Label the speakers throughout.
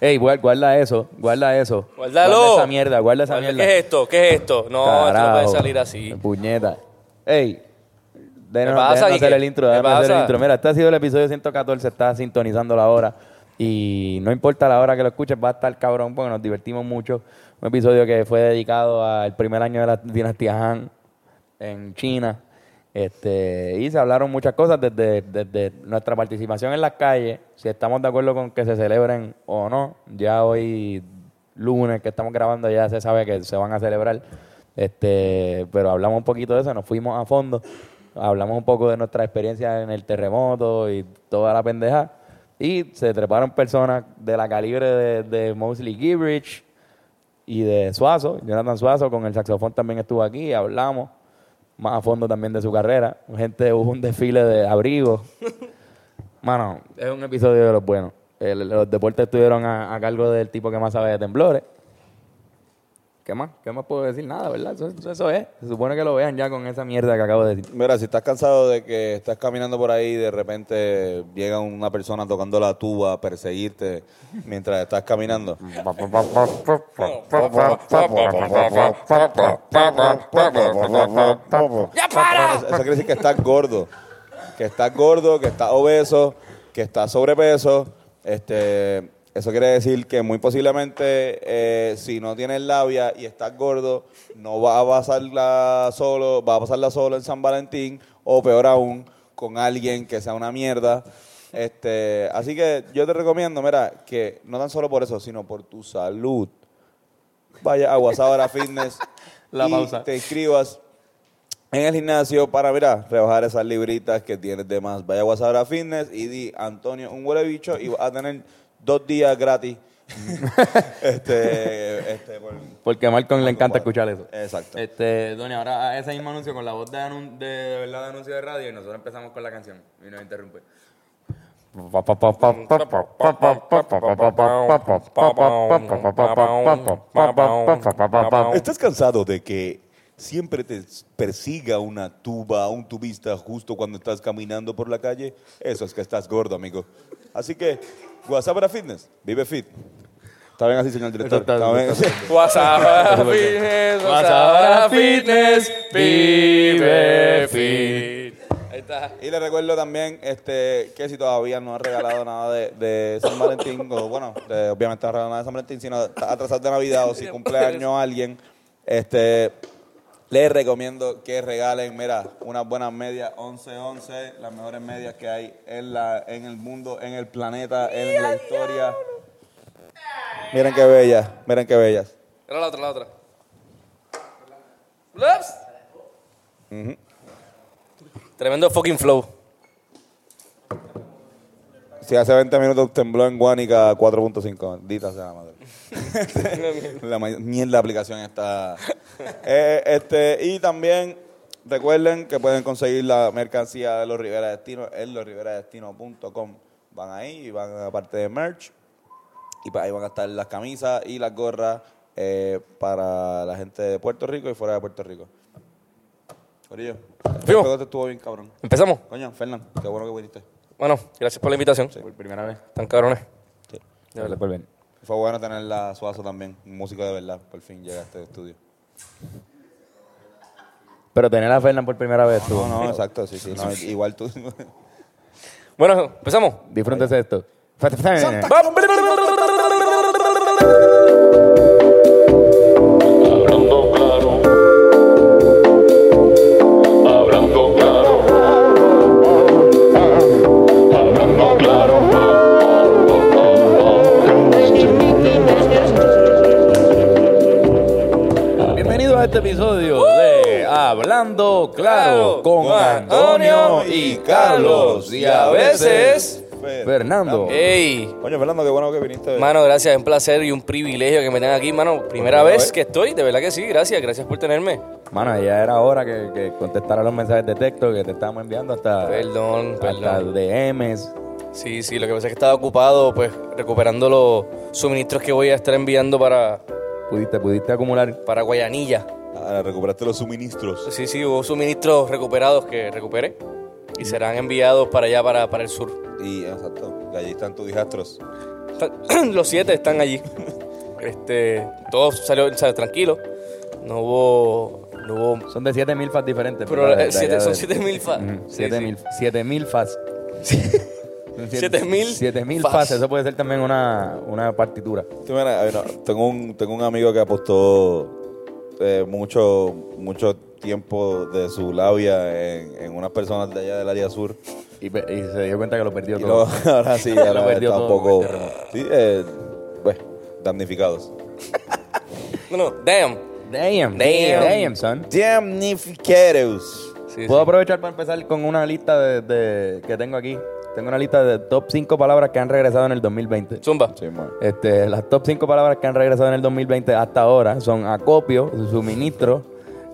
Speaker 1: Ey, guarda, guarda eso, guarda eso.
Speaker 2: Guárdalo.
Speaker 1: Guarda esa mierda, guarda esa
Speaker 2: Guarda-
Speaker 1: mierda.
Speaker 2: ¿Qué es esto? ¿Qué es esto? No, esto no
Speaker 1: Carajo,
Speaker 2: puede salir así.
Speaker 1: Puñeta. Ey, déjenos,
Speaker 2: pasa,
Speaker 1: déjenos hacer
Speaker 2: Quique?
Speaker 1: el intro,
Speaker 2: ¿Qué
Speaker 1: déjenos hacer el
Speaker 2: pasa?
Speaker 1: intro. Mira, este ha sido el episodio 114, está sintonizando la hora. Y no importa la hora que lo escuches, va a estar cabrón porque nos divertimos mucho. Un episodio que fue dedicado al primer año de la dinastía Han en China. Este, y se hablaron muchas cosas desde, desde nuestra participación en las calles, si estamos de acuerdo con que se celebren o no. Ya hoy, lunes que estamos grabando, ya se sabe que se van a celebrar. Este, pero hablamos un poquito de eso, nos fuimos a fondo, hablamos un poco de nuestra experiencia en el terremoto y toda la pendeja. Y se treparon personas de la calibre de, de Mosley Gibrich, y de Suazo, Jonathan Suazo, con el saxofón también estuvo aquí, hablamos más a fondo también de su carrera. Gente, hubo un desfile de abrigos. Mano, es un episodio de los buenos. El- los deportes estuvieron a, a cargo del tipo que más sabe de temblores. ¿Qué más? ¿Qué más puedo decir? Nada, ¿verdad? Eso, eso- eso es. Se supone que lo vean ya con esa mierda que acabo de decir.
Speaker 3: Mira, si estás cansado de que estás caminando por ahí y de repente llega una persona tocando la tuba a perseguirte mientras estás caminando.
Speaker 2: ¡Ya para!
Speaker 3: Eso quiere decir que estás gordo. Que estás gordo, que estás obeso, que estás sobrepeso. Este, eso quiere decir que muy posiblemente eh, si no tienes labia y estás gordo, no vas a pasarla solo, vas a pasarla solo en San Valentín o peor aún, con alguien que sea una mierda. Este, así que yo te recomiendo, mira, que no tan solo por eso, sino por tu salud, vaya a Guasabara Fitness
Speaker 1: La
Speaker 3: y
Speaker 1: pausa.
Speaker 3: te inscribas en el gimnasio para, mira, rebajar esas libritas que tienes de más. Vaya a Guasabara Fitness y di Antonio un huele bicho y vas a tener dos días gratis. este, este, por-
Speaker 1: Porque a Malcolm le encanta escuchar eso.
Speaker 3: Exacto.
Speaker 1: Este, Doña, ahora ese mismo anuncio con la voz de, anun- de, de verdad de anuncio de radio y nosotros empezamos con la canción y nos interrumpe.
Speaker 3: ¿Estás cansado de que siempre te persiga una tuba, un tubista justo cuando estás caminando por la calle? Eso es que estás gordo, amigo. Así que, Guasabara Fitness, vive fit. ¿Está bien así, señor director?
Speaker 1: Está
Speaker 3: ¿Está
Speaker 1: bien,
Speaker 3: bien?
Speaker 2: WhatsApp Fitness, WhatsApp Fitness, vive fit. Ahí está.
Speaker 3: Y le recuerdo también este, que si todavía no has regalado nada de, de San Valentín, o bueno, de- obviamente no has regalado nada de San Valentín, sino estás atrasado de Navidad o si cumpleaños alguien, este, les recomiendo que regalen, mira, unas buenas medias 11-11, las mejores medias que hay en, la, en el mundo, en el planeta, en la historia. Miren qué bellas, miren qué bellas.
Speaker 2: Era la otra, la otra. Ups. Tremendo fucking flow.
Speaker 3: Si hace 20 minutos tembló en Guánica 4.5, dita sea la madre. la ma- mierda de aplicación está. Eh, este, y también recuerden que pueden conseguir la mercancía de los Rivera Destino en losriveradestino.com. Van ahí y van a la parte de merch. Y pa- ahí van a estar las camisas y las gorras eh, para la gente de Puerto Rico y fuera de Puerto Rico. Corillo, el
Speaker 2: Fuimos.
Speaker 3: pegote estuvo bien cabrón.
Speaker 2: ¿Empezamos?
Speaker 3: Coño, Fernán, qué bueno que viniste.
Speaker 2: Bueno, gracias por la invitación.
Speaker 1: Por primera vez.
Speaker 2: Tan cabrones.
Speaker 1: De verdad, por venir.
Speaker 3: Fue bueno tenerla a Suazo también, un músico de verdad. Por fin llega a este estudio.
Speaker 1: Pero tener a Fernan por primera vez, tú.
Speaker 3: No, no, exacto, sí, sí. no, igual tú.
Speaker 2: Bueno, empezamos.
Speaker 1: Disfrúntese esto.
Speaker 4: Hablando claro. Hablando claro. Hablando claro.
Speaker 1: Bienvenidos a este episodio de Hablando Claro
Speaker 2: Uh. Claro,
Speaker 1: con
Speaker 2: con
Speaker 1: Antonio
Speaker 2: Antonio
Speaker 1: y Carlos y a veces Fernando.
Speaker 2: Ey.
Speaker 3: Coño, Fernando, qué bueno que viniste.
Speaker 2: Mano, gracias, es un placer y un privilegio que me tengan aquí, mano. Primera
Speaker 3: Bueno,
Speaker 2: vez
Speaker 3: eh.
Speaker 2: que estoy, de verdad que sí, gracias, gracias por tenerme.
Speaker 1: Mano, ya era hora que, que contestara los mensajes de texto que te estábamos enviando hasta,
Speaker 2: Perdón,
Speaker 1: hasta
Speaker 2: perdón.
Speaker 1: DMs.
Speaker 2: Sí, sí, lo que pasa es que estaba ocupado, pues, recuperando los suministros que voy a estar enviando para,
Speaker 1: Pudiste, pudiste acumular.
Speaker 2: para Guayanilla.
Speaker 3: Ahora recuperaste los suministros.
Speaker 2: Sí, sí, hubo suministros recuperados que recuperé Mm. y serán enviados para allá, para, para el sur.
Speaker 3: Y, exacto, y allí están tus hijastros.
Speaker 2: están- los siete están allí. Este, todo salió o sea, tranquilo. No hubo, no hubo
Speaker 1: Son de 7 milfas diferentes.
Speaker 2: Pero,
Speaker 1: ¿verdad? De-
Speaker 2: eh,
Speaker 1: de
Speaker 2: siete-
Speaker 1: allá
Speaker 2: son
Speaker 1: de-
Speaker 2: 7 mil fas.
Speaker 1: Ujú,
Speaker 2: Sí,
Speaker 1: siete
Speaker 2: sí.
Speaker 1: mil- siete mil fas. Son siete-
Speaker 2: 7000
Speaker 1: siete mil
Speaker 2: fas.
Speaker 1: fas. Eso puede ser también una, una partitura.
Speaker 3: Tú, mira, ay, no, tengo, un, tengo un amigo que apostó eh, mucho, mucho tiempo de su labia en, en unas personas de allá del área sur.
Speaker 1: Y, pe- y se dio cuenta que lo perdió
Speaker 3: Y
Speaker 1: todo.
Speaker 3: luego, ahora sí,
Speaker 1: Lo
Speaker 3: ahora
Speaker 1: perdió
Speaker 3: está un
Speaker 1: todo este
Speaker 3: poco.
Speaker 1: con el terremoto.
Speaker 3: Sí, eh, pues, damnificados.
Speaker 2: No, no, damn.
Speaker 1: Damn, damn,
Speaker 2: Damn.
Speaker 1: damn, son.
Speaker 3: Damnificados.
Speaker 2: Sí,
Speaker 1: Puedo
Speaker 2: sí.
Speaker 1: aprovechar para empezar con una lista de, de- que tengo aquí. Tengo una lista de top 5 palabras que han regresado en el 2020.
Speaker 2: Zumba.
Speaker 3: Sí, man.
Speaker 1: Este, las top 5 palabras que han regresado en el 2020 hasta ahora son acopio, suministro,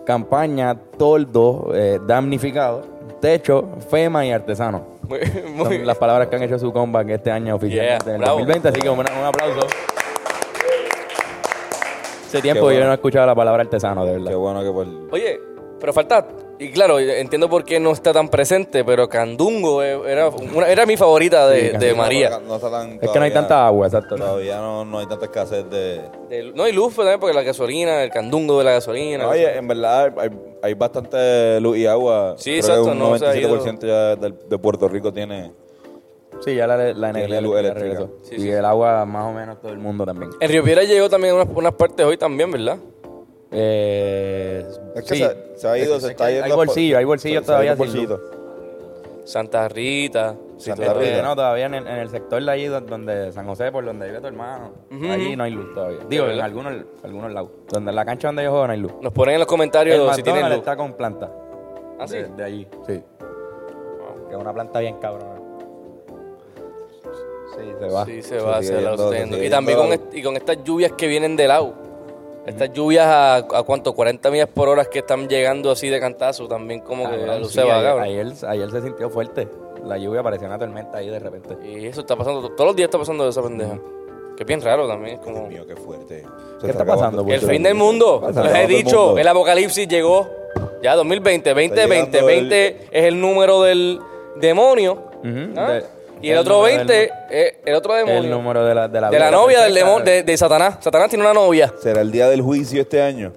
Speaker 1: campaña, toldo, eh, damnificado, techo, FEMA y artesano.
Speaker 2: Muy, muy
Speaker 1: Son las palabras que han hecho su comeback este año oficialmente
Speaker 2: Yeah,
Speaker 1: en el
Speaker 2: bravo.
Speaker 1: 2020, así que un, un aplauso. Hace tiempo
Speaker 3: bueno.
Speaker 1: yo no escuchaba la palabra artesano, de
Speaker 3: Qué
Speaker 1: verdad.
Speaker 3: bueno que por.
Speaker 2: Oye, pero falta. Y claro, entiendo por qué no está tan presente, pero Candungo eh, era, una- era mi favorita
Speaker 1: Sí,
Speaker 2: de, de
Speaker 1: Candungo.
Speaker 2: María.
Speaker 3: No está tan-
Speaker 1: Es que no hay
Speaker 3: todavía-
Speaker 1: tanta agua, exacto.
Speaker 3: Todavía no, no hay tanta escasez de.
Speaker 2: De- no, y luz pues, también, porque la gasolina, el Candungo de la gasolina.
Speaker 3: Oye, en verdad hay, hay- hay bastante luz y agua.
Speaker 2: Sí,
Speaker 3: Creo
Speaker 2: exacto,
Speaker 3: Que un
Speaker 2: no se ha ido.
Speaker 3: 97% ya del- de Puerto Rico tiene.
Speaker 1: Sí, ya la, la energía
Speaker 3: luz
Speaker 1: eléctrica
Speaker 3: eléctrica.
Speaker 1: regresó.
Speaker 2: Sí,
Speaker 1: y
Speaker 2: sí,
Speaker 1: el agua más o menos todo el mundo también.
Speaker 2: en Río Piedra llegó también unas, unas partes hoy también, ¿verdad?
Speaker 1: Eh,
Speaker 3: Es que
Speaker 1: sí.
Speaker 3: se, se ha ido, se
Speaker 1: Es
Speaker 3: está
Speaker 1: que
Speaker 3: yendo.
Speaker 1: Hay bolsillo, hay bolsillo todavía. sin luz.
Speaker 3: bolsillo.
Speaker 2: Santa Rita.
Speaker 3: Santa
Speaker 1: Este,
Speaker 3: Rita.
Speaker 1: no, todavía en el, en el sector de allí do- donde San José, por donde vive tu hermano,
Speaker 2: Ujú.
Speaker 1: allí no hay luz todavía. Digo, en
Speaker 2: verdad?
Speaker 1: algunos, algunos lados. Donde en la cancha donde yo juego no hay luz.
Speaker 2: Nos ponen en los
Speaker 1: El
Speaker 2: comentarios si tienen
Speaker 1: McDonald's
Speaker 2: luz.
Speaker 1: está con planta.
Speaker 2: Ah, sí.
Speaker 1: De, de allí, sí. Que es una planta bien cabrona. Sí, se va.
Speaker 2: Sí, se va,
Speaker 3: Sí,
Speaker 2: se la
Speaker 3: yendo,
Speaker 2: está yendo.
Speaker 3: sigue
Speaker 2: Y también
Speaker 3: yendo.
Speaker 2: con, est- y con estas lluvias que vienen de lado. Estas lluvias a, a cuánto, 40 millas por hora que están llegando así de cantazo, también como que la
Speaker 1: Cabrón,
Speaker 2: luz
Speaker 1: Ah, sí,
Speaker 2: se va,
Speaker 1: ayer-
Speaker 2: cabrón.
Speaker 1: ayer, ayer se sintió fuerte. La lluvia parecía una tormenta ahí de repente.
Speaker 2: Y eso está pasando, todos los días está pasando esa pendeja. Que es bien raro también, es como...
Speaker 3: Dios mío, qué fuerte. Se
Speaker 1: ¿Qué está pasando,
Speaker 2: El
Speaker 1: Puerto
Speaker 2: fin del mundo,
Speaker 3: Pasa,
Speaker 2: les
Speaker 3: todo
Speaker 2: he
Speaker 3: el
Speaker 2: dicho,
Speaker 3: mundo.
Speaker 2: el apocalipsis llegó. Ya 2020, 2020,
Speaker 3: llegando
Speaker 2: 20 es el número del demonio.
Speaker 1: Ujú,
Speaker 2: ¿ah?
Speaker 1: de-
Speaker 2: y el
Speaker 1: el
Speaker 2: otro
Speaker 1: número del
Speaker 2: 20 es el otro
Speaker 1: El
Speaker 2: demonio.
Speaker 1: número de la De la,
Speaker 2: de la
Speaker 1: vida
Speaker 2: novia del
Speaker 1: perfecta.
Speaker 2: demonio, de, de Satanás. Satanás tiene una novia.
Speaker 3: ¿Será el día del juicio este año?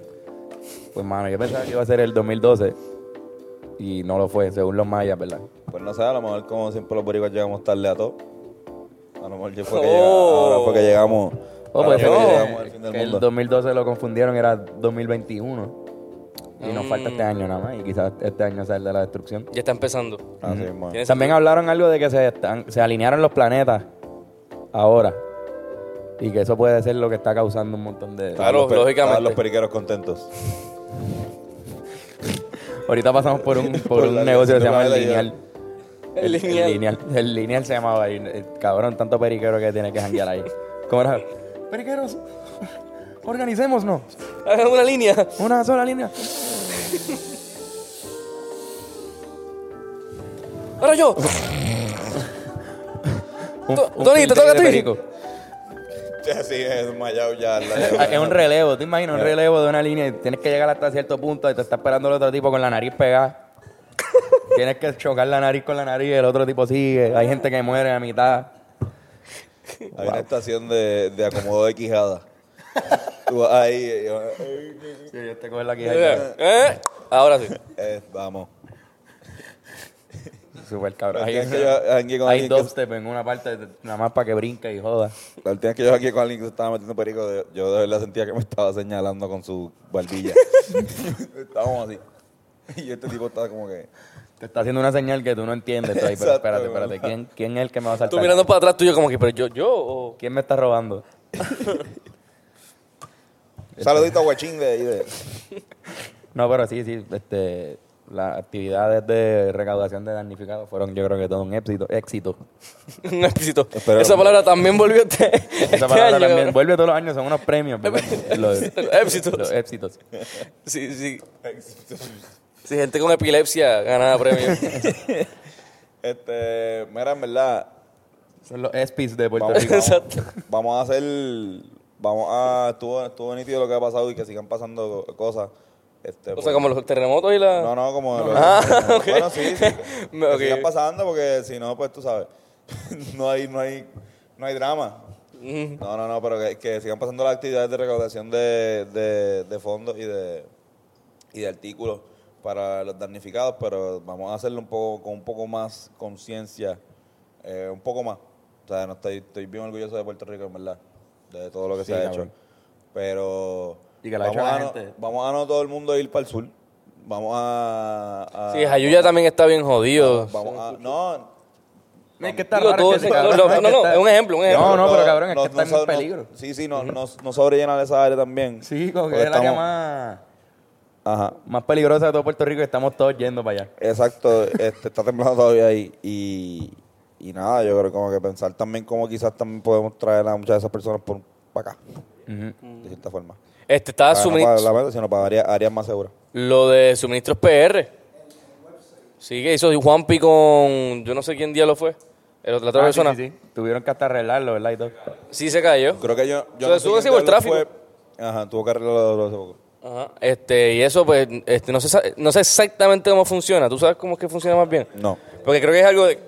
Speaker 1: Pues, mano, yo pensaba que iba a ser el 2012. Y no lo fue, según los mayas, ¿verdad?
Speaker 3: Pues no sé, a lo mejor como siempre los boricuas llegamos tarde a todo. A lo mejor ya fue que,
Speaker 2: Oh.
Speaker 3: llegamos, ahora fue que llegamos.
Speaker 1: Oh, pues
Speaker 3: ahora fue
Speaker 1: fue
Speaker 3: que
Speaker 1: que-
Speaker 3: llegamos al fin del
Speaker 1: que el
Speaker 3: mundo.
Speaker 1: 2012 lo confundieron, era 2021. Y nos falta
Speaker 3: Mm.
Speaker 1: este año nada más. Y quizás este año sea el de la destrucción.
Speaker 2: Ya está empezando.
Speaker 3: Así mismo es.
Speaker 2: Tienes-
Speaker 1: También hablaron algo de que se, están- se alinearon los planetas ahora. Y que eso puede ser lo que está causando un montón de...
Speaker 3: Estaban
Speaker 2: Claro,
Speaker 3: los per-
Speaker 2: lógicamente.
Speaker 3: estaban los periqueros contentos.
Speaker 1: Ahorita pasamos por un, por
Speaker 3: Por
Speaker 1: un
Speaker 3: la-
Speaker 1: negocio que se llama
Speaker 3: la-
Speaker 1: El
Speaker 3: la-
Speaker 1: Lineal.
Speaker 2: El Lineal.
Speaker 1: El Lineal, El Lineal se llamaba ahí. El Cabrón, tanto periquero que tiene que janguear ahí. ¿Cómo era? Periqueros, organicémonos.
Speaker 2: Hagan Ah, una línea.
Speaker 1: Una sola línea.
Speaker 2: Ahora yo.
Speaker 1: Un-
Speaker 2: To-
Speaker 1: un
Speaker 2: Tony, te
Speaker 1: filtro
Speaker 2: toca a
Speaker 1: de
Speaker 2: ti.
Speaker 1: perico.
Speaker 3: Ya sí, desmayado ya.
Speaker 1: Ah, Es un relevo, te imaginas, un relevo de una línea y tienes que llegar hasta cierto punto y te está esperando el otro tipo con la nariz pegada. tienes que chocar la nariz con la nariz y el otro tipo sigue. Hay gente que muere a mitad.
Speaker 3: Hay una estación de, de acomodo de quijada. Tú vas ahí, eh, yo, eh,
Speaker 1: Sí, yo te cojo la quijada.
Speaker 2: ¿Eh? Ahora sí.
Speaker 3: eh, vamos.
Speaker 1: Súper cabrón.
Speaker 3: Ahí
Speaker 1: Hay,
Speaker 3: tienes que yo aquí con
Speaker 1: hay
Speaker 3: alguien
Speaker 1: dos
Speaker 3: que,
Speaker 1: step en una parte, nada más para que brinque y joda.
Speaker 3: la última vez que yo aquí con alguien que se estaba metiendo perico, de- yo de verdad sentía que me estaba señalando con su barbilla. Estábamos así. Y este tipo estaba como que.
Speaker 1: Te está haciendo una señal que tú no entiendes. tú ahí, pero
Speaker 3: Exacto,
Speaker 1: espérate, espérate.
Speaker 3: ¿verdad?
Speaker 1: ¿Quién, quién es el que me va a
Speaker 2: Tú
Speaker 1: saltar?
Speaker 2: mirando para atrás, tú y yo como que, pero yo, yo, o-
Speaker 1: ¿Quién me está robando? Este-
Speaker 3: Saludito a Guachín de ahí. de-
Speaker 1: No, pero sí, sí, este, las actividades de recaudación de damnificados fueron, yo creo que todo un éxito. éxito.
Speaker 2: un exquisito.
Speaker 3: Espera.
Speaker 2: Esa palabra también volvió este, este
Speaker 1: Esa palabra
Speaker 2: año.
Speaker 1: también
Speaker 2: cabrón.
Speaker 1: vuelve todos los años, son unos premios. ¿verdad? los,
Speaker 2: Éxitos.
Speaker 1: Los éxitos.
Speaker 2: Sí, sí. Sí, gente con epilepsia ganada premio.
Speaker 3: Este, mira, en verdad,
Speaker 1: Son los ESPYs de Puerto
Speaker 3: vamos,
Speaker 1: Rico.
Speaker 3: vamos-
Speaker 2: Exacto.
Speaker 3: vamos a hacer. Vamos a. Estuvo, estuvo nítido lo que ha pasado y que sigan pasando cosas. Este,
Speaker 2: O
Speaker 3: pues,
Speaker 2: sea, como los terremotos y la...
Speaker 3: No, no, como. lo-
Speaker 2: Ah, ok.
Speaker 3: Bueno, sí, sí.
Speaker 2: Ok.
Speaker 3: Que sigan pasando porque si no, pues tú sabes. no hay, no hay, no hay drama. No, no, no, pero que, que sigan pasando las actividades de recaudación de, de, de fondos y de, y de artículos para los damnificados, pero vamos a hacerlo un poco, con un poco más conciencia, eh, un poco más. O sea, no estoy, estoy bien orgulloso de Puerto Rico, en verdad, de todo lo que
Speaker 1: Sí,
Speaker 3: se ha
Speaker 1: cabrón.
Speaker 3: hecho. Pero
Speaker 1: Y que la ha
Speaker 3: vamos,
Speaker 1: hecho la
Speaker 3: a no,
Speaker 1: gente.
Speaker 3: vamos a no todo el mundo ir para el sur. Vamos a... a-
Speaker 2: Sí, Jayuya también está bien jodido.
Speaker 3: Vamos a, no,
Speaker 1: No, es que está
Speaker 2: Digo,
Speaker 1: raro
Speaker 2: todo
Speaker 1: que
Speaker 2: ese
Speaker 1: ese
Speaker 2: sector-
Speaker 1: cabrón-
Speaker 2: no, no,
Speaker 1: es que
Speaker 2: no,
Speaker 1: está-
Speaker 2: es un ejemplo, un ejemplo.
Speaker 1: No, no, pero
Speaker 3: todo-
Speaker 1: cabrón, es que está
Speaker 3: so-
Speaker 1: en peligro.
Speaker 3: sí, sí, no, no, no sobrellenar esa área también.
Speaker 1: Sí, como que
Speaker 3: Porque
Speaker 1: es la área
Speaker 3: estamos-
Speaker 1: más,
Speaker 3: Ajá.
Speaker 1: más peligrosa de todo Puerto Rico y estamos todos yendo para allá.
Speaker 3: Exacto, este, está temblando todavía ahí. Y, y nada, yo creo como que pensar también cómo quizás también podemos traer a muchas de esas personas por para acá, de cierta forma.
Speaker 1: Ah,
Speaker 2: Este está
Speaker 3: Para- no para
Speaker 2: suministro,
Speaker 3: la meta, sino para áreas, áreas más seguras.
Speaker 2: lo de suministros PR. Sí, que hizo Juanpi con. Yo no sé quién día lo fue. El otro- la otra
Speaker 1: Ah, sí,
Speaker 2: persona.
Speaker 1: sí, sí. Tuvieron que hasta arreglarlo, ¿verdad? Y todo.
Speaker 2: Sí se cayó.
Speaker 3: Creo que yo... yo
Speaker 2: Entonces,
Speaker 3: sé
Speaker 2: tú
Speaker 3: quién
Speaker 2: decís por el
Speaker 3: diablo
Speaker 2: tráfico.
Speaker 3: fue. Ajá, tuvo que arreglarlo hace poco.
Speaker 2: Ajá. Este, y eso, pues, este, no, sé, sa- no sé exactamente cómo funciona. ¿Tú sabes cómo es que funciona más bien?
Speaker 3: No.
Speaker 2: Porque creo que es algo. de-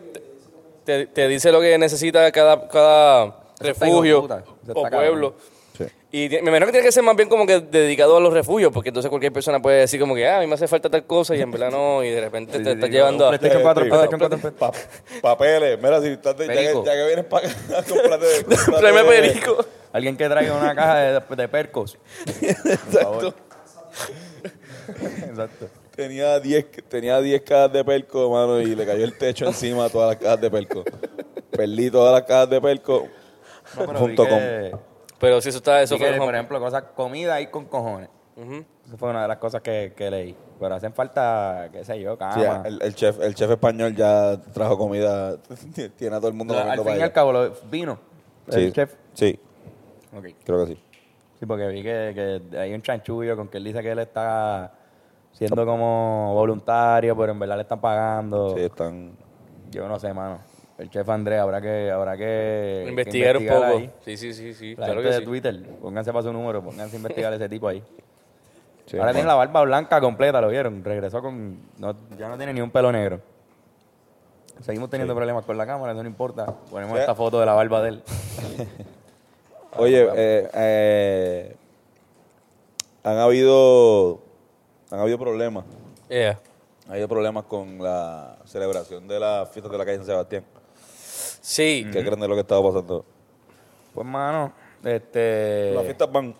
Speaker 2: te, te dice lo que necesita cada, cada
Speaker 1: está hijo de
Speaker 2: refugio
Speaker 1: puta. Eso está
Speaker 2: o
Speaker 1: cabrón.
Speaker 2: pueblo.
Speaker 3: Sí.
Speaker 2: Y ti- me imagino que tiene que ser más bien como que dedicado a los refugios, porque entonces cualquier persona puede decir como que, ah, a mí me hace falta tal cosa y en verdad no, y de repente te estás llevando a...
Speaker 1: PlayStation 4,
Speaker 3: Sí,
Speaker 1: PlayStation 4, PlayStation
Speaker 3: Eh, Pa- papeles, mira, si estás, ya, que,
Speaker 1: Perico.
Speaker 3: ya que vienes para acá, cómprate... cómprate-
Speaker 2: Tráeme perico.
Speaker 1: 4. Alguien que traiga una caja de, de percos.
Speaker 2: Exacto.
Speaker 1: Exacto.
Speaker 3: Tenía 10 tenía 10 cajas de perco, mano, y le cayó el techo encima a todas las cajas de perco. Perdí todas las cajas de perco. Punto com.
Speaker 2: Pero si eso está, eso
Speaker 1: Sí,
Speaker 2: fue...
Speaker 1: que, por
Speaker 2: Juan-
Speaker 1: ejemplo, eh, cosas, comida ahí con cojones. Esa fue una de las cosas que, que leí. Pero hacen falta, qué sé yo, cama.
Speaker 3: Sí, el, el chef, el chef español ya trajo comida, tiene a todo el mundo
Speaker 1: Lo- al
Speaker 3: comiendo
Speaker 1: fin y
Speaker 3: para
Speaker 1: al
Speaker 3: allá.
Speaker 1: cabo, lo, vino.
Speaker 3: Sí,
Speaker 1: El chef.
Speaker 3: sí,
Speaker 1: Ok.
Speaker 3: creo que sí.
Speaker 1: Sí, porque vi que, que hay un chanchullo con que él dice que él está siendo como voluntario, pero en verdad le están pagando.
Speaker 3: Sí, están...
Speaker 1: Yo no sé, mano. El chef Andrés habrá que, habrá que que
Speaker 2: Investigar un poco.
Speaker 1: investigar ahí.
Speaker 2: Sí, sí, sí, sí.
Speaker 1: La
Speaker 2: claro
Speaker 1: gente
Speaker 2: que
Speaker 1: de
Speaker 2: sí.
Speaker 1: Twitter, pónganse para su número, pónganse a investigar a ese tipo ahí.
Speaker 3: sí,
Speaker 1: Ahora
Speaker 3: bueno.
Speaker 1: tiene la barba blanca completa, ¿lo vieron? Regresó con... no- ya no tiene ni un pelo negro. Seguimos teniendo problemas con la cámara, eso no importa. Ponemos
Speaker 3: Sí.
Speaker 1: esta foto de la barba de él.
Speaker 3: Oye, eh, eh, han habido han habido problemas.
Speaker 2: Yeah.
Speaker 3: Ha habido problemas con la celebración de las fiestas de la calle San Sebastián.
Speaker 2: Sí.
Speaker 1: Mm.
Speaker 3: ¿Qué creen de lo que estaba pasando?
Speaker 1: Pues, mano, este...
Speaker 3: Las fiestas van.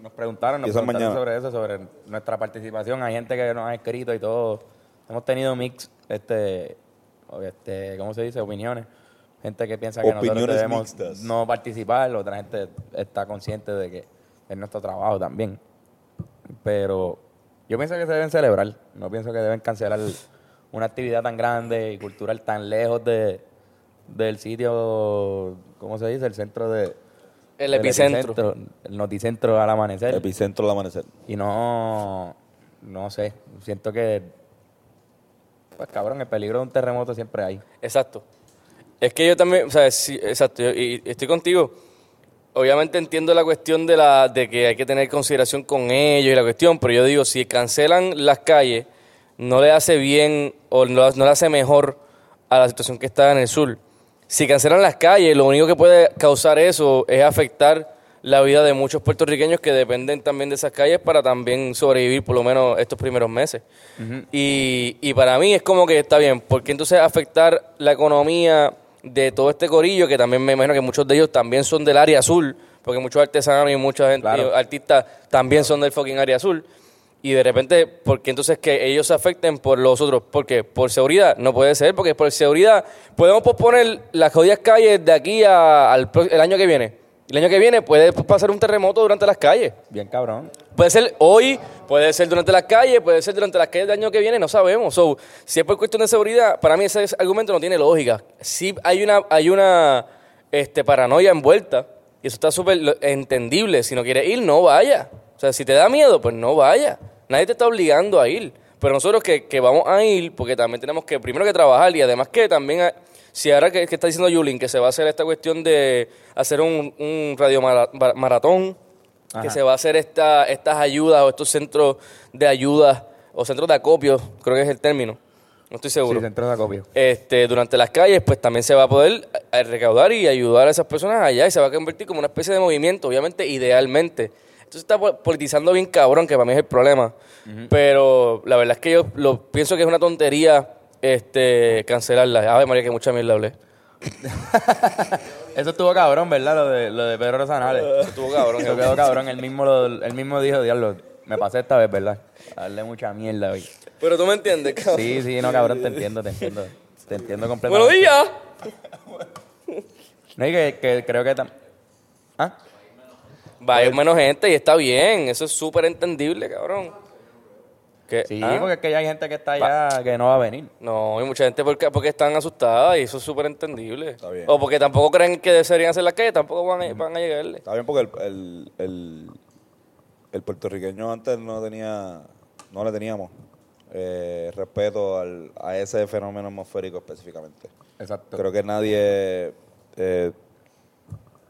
Speaker 1: Nos preguntaron, nos preguntaron
Speaker 3: Empiezan mañana.
Speaker 1: sobre eso, sobre nuestra participación. Hay gente que nos ha escrito y todo. Hemos tenido mix, este, o- este ¿cómo se dice? Opiniones. Gente que piensa que nosotros
Speaker 3: Opiniones
Speaker 1: debemos
Speaker 3: mixtas.
Speaker 1: no participar. Otra gente está consciente de que es nuestro trabajo también. Pero yo pienso que se deben celebrar. No pienso que deben cancelar una actividad tan grande y cultural tan lejos de, del sitio, ¿cómo se dice? El centro de...
Speaker 2: El
Speaker 1: del
Speaker 2: epicentro.
Speaker 1: El noticentro al amanecer.
Speaker 3: Epicentro del amanecer.
Speaker 1: Y no, no sé, siento que, pues cabrón, el peligro de un terremoto siempre hay.
Speaker 2: Exacto. Es que yo también, o sea, sí, exacto, yo- y, y estoy contigo. Obviamente entiendo la cuestión de, la, de que hay que tener consideración con ellos y la cuestión, pero yo digo, si cancelan las calles, no le hace bien o no, no le hace mejor a la situación que está en el sur. Si cancelan las calles, lo único que puede causar eso es afectar la vida de muchos puertorriqueños que dependen también de esas calles para también sobrevivir por lo menos estos primeros meses. y, y para mí es como que está bien, porque entonces afectar la economía de todo este corillo, que también me imagino que muchos de ellos también son del área azul, porque muchos artesanos y mucha gente,
Speaker 1: Claro.
Speaker 2: y artistas también son del fucking área azul. Y de repente, porque entonces que ellos se afecten por los otros? Porque por seguridad no puede ser, porque por seguridad podemos posponer las jodidas calles de aquí a- al pro- el año que viene. El año que viene puede pasar un terremoto durante las calles.
Speaker 1: Bien cabrón.
Speaker 2: Puede ser hoy, puede ser durante las calles, puede ser durante las calles del año que viene, no sabemos. So, si es por cuestión de seguridad, para mí ese ese argumento no tiene lógica. Sí hay una, hay una este, paranoia envuelta, y eso está súper lo- entendible. Si no quieres ir, no vaya. O sea, si te da miedo, pues no vaya. Nadie te está obligando a ir. Pero nosotros que, que vamos a ir, porque también tenemos que, primero que trabajar, y además que también, ha- si ahora que, que está diciendo Yulín, que se va a hacer esta cuestión de hacer un, un radiomaratón, que
Speaker 1: Ajá.
Speaker 2: se va a hacer esta, estas ayudas o estos centros de ayuda o centros de acopio, creo que es el término, No estoy
Speaker 1: Sí,
Speaker 2: seguro.
Speaker 1: se entró una copia.
Speaker 2: este, durante las calles, pues también se va a poder eh, recaudar y ayudar a esas personas allá y se va a convertir como una especie de movimiento, obviamente, idealmente. Entonces está po- politizando bien cabrón, que para mí es el problema. Pero la verdad es que yo lo, pienso que es una tontería este, cancelarla. Ave María, que mucha mierda hablé.
Speaker 1: Eso estuvo cabrón, ¿verdad? Lo de, lo de Pedro Rosanales.
Speaker 2: Estuvo cabrón.
Speaker 1: Eso quedó cabrón. Él mismo, lo, él mismo dijo, diablo, me pasé esta vez, ¿verdad? Darle mucha mierda hoy.
Speaker 2: Pero tú me entiendes, cabrón.
Speaker 1: Sí, sí, no, cabrón, te entiendo, te entiendo. Te entiendo completamente.
Speaker 2: Buenos días.
Speaker 1: No, y que, que creo que... tam- ¿Ah?
Speaker 2: Va a ir menos gente y está bien. Eso es súper entendible, cabrón. Que-
Speaker 1: Sí,
Speaker 2: ¿Ah?
Speaker 1: porque es que ya hay gente que está allá que no va a venir.
Speaker 2: No, hay mucha gente porque, porque están asustadas y eso es súper entendible.
Speaker 3: bien.
Speaker 2: O porque tampoco creen que deberían hacer la calle, tampoco van a, van a llegarle.
Speaker 3: Está bien porque el, el, el, el puertorriqueño antes no tenía, no le teníamos eh, respeto al, a ese fenómeno atmosférico específicamente.
Speaker 1: Exacto.
Speaker 3: Creo que nadie eh,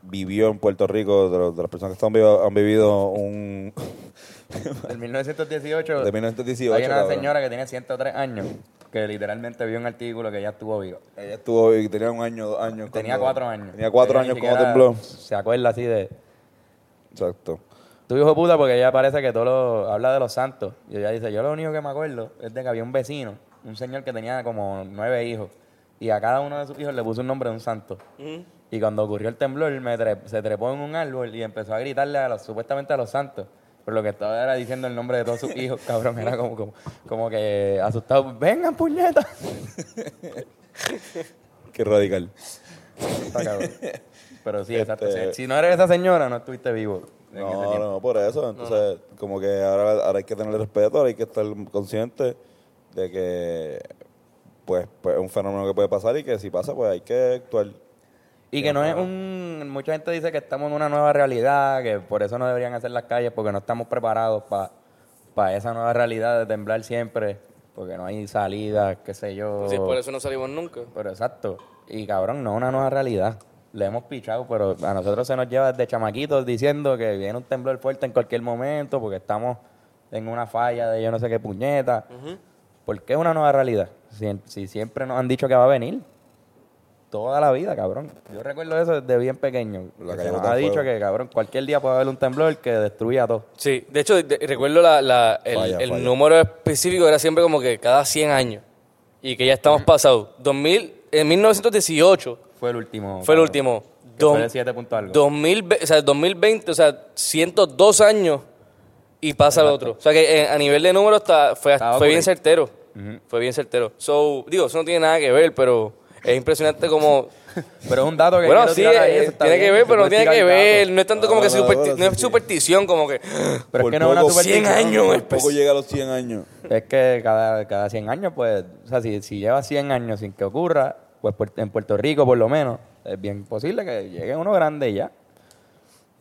Speaker 3: vivió en Puerto Rico, de, los- de las personas que están vivo- han vivido un...
Speaker 1: En 1918,
Speaker 3: De 1918,
Speaker 1: hay una
Speaker 3: cabrón.
Speaker 1: señora que tiene 103 años que literalmente vio un artículo que ya estuvo viva.
Speaker 3: Ella estuvo y tenía un año, dos años.
Speaker 1: Tenía
Speaker 3: cuando-
Speaker 1: cuatro años.
Speaker 3: Tenía cuatro
Speaker 1: Ella
Speaker 3: años
Speaker 1: ni
Speaker 3: como
Speaker 1: siquiera
Speaker 3: tembló.
Speaker 1: Se acuerda así de...
Speaker 3: Exacto.
Speaker 1: Tu hijo de puta, porque ella parece que todo lo, habla de los santos. Y ella dice, yo lo único que me acuerdo es de que había un vecino, un señor que tenía como nueve hijos. Y a cada uno de sus hijos le puso un nombre de un santo. Y cuando ocurrió el temblor, me tre- se trepó en un árbol y empezó a gritarle a los, supuestamente a los santos. Pero lo que estaba era diciendo el nombre de todos sus hijos, cabrón. Era como, como, como que asustado. ¡Vengan, puñetas!
Speaker 3: Qué radical.
Speaker 1: Está cabrón. Pero sí, exacto.
Speaker 3: Este-
Speaker 1: Si- Si no eres esa señora, no estuviste vivo. en ese
Speaker 3: No,
Speaker 1: tiempo.
Speaker 3: no, por eso. Entonces, como que ahora, ahora hay que tener respeto, ahora hay que estar consciente de que pues, pues, es un fenómeno que puede pasar y que si pasa, pues hay que actuar.
Speaker 1: Y que no es un... Mucha gente dice que estamos en una nueva realidad, que por eso no deberían hacer las calles, porque no estamos preparados para esa nueva realidad de temblar siempre, porque no hay salida, qué sé yo.
Speaker 2: Sí, por eso no salimos nunca.
Speaker 1: Pero exacto. Y cabrón, no es una nueva realidad. Le hemos pichado, pero a nosotros se nos lleva desde chamaquitos diciendo que viene un temblor fuerte en cualquier momento, porque estamos en una falla de yo no sé qué puñeta. ¿Por qué es una nueva realidad? Si, si siempre nos han dicho que va a venir. Toda la vida, cabrón. Yo recuerdo eso desde bien pequeño.
Speaker 3: La
Speaker 1: Que
Speaker 3: calle
Speaker 1: se nos
Speaker 3: bota
Speaker 1: ha dicho
Speaker 3: fuego.
Speaker 1: que, cabrón, cualquier día puede haber un temblor que destruya todo.
Speaker 2: Sí, de hecho, de- recuerdo la, la- el,
Speaker 3: Falla,
Speaker 2: el
Speaker 3: falla.
Speaker 2: número específico era siempre como que cada 100 años. Y que ya estamos pasados. 2000, en 1918
Speaker 1: Fue el último.
Speaker 2: fue el
Speaker 1: cabrón.
Speaker 2: último.
Speaker 1: Que fue
Speaker 2: Dos-
Speaker 1: de siete punto algo.
Speaker 2: 2020, o sea, 2020, o sea, 102 años y pasa al otro. O sea, que eh, a nivel de números está- fue,
Speaker 1: Estaba
Speaker 2: fue bien
Speaker 1: correcto.
Speaker 2: certero. Fue bien certero. So, digo, eso no tiene nada que ver, pero es impresionante como...
Speaker 1: Pero es un dato que
Speaker 2: bueno,
Speaker 1: quiero
Speaker 2: sí,
Speaker 1: tirar ahí,
Speaker 2: eh,
Speaker 1: eso está bien,
Speaker 2: tiene que
Speaker 1: se
Speaker 2: ver, pero no
Speaker 1: puede
Speaker 2: tiene que
Speaker 1: tirar datos.
Speaker 2: ver. No es tanto como que
Speaker 3: Ahora, ahora,
Speaker 2: supersti-
Speaker 3: ahora,
Speaker 2: no es
Speaker 3: sí.
Speaker 2: superstición, como que...
Speaker 1: Pero
Speaker 3: Por
Speaker 1: es que no es una
Speaker 3: poco,
Speaker 2: 100
Speaker 1: superstición.
Speaker 2: años,
Speaker 3: Por
Speaker 2: es
Speaker 1: Pues
Speaker 3: poco llega a los 100 años.
Speaker 1: Es que cada, cada 100 años, pues, o sea, si, si lleva 100 años sin que ocurra, pues puer- en Puerto Rico por lo menos, es bien posible que llegue uno grande y ya.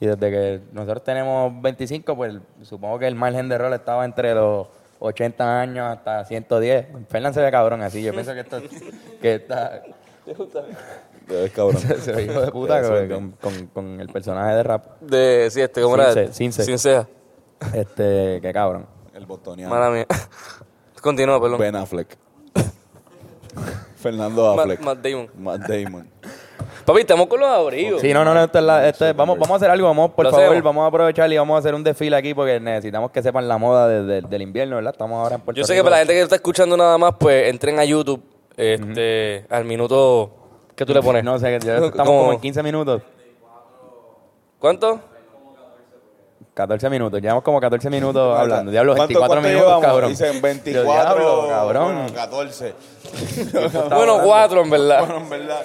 Speaker 1: Y desde que nosotros tenemos 25, pues supongo que el margen de error estaba entre los 80 años hasta 110. Fernan se ve cabrón así, yo pienso que esto que está,
Speaker 3: Es cabrón.
Speaker 1: se ve hijo de puta
Speaker 3: Eso es
Speaker 1: con, con- con el personaje de rap.
Speaker 2: De, sí, este, ¿cómo
Speaker 1: Sin
Speaker 2: era?
Speaker 1: se- sin se.
Speaker 2: Sin sea.
Speaker 1: Este, que cabrón.
Speaker 3: El bostoniano.
Speaker 2: Mala mía. Continúa, perdón.
Speaker 3: Ben Affleck. Fernando
Speaker 2: Ma-
Speaker 3: Affleck.
Speaker 2: Matt Damon.
Speaker 3: Matt Damon.
Speaker 2: Papi, estamos con los abrigos.
Speaker 1: Sí, no, no, no, esto es la- esto es- vamos, vamos a hacer algo, vamos, por
Speaker 2: Lo
Speaker 1: favor,
Speaker 2: hacemos.
Speaker 1: vamos a aprovechar y vamos a hacer un desfile aquí porque necesitamos que sepan la moda de- de- del invierno, ¿verdad? Estamos ahora en Puerto
Speaker 2: Yo sé que
Speaker 1: Rico.
Speaker 2: para la gente que está escuchando nada más, pues entren a YouTube este, al minuto que tú le pones.
Speaker 1: No sé, que yo- estamos
Speaker 2: Como-
Speaker 1: como en 15 minutos,
Speaker 2: ¿Cuánto?
Speaker 1: 14 minutos, llevamos como 14 minutos hablando. Diablo,
Speaker 3: ¿Cuánto-
Speaker 1: 24
Speaker 3: cuánto
Speaker 1: minutos,
Speaker 3: llevamos?
Speaker 1: cabrón.
Speaker 3: Dicen
Speaker 1: Yo,
Speaker 3: 24.
Speaker 1: diablo, cabrón.
Speaker 3: bueno, 14.
Speaker 2: Bueno, cuatro, en verdad.
Speaker 3: Bueno, en verdad.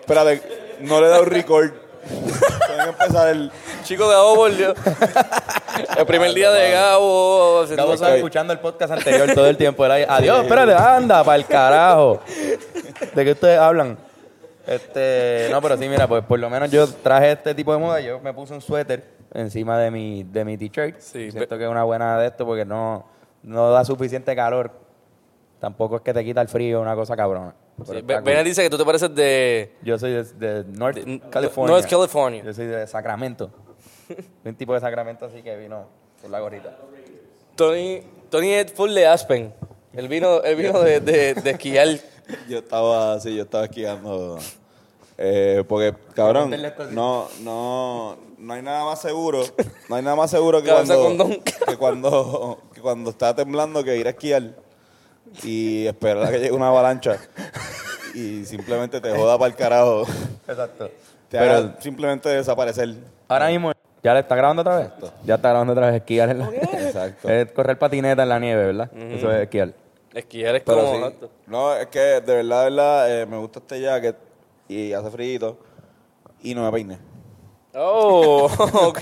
Speaker 3: Espérate, no le da un record. Tengo que empezar el...
Speaker 2: Chico Gabo volvió. el primer día de Gabo. se-
Speaker 1: Gabo estaba
Speaker 3: Ok.
Speaker 1: escuchando el podcast anterior todo el tiempo. era ahí, Adiós, espérate, anda, para el carajo. ¿De qué ustedes hablan? Este, no, pero sí, mira, pues por lo menos yo traje este tipo de moda. Yo me puse un suéter encima de mi, de mi t-shirt.
Speaker 2: Sí,
Speaker 1: Siento que es una buena de esto porque no, no da suficiente calor. Tampoco es que te quita el frío, una cosa cabrona. Pero
Speaker 2: Sí,
Speaker 1: está
Speaker 2: Be-
Speaker 1: cool.
Speaker 2: Bennett dice que tú te pareces de.
Speaker 1: Yo soy de, de North
Speaker 2: De- de-
Speaker 1: California.
Speaker 2: North California.
Speaker 1: Yo soy de Sacramento. un tipo de Sacramento así que vino con la gorrita.
Speaker 2: Tony. Tony es full de Aspen. El vino, el vino de, de- de esquiar.
Speaker 3: Yo estaba así, yo estaba esquiando. Eh, porque, cabrón, no, no, no hay nada más seguro. No hay nada más seguro que
Speaker 2: Calza
Speaker 3: cuando,
Speaker 2: condón.
Speaker 3: que cuando, que cuando está temblando que ir a esquiar y esperar a que llegue una avalancha y simplemente te joda para el carajo.
Speaker 1: Exacto.
Speaker 3: Te
Speaker 1: Pero-
Speaker 3: haga simplemente desaparecer.
Speaker 1: Ahora mismo, ¿ya le está grabando otra vez? Ya está grabando otra vez esquiar en la
Speaker 3: Exacto.
Speaker 1: Es correr patineta en la nieve, ¿verdad? Eso es esquiar.
Speaker 2: Esquiar es
Speaker 3: Pero
Speaker 2: como.
Speaker 3: sí.
Speaker 2: exacto.
Speaker 3: No, es que de verdad, de verdad, eh, me gusta este jacket y hace frío y no me peiné.
Speaker 2: Oh, ok.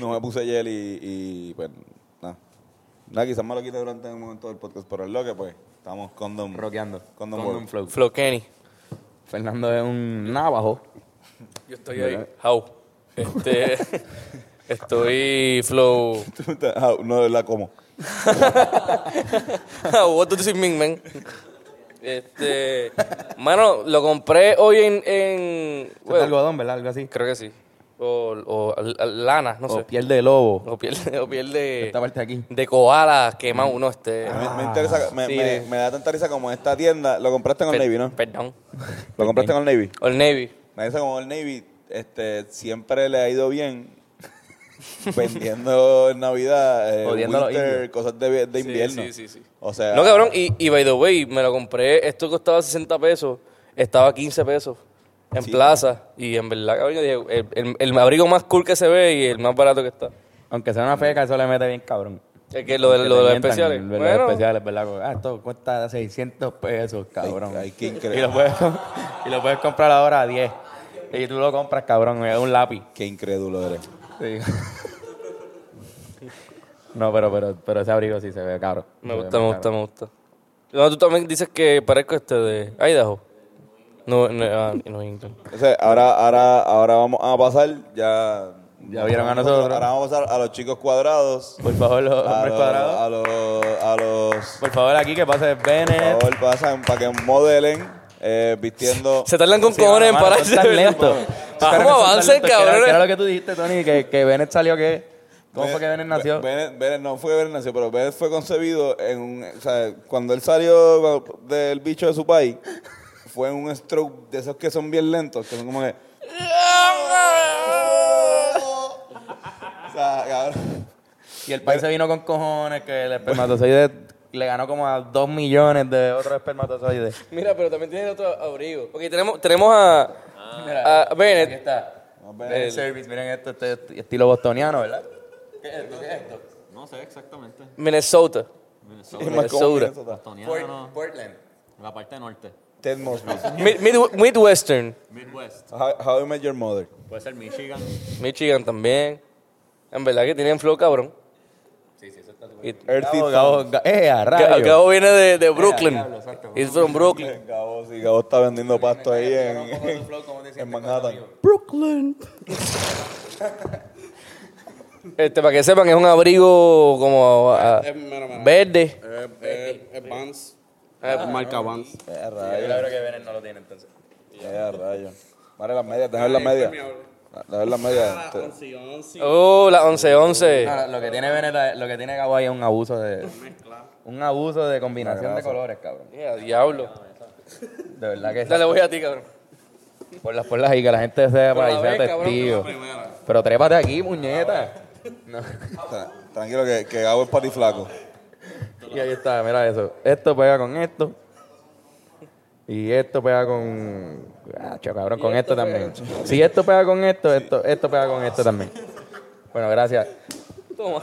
Speaker 3: No me puse gel y, y, pues nada. Nada, quizás me lo quite durante un momento del podcast, pero es lo que pues estamos condom.
Speaker 1: Roqueando.
Speaker 3: Condom,
Speaker 1: Condom
Speaker 3: world.
Speaker 1: flow.
Speaker 2: Flo Kenny.
Speaker 1: Fernando es un Este navajo.
Speaker 2: Yo estoy ahí. How. Este. estoy Flow.
Speaker 3: Ah, no, de verdad, ¿cómo?
Speaker 2: What does it mean, man? Este. Mano, lo compré hoy en. en
Speaker 1: Es
Speaker 2: bueno,
Speaker 1: algodón, ¿verdad? Algo así.
Speaker 2: creo que sí. O, o al- al- lana, no
Speaker 1: O
Speaker 2: sé.
Speaker 1: piel de lobo.
Speaker 2: O piel, o piel de.
Speaker 1: Esta parte aquí.
Speaker 2: De koala quemado, uno este.
Speaker 3: Me, me interesa, me,
Speaker 2: sí,
Speaker 3: me-
Speaker 2: de-
Speaker 3: me da tanta risa como esta tienda. Lo compraste con
Speaker 2: Per-
Speaker 3: el Navy, ¿no?
Speaker 2: Perdón.
Speaker 3: Lo compraste con el Navy.
Speaker 2: O el Navy.
Speaker 3: Me dice como el Navy este, siempre le ha ido bien vendiendo en Navidad, eh,
Speaker 1: Odiando a los
Speaker 3: winter,
Speaker 1: indios.
Speaker 3: cosas de, de
Speaker 2: Sí,
Speaker 3: invierno.
Speaker 2: sí, sí, sí.
Speaker 3: O sea,
Speaker 2: No, cabrón. Y, y by the way, me lo compré. Esto costaba 60 pesos. Estaba 15 pesos en
Speaker 3: Sí.
Speaker 2: plaza. Y en verdad, cabrón, yo dije, el, el- el abrigo más cool que se ve y el más barato que está.
Speaker 1: Aunque sea una feca, eso le mete bien cabrón.
Speaker 2: Es que lo
Speaker 1: Que te
Speaker 2: de, lo de los
Speaker 1: mientan,
Speaker 2: especiales.
Speaker 1: Los
Speaker 2: Bueno,
Speaker 1: especiales, ¿verdad? Como, Ah, esto cuesta 600 pesos, cabrón.
Speaker 3: Ay, qué
Speaker 1: y, lo
Speaker 3: increíble.
Speaker 1: puedes, y lo puedes comprar ahora a 10. Y tú lo compras, cabrón, es un lápiz.
Speaker 3: Qué incrédulo eres.
Speaker 1: Sí. No, pero, pero, pero ese abrigo sí se ve caro.
Speaker 2: me
Speaker 1: Se ve
Speaker 2: gusta, me
Speaker 1: muy
Speaker 2: gusta,
Speaker 1: caro.
Speaker 2: me gusta. No, tú también dices que parezco este de Idaho. No, no, ah, no, England.
Speaker 3: Entonces, ahora, ahora, ahora vamos a pasar, ya...
Speaker 1: Ya vieron a nosotros.
Speaker 3: Ahora vamos a pasar a los chicos cuadrados.
Speaker 1: Por favor, los
Speaker 3: A
Speaker 1: hombres
Speaker 3: los,
Speaker 1: cuadrados.
Speaker 3: a los, a los-
Speaker 1: Por favor, aquí que pase
Speaker 3: por
Speaker 1: Bennett.
Speaker 3: favor, pasan para que modelen eh, vistiendo...
Speaker 2: Se tardan con
Speaker 1: Sí, ah,
Speaker 2: cojones en
Speaker 1: mano,
Speaker 2: pararse.
Speaker 1: son tan
Speaker 2: ¿verdad?
Speaker 1: lentos. Espero que
Speaker 2: ¿Cómo
Speaker 1: son tan
Speaker 2: avancen,
Speaker 1: lentos, que era- que era
Speaker 2: cabrones?
Speaker 1: lo que tú dijiste, Tony, que, que Bennett salió que... ¿Cómo fue que Bennett nació?
Speaker 3: Bennett, Bennett no fue que Bennett nació, pero Bennett fue concebido en un... O sea, cuando él salió del bicho de su país, fue en un stroke de esos que son bien lentos, que son como que... O sea, cabrón.
Speaker 1: Y el país se vino con cojones que el espermatozoide le ganó como a dos millones de otros espermatozoides.
Speaker 2: Mira, pero también tiene otro abrigo. Ok, tenemos, tenemos a, a
Speaker 1: Ah. Aquí
Speaker 2: Bennett.
Speaker 1: está.
Speaker 3: No, Bennett.
Speaker 1: Bennett Service, miren esto, este est- estilo bostoniano, ¿verdad?
Speaker 5: No sé exactamente.
Speaker 2: Minnesota.
Speaker 3: Es más
Speaker 2: Minnesota.
Speaker 3: como Minnesota.
Speaker 5: Bostoniano,
Speaker 1: Portland.
Speaker 5: no. La parte norte.
Speaker 3: Ted Mosby.
Speaker 2: Mid- Mid- Midwestern.
Speaker 5: Midwest.
Speaker 3: How, how I Met Your Mother.
Speaker 5: Puede ser Michigan.
Speaker 2: Michigan también. En verdad que tienen flow, cabrón. Sí, sí,
Speaker 3: Earthy
Speaker 1: Gabo, Gabo, Ga- ¡Eh, a
Speaker 2: eso
Speaker 1: rayo!
Speaker 2: Gabo viene de, de Brooklyn. He's from Brooklyn.
Speaker 3: Thumb. Gabo, sí, Gabo está vendiendo pasto ahí en, en Manhattan. Eh,
Speaker 2: Este, para que sepan, es un abrigo como ah,
Speaker 6: Es, mira, mira,
Speaker 2: verde. Ah,
Speaker 6: es- es- es Vans. Es marca Vans.
Speaker 3: Eh, rayo,
Speaker 1: creo que Bennett no lo tiene, entonces.
Speaker 3: eh, rayo. Mare las medias, déjame las medias. Déjame las medias. Te-
Speaker 6: Sí, once.
Speaker 2: Oh, la 11-11.
Speaker 6: Ah.
Speaker 1: No, Ah, lo que tiene Bennett, lo que tiene Gabo ahí es un abuso de... Un abuso de combinación de colores, cabrón.
Speaker 2: Yeah, diablo.
Speaker 1: De verdad que sí.
Speaker 2: Dale, voy a ti, cabrón.
Speaker 1: Por las por las y que la gente sea para
Speaker 2: la
Speaker 1: ahí sea
Speaker 2: vez, cabrón,
Speaker 1: testigo.
Speaker 6: que la primera.
Speaker 1: Pero trépate aquí, puñeta. No.
Speaker 3: tra- Tranquilo, que, que Gabo es patiflaco.
Speaker 1: Y ahí está, mira eso. Esto pega con esto. Y esto pega con. Ah, chao, cabrón, con esto, también. Si esto pega con esto, esto, esto pega con esto también. Bueno, gracias.
Speaker 2: Toma.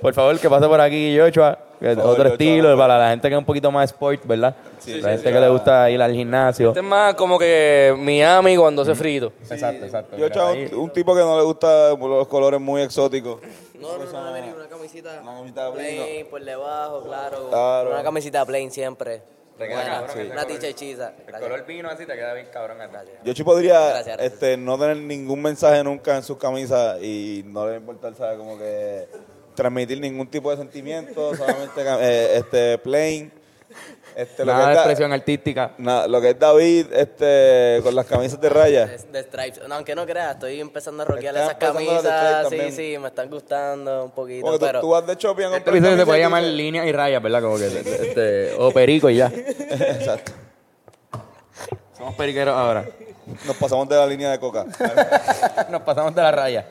Speaker 1: Por favor, que pase por aquí, Joshua. que es
Speaker 3: Por favor,
Speaker 1: otro
Speaker 3: Joshua,
Speaker 1: estilo,
Speaker 3: no,
Speaker 1: para la gente que es un poquito más sport, ¿verdad?
Speaker 3: Sí,
Speaker 1: la
Speaker 3: sí,
Speaker 1: gente
Speaker 3: sí,
Speaker 1: que le
Speaker 3: ah.
Speaker 1: gusta ir al gimnasio.
Speaker 2: Este es más como que Miami cuando hace frito.
Speaker 1: Exacto, exacto.
Speaker 3: Yo,
Speaker 1: mira,
Speaker 3: chavo,
Speaker 1: ahí.
Speaker 3: un, un tipo que no le gusta los colores muy exóticos.
Speaker 7: No, no, no, venir una camisita
Speaker 3: Una camisita plain,
Speaker 7: plain por debajo, claro.
Speaker 3: Claro.
Speaker 7: Una camisita plain siempre. Buena,
Speaker 1: cabrón,
Speaker 7: Una ticha hechiza.
Speaker 1: El color vino así te queda bien cabrón acá.
Speaker 3: Yo sí podría
Speaker 7: Gracias, gracias.
Speaker 3: este, no tener ningún mensaje nunca en sus camisas y no le va a importar, ¿sabes? Como que transmitir ningún tipo de sentimiento, solamente cam- eh, este, plain. Este, lo,
Speaker 1: Nada de
Speaker 3: que es Da-
Speaker 1: expresión artística.
Speaker 3: na- lo que es David este, con las camisas de raya.
Speaker 7: De, de stripes. No, aunque no creas, estoy empezando a rockear
Speaker 3: Estás
Speaker 7: esas
Speaker 3: empezando las de stripes
Speaker 7: camisas. Sí,
Speaker 3: también.
Speaker 7: sí, me están gustando un poquito.
Speaker 3: Como que tú,
Speaker 7: pero
Speaker 3: tú vas de shopping a
Speaker 1: Este
Speaker 3: comprar
Speaker 1: episodio se puede
Speaker 3: camisas
Speaker 1: llamar
Speaker 3: y dices-
Speaker 1: líneas y rayas, ¿verdad? Como que este, o perico y ya.
Speaker 3: Exacto.
Speaker 1: Somos periqueros ahora.
Speaker 3: Nos pasamos de la línea de coca.
Speaker 1: Nos pasamos de la raya.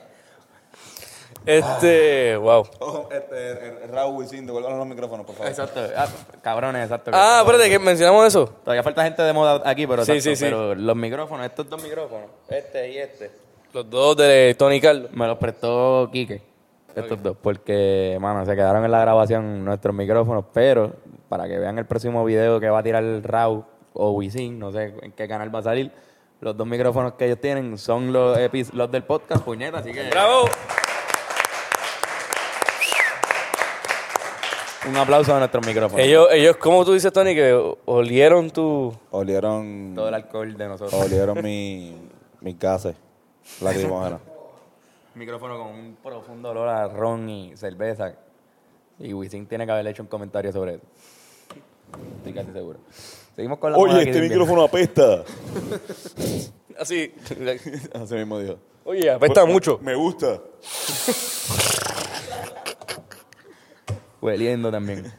Speaker 2: Este, wow.
Speaker 3: Ojo, este, el- el- el Raúl Wisin, devuélvanos los micrófonos, por favor.
Speaker 1: Exacto. Ah, cabrones, exacto.
Speaker 2: Ah, espérate, que mencionamos eso.
Speaker 1: Todavía falta gente de moda aquí, pero,
Speaker 2: Sí,
Speaker 1: exacto,
Speaker 2: sí, sí.
Speaker 1: pero los micrófonos, estos dos micrófonos, este y este,
Speaker 2: Los dos de Tony Carlos.
Speaker 1: me los prestó Quique. Estos dos, porque, mano, se quedaron en la grabación nuestros micrófonos, pero para que vean el próximo video que va a tirar Raúl o Wisin, no sé en qué canal va a salir, los dos micrófonos que ellos tienen son los, epi- los del podcast, puñeta, así que
Speaker 2: ¡Bravo!
Speaker 1: un aplauso a nuestros micrófonos.
Speaker 2: Ellos, ellos, como tú dices, Tony, que olieron tu.
Speaker 3: Olieron,
Speaker 1: Todo el alcohol de nosotros.
Speaker 3: olieron mi, mis gases lacrimógenos.
Speaker 1: micrófono con un profundo olor a ron y cerveza. Y Wisin tiene que haberle hecho un comentario sobre eso. Estoy casi seguro. Seguimos con la moda
Speaker 3: Oye,
Speaker 1: aquí
Speaker 3: este
Speaker 1: del
Speaker 3: micrófono apesta.
Speaker 2: Así. Pues,
Speaker 3: Así mismo dijo.
Speaker 2: Oye, apesta mucho.
Speaker 3: Me gusta.
Speaker 1: viernes. Hueliendo también.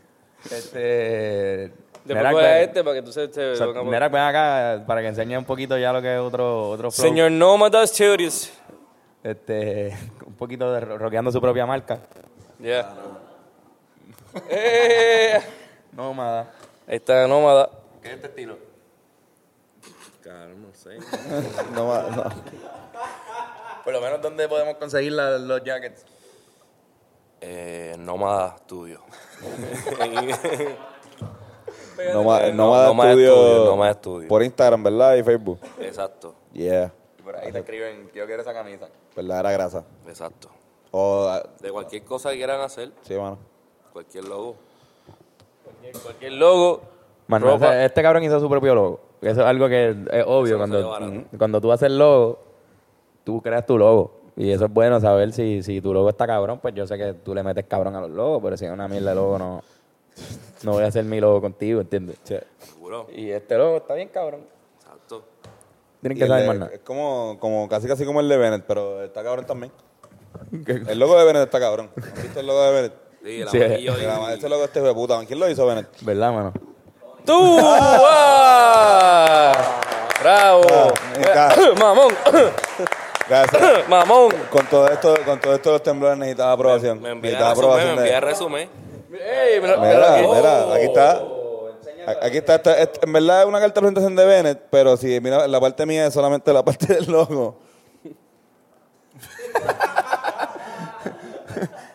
Speaker 1: Este.
Speaker 2: Después
Speaker 1: Merak,
Speaker 2: voy a
Speaker 1: ven-
Speaker 2: este para que tú se te
Speaker 1: o sea,
Speaker 2: ponga-
Speaker 1: Merak, ven acá para que enseñe un poquito ya lo que es otro, otro flow.
Speaker 2: Señor Nómadas Theories.
Speaker 1: Este, un poquito de ro- rockeando su propia marca.
Speaker 2: Ya. Eh,
Speaker 1: Nómada.
Speaker 2: Ahí está Nómada.
Speaker 1: ¿Qué es este estilo?
Speaker 3: No, ma- no.
Speaker 1: Por lo menos, ¿dónde podemos conseguir la- los jackets?
Speaker 2: Eh, Nómada Studio.
Speaker 3: Nomad,
Speaker 2: Nomad
Speaker 3: Studio.
Speaker 2: Studio, Nomad Studio.
Speaker 3: Por Instagram, ¿verdad? Y Facebook.
Speaker 2: Exacto,
Speaker 3: Yeah.
Speaker 1: Por ahí te escriben, yo quiero esa camisa.
Speaker 3: Verdadera grasa.
Speaker 2: exacto.
Speaker 3: O, ah,
Speaker 2: De cualquier cosa que quieran hacer,
Speaker 3: sí, mano.
Speaker 2: cualquier logo. Cualquier, cualquier logo.
Speaker 1: Mano,
Speaker 2: ropa.
Speaker 1: ese- este cabrón hizo su propio logo. Eso es algo que es obvio.
Speaker 2: Eso no sale
Speaker 1: Cuando,
Speaker 2: barato.
Speaker 1: cuando tú haces logo, tú creas tu logo. Y eso es bueno saber si, si tu logo está cabrón, pues yo sé que tú le metes cabrón a los logos, pero si es una mierda de logo, no, no voy a hacer mi logo contigo, ¿entiendes?
Speaker 2: Seguro.
Speaker 1: Y este logo está bien cabrón.
Speaker 2: Exacto.
Speaker 1: Tienen
Speaker 3: Y
Speaker 1: que
Speaker 3: el
Speaker 1: saber
Speaker 3: de-
Speaker 1: más nada.
Speaker 3: Es como, como casi casi como el de Bennett, pero está cabrón también. El logo de Bennett está cabrón. ¿Has visto el logo de Bennett?
Speaker 2: Sí, eh. el
Speaker 1: Sí,
Speaker 2: amarillo
Speaker 3: Mira,
Speaker 2: y-
Speaker 3: ma, Ese logo este hijo de puta. ¿Quién lo hizo, Bennett?
Speaker 1: ¿Verdad, mano?
Speaker 2: ¡Tú! ¡Ah! ¡Bravo!
Speaker 3: Ah, me encanta.
Speaker 2: ¡Mamón!
Speaker 3: Gracias.
Speaker 2: ¡Mamón!
Speaker 3: Con todo esto, con todo esto de los temblores necesitaba aprobación.
Speaker 2: Me envía el
Speaker 3: necesitaba
Speaker 2: resumen, me
Speaker 3: aprobación de-
Speaker 2: envía el resumen. ¡Ey! me lo- me lo-
Speaker 3: Mira,
Speaker 2: oh.
Speaker 3: mira, aquí está. A- Aquí está, esta- esta- en verdad es una carta de presentación de Bennett, pero si mira, la parte mía es solamente la parte del logo.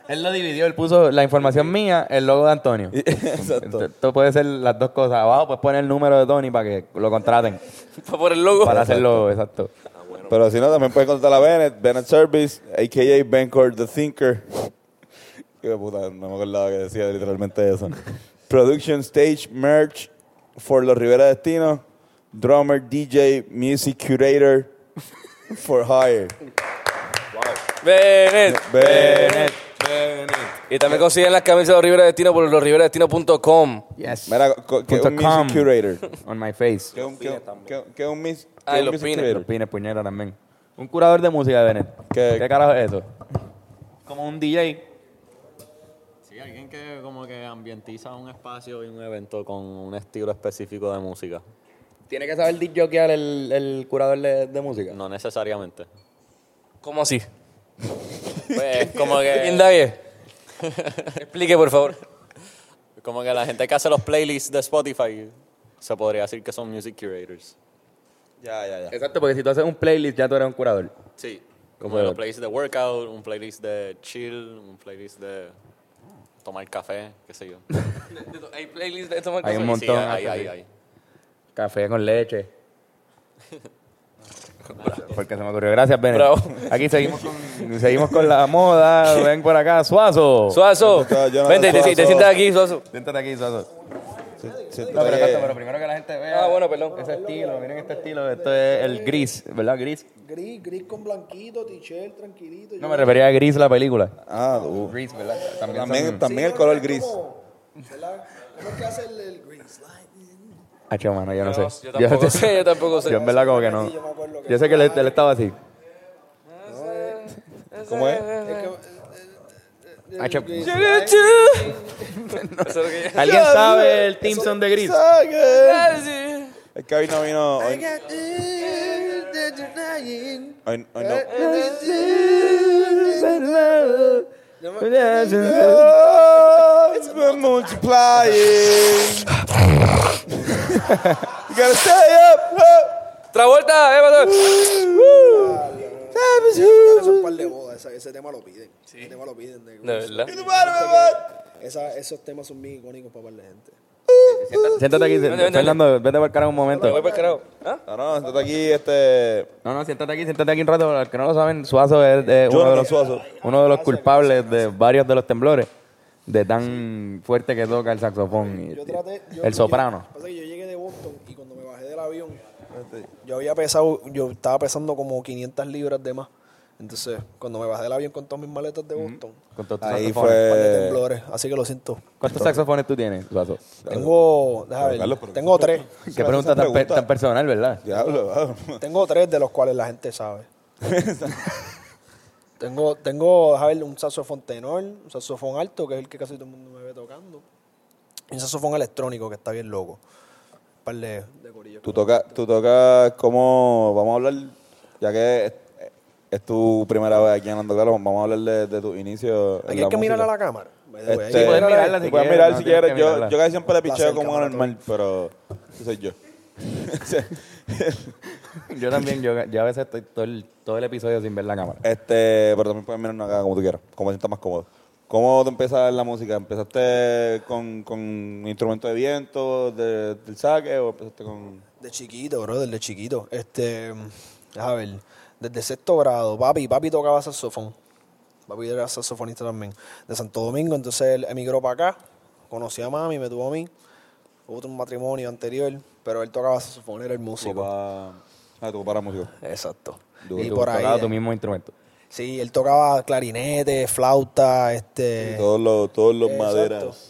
Speaker 1: Él lo dividió, él puso la información mía, el logo de Antonio.
Speaker 3: Exacto.
Speaker 1: Esto puede ser las dos cosas. Abajo puedes poner el número de Tony para que lo contraten.
Speaker 2: Fue por el logo.
Speaker 1: Para hacerlo, exacto.
Speaker 3: Pero si no, también puedes contratar a Bennett, Bennett Service, a.k.a. Bencor The Thinker. Qué puta, no me acordaba que decía literalmente eso. Production Stage Merch for Los Rivera Destino, Drummer, DJ, Music Curator for Hire.
Speaker 2: Benet.
Speaker 3: Bennett.
Speaker 2: eh. Y también consiguen las camisas de los Rivera Destino por losriveradestino.com.
Speaker 1: Yes.
Speaker 3: Mira, co- que
Speaker 1: Punto
Speaker 3: un music
Speaker 1: com.
Speaker 3: curator.
Speaker 1: On my face.
Speaker 3: Que un, que, que- que un mis-
Speaker 2: Ah,
Speaker 3: que
Speaker 2: y
Speaker 3: un
Speaker 2: los
Speaker 3: music
Speaker 2: pines.
Speaker 1: Pero
Speaker 3: curator.
Speaker 1: Pines, puñeta también. Un curador de música de Benet.
Speaker 3: ¿Qué-
Speaker 1: ¿Qué, carajo es eso? Como un DJ.
Speaker 5: Sí, alguien que como que ambientiza un espacio y un evento con un estilo específico de música.
Speaker 1: ¿Tiene que saber disjokear el, el curador de, de música?
Speaker 5: No necesariamente.
Speaker 2: ¿Cómo así?
Speaker 5: Pues como que,
Speaker 2: Indague. Explique, por favor.
Speaker 5: como que la gente que hace los playlists de Spotify se podría decir que son music curators.
Speaker 3: Ya, ya, ya.
Speaker 1: Exacto, porque si tú haces un playlist ya tú eres un curador.
Speaker 5: Sí.
Speaker 1: Como
Speaker 5: Como un
Speaker 1: el-
Speaker 5: playlist de workout, un playlist de chill, un playlist de tomar café, qué sé yo.
Speaker 2: Hay playlist de tomar
Speaker 1: Hay un
Speaker 5: Sí,
Speaker 1: montón.
Speaker 5: hay,
Speaker 1: así.
Speaker 5: hay, hay.
Speaker 1: Café con leche. Porque se me ocurrió. Gracias, Benet.
Speaker 2: Bravo.
Speaker 1: Aquí seguimos con, seguimos con la moda. Ven por acá, Suazo.
Speaker 2: Suazo.
Speaker 3: Está Jonathan
Speaker 2: Vente, te, si- te
Speaker 3: Suazo.
Speaker 2: sientas aquí, Suazo.
Speaker 1: Siéntate aquí, Suazo.
Speaker 3: Sí,
Speaker 1: No, eh, pero,
Speaker 3: oye,
Speaker 1: exacto, pero primero que la gente vea.
Speaker 2: Ah, bueno, perdón.
Speaker 1: Ese estilo, miren este estilo. Esto es el gris, ¿verdad? Gris.
Speaker 8: Gris, gris con blanquito, t-shirt, tranquilito.
Speaker 1: No, me refería a gris la película.
Speaker 3: Ah, uh.
Speaker 1: Gris, ¿verdad?
Speaker 3: También, también el color gris.
Speaker 8: Como, ¿verdad? ¿Cómo es que hace el, el green slide?
Speaker 1: Hacho, mano, yo no
Speaker 2: Yo,
Speaker 1: sé.
Speaker 2: yo tampoco
Speaker 1: no
Speaker 2: sé, yo tampoco sé.
Speaker 1: Yo en verdad como que no.
Speaker 8: Sí, yo me acuerdo que-
Speaker 1: Yo sé que él, él estaba así.
Speaker 3: ¿Cómo es?
Speaker 8: Es que-
Speaker 1: Hacho,
Speaker 2: Eso es lo que-
Speaker 1: ¿Alguien sabe el Timson de Gris?
Speaker 3: Es que hoy no vino. Hoy, hoy- hoy no. It's been multiplying. You gotta stay up. up.
Speaker 2: Travolta, eh, pasó.
Speaker 3: Time is huge.
Speaker 8: Eso es un par de bodas, esa- ese tema lo piden. Ese tema lo piden. de-
Speaker 2: De verdad.
Speaker 8: Esa- esos temas son bien icónicos para par de gente.
Speaker 1: Siéntate aquí,
Speaker 2: vente, vente.
Speaker 1: Fernando, vete para el carajo un
Speaker 2: Me voy
Speaker 1: momento.
Speaker 2: para el carajo. ¿Ah?
Speaker 3: No, no, está aquí este.
Speaker 1: No, no, siéntate aquí, siéntate aquí un rato. Para los que no lo saben, Suazo es eh,
Speaker 3: Yo
Speaker 1: uno,
Speaker 3: no
Speaker 1: de
Speaker 3: soy
Speaker 1: los,
Speaker 3: Suazo.
Speaker 1: uno de los culpables de varios de los temblores. De tan fuerte que toca el saxofón. y-
Speaker 8: Yo traté, yo-
Speaker 1: el soprano.
Speaker 8: Yo, pasa que yo llegué de Boston y cuando me bajé del avión, yo había pesado, yo estaba pesando como 500 libras de más. Entonces, cuando me bajé del avión con todas mis maletas de Boston,
Speaker 1: Con todos tus
Speaker 3: Ahí
Speaker 1: saxofones.
Speaker 3: fue.
Speaker 8: un par de
Speaker 3: Eh.
Speaker 8: temblores, así que lo siento.
Speaker 1: ¿Cuántos saxofones tú tienes, Suazo?
Speaker 8: Tengo, déjame ver,
Speaker 3: Carlos, pero-
Speaker 8: tengo tres.
Speaker 1: Qué pregunta tan, pe-
Speaker 3: pregunta.
Speaker 1: tan personal, ¿verdad?
Speaker 3: Diablo, wow.
Speaker 8: Tengo tres de los cuales la gente sabe. tengo, tengo, déjame ver, un saxofón tenor, un saxofón alto, que es el que casi todo el mundo me ve tocando. Y un saxofón electrónico, que está bien loco. Un par de, de corillos.
Speaker 3: Tú tocas, tú tocas como, vamos a hablar, ya que es, es tu primera vez aquí en Ando Claro, vamos a hablar de, de tu inicio. en
Speaker 8: Aquí hay que mirar a
Speaker 3: música.
Speaker 8: la cámara. by the
Speaker 3: Este,
Speaker 8: way. Hay
Speaker 1: Sí,
Speaker 8: que
Speaker 1: puedes
Speaker 8: mirar a
Speaker 1: mirarla
Speaker 8: la-
Speaker 1: si
Speaker 3: tú puedes
Speaker 1: quieres,
Speaker 3: mirar
Speaker 1: no
Speaker 3: si
Speaker 1: tienes
Speaker 3: quieres.
Speaker 1: que
Speaker 3: Yo,
Speaker 1: mirarla.
Speaker 3: yo casi siempre le picheo
Speaker 8: Placer,
Speaker 3: como
Speaker 8: camarada.
Speaker 3: normal, pero ese soy yo.
Speaker 1: Yo también, yo, yo a veces estoy todo el, todo el episodio sin ver la cámara.
Speaker 3: Este, pero también puedes mirarnos acá como tú quieras, como te sientas más cómodo. ¿Cómo te empiezas en la música? ¿Empezaste con, con instrumento de viento, de- del saque o empezaste con...?
Speaker 8: De chiquito, brother, de chiquito. Este, a ver, desde sexto grado, papi, papi tocaba saxofón. Papi era saxofonista también. De Santo Domingo, entonces él emigró para acá. Conocí a mami, me tuvo a mí. Hubo otro matrimonio anterior, pero él tocaba saxofón, era el
Speaker 3: Tu
Speaker 8: músico.
Speaker 3: papá, ah, tu papá era músico.
Speaker 8: Exacto.
Speaker 3: Duro.
Speaker 8: Y
Speaker 3: Tú
Speaker 8: por
Speaker 1: Tocaba
Speaker 8: ahí.
Speaker 1: tu mismo instrumento.
Speaker 8: Sí, él tocaba clarinete, flauta, este.
Speaker 3: Todos los, todos los
Speaker 8: Exacto.
Speaker 3: maderas.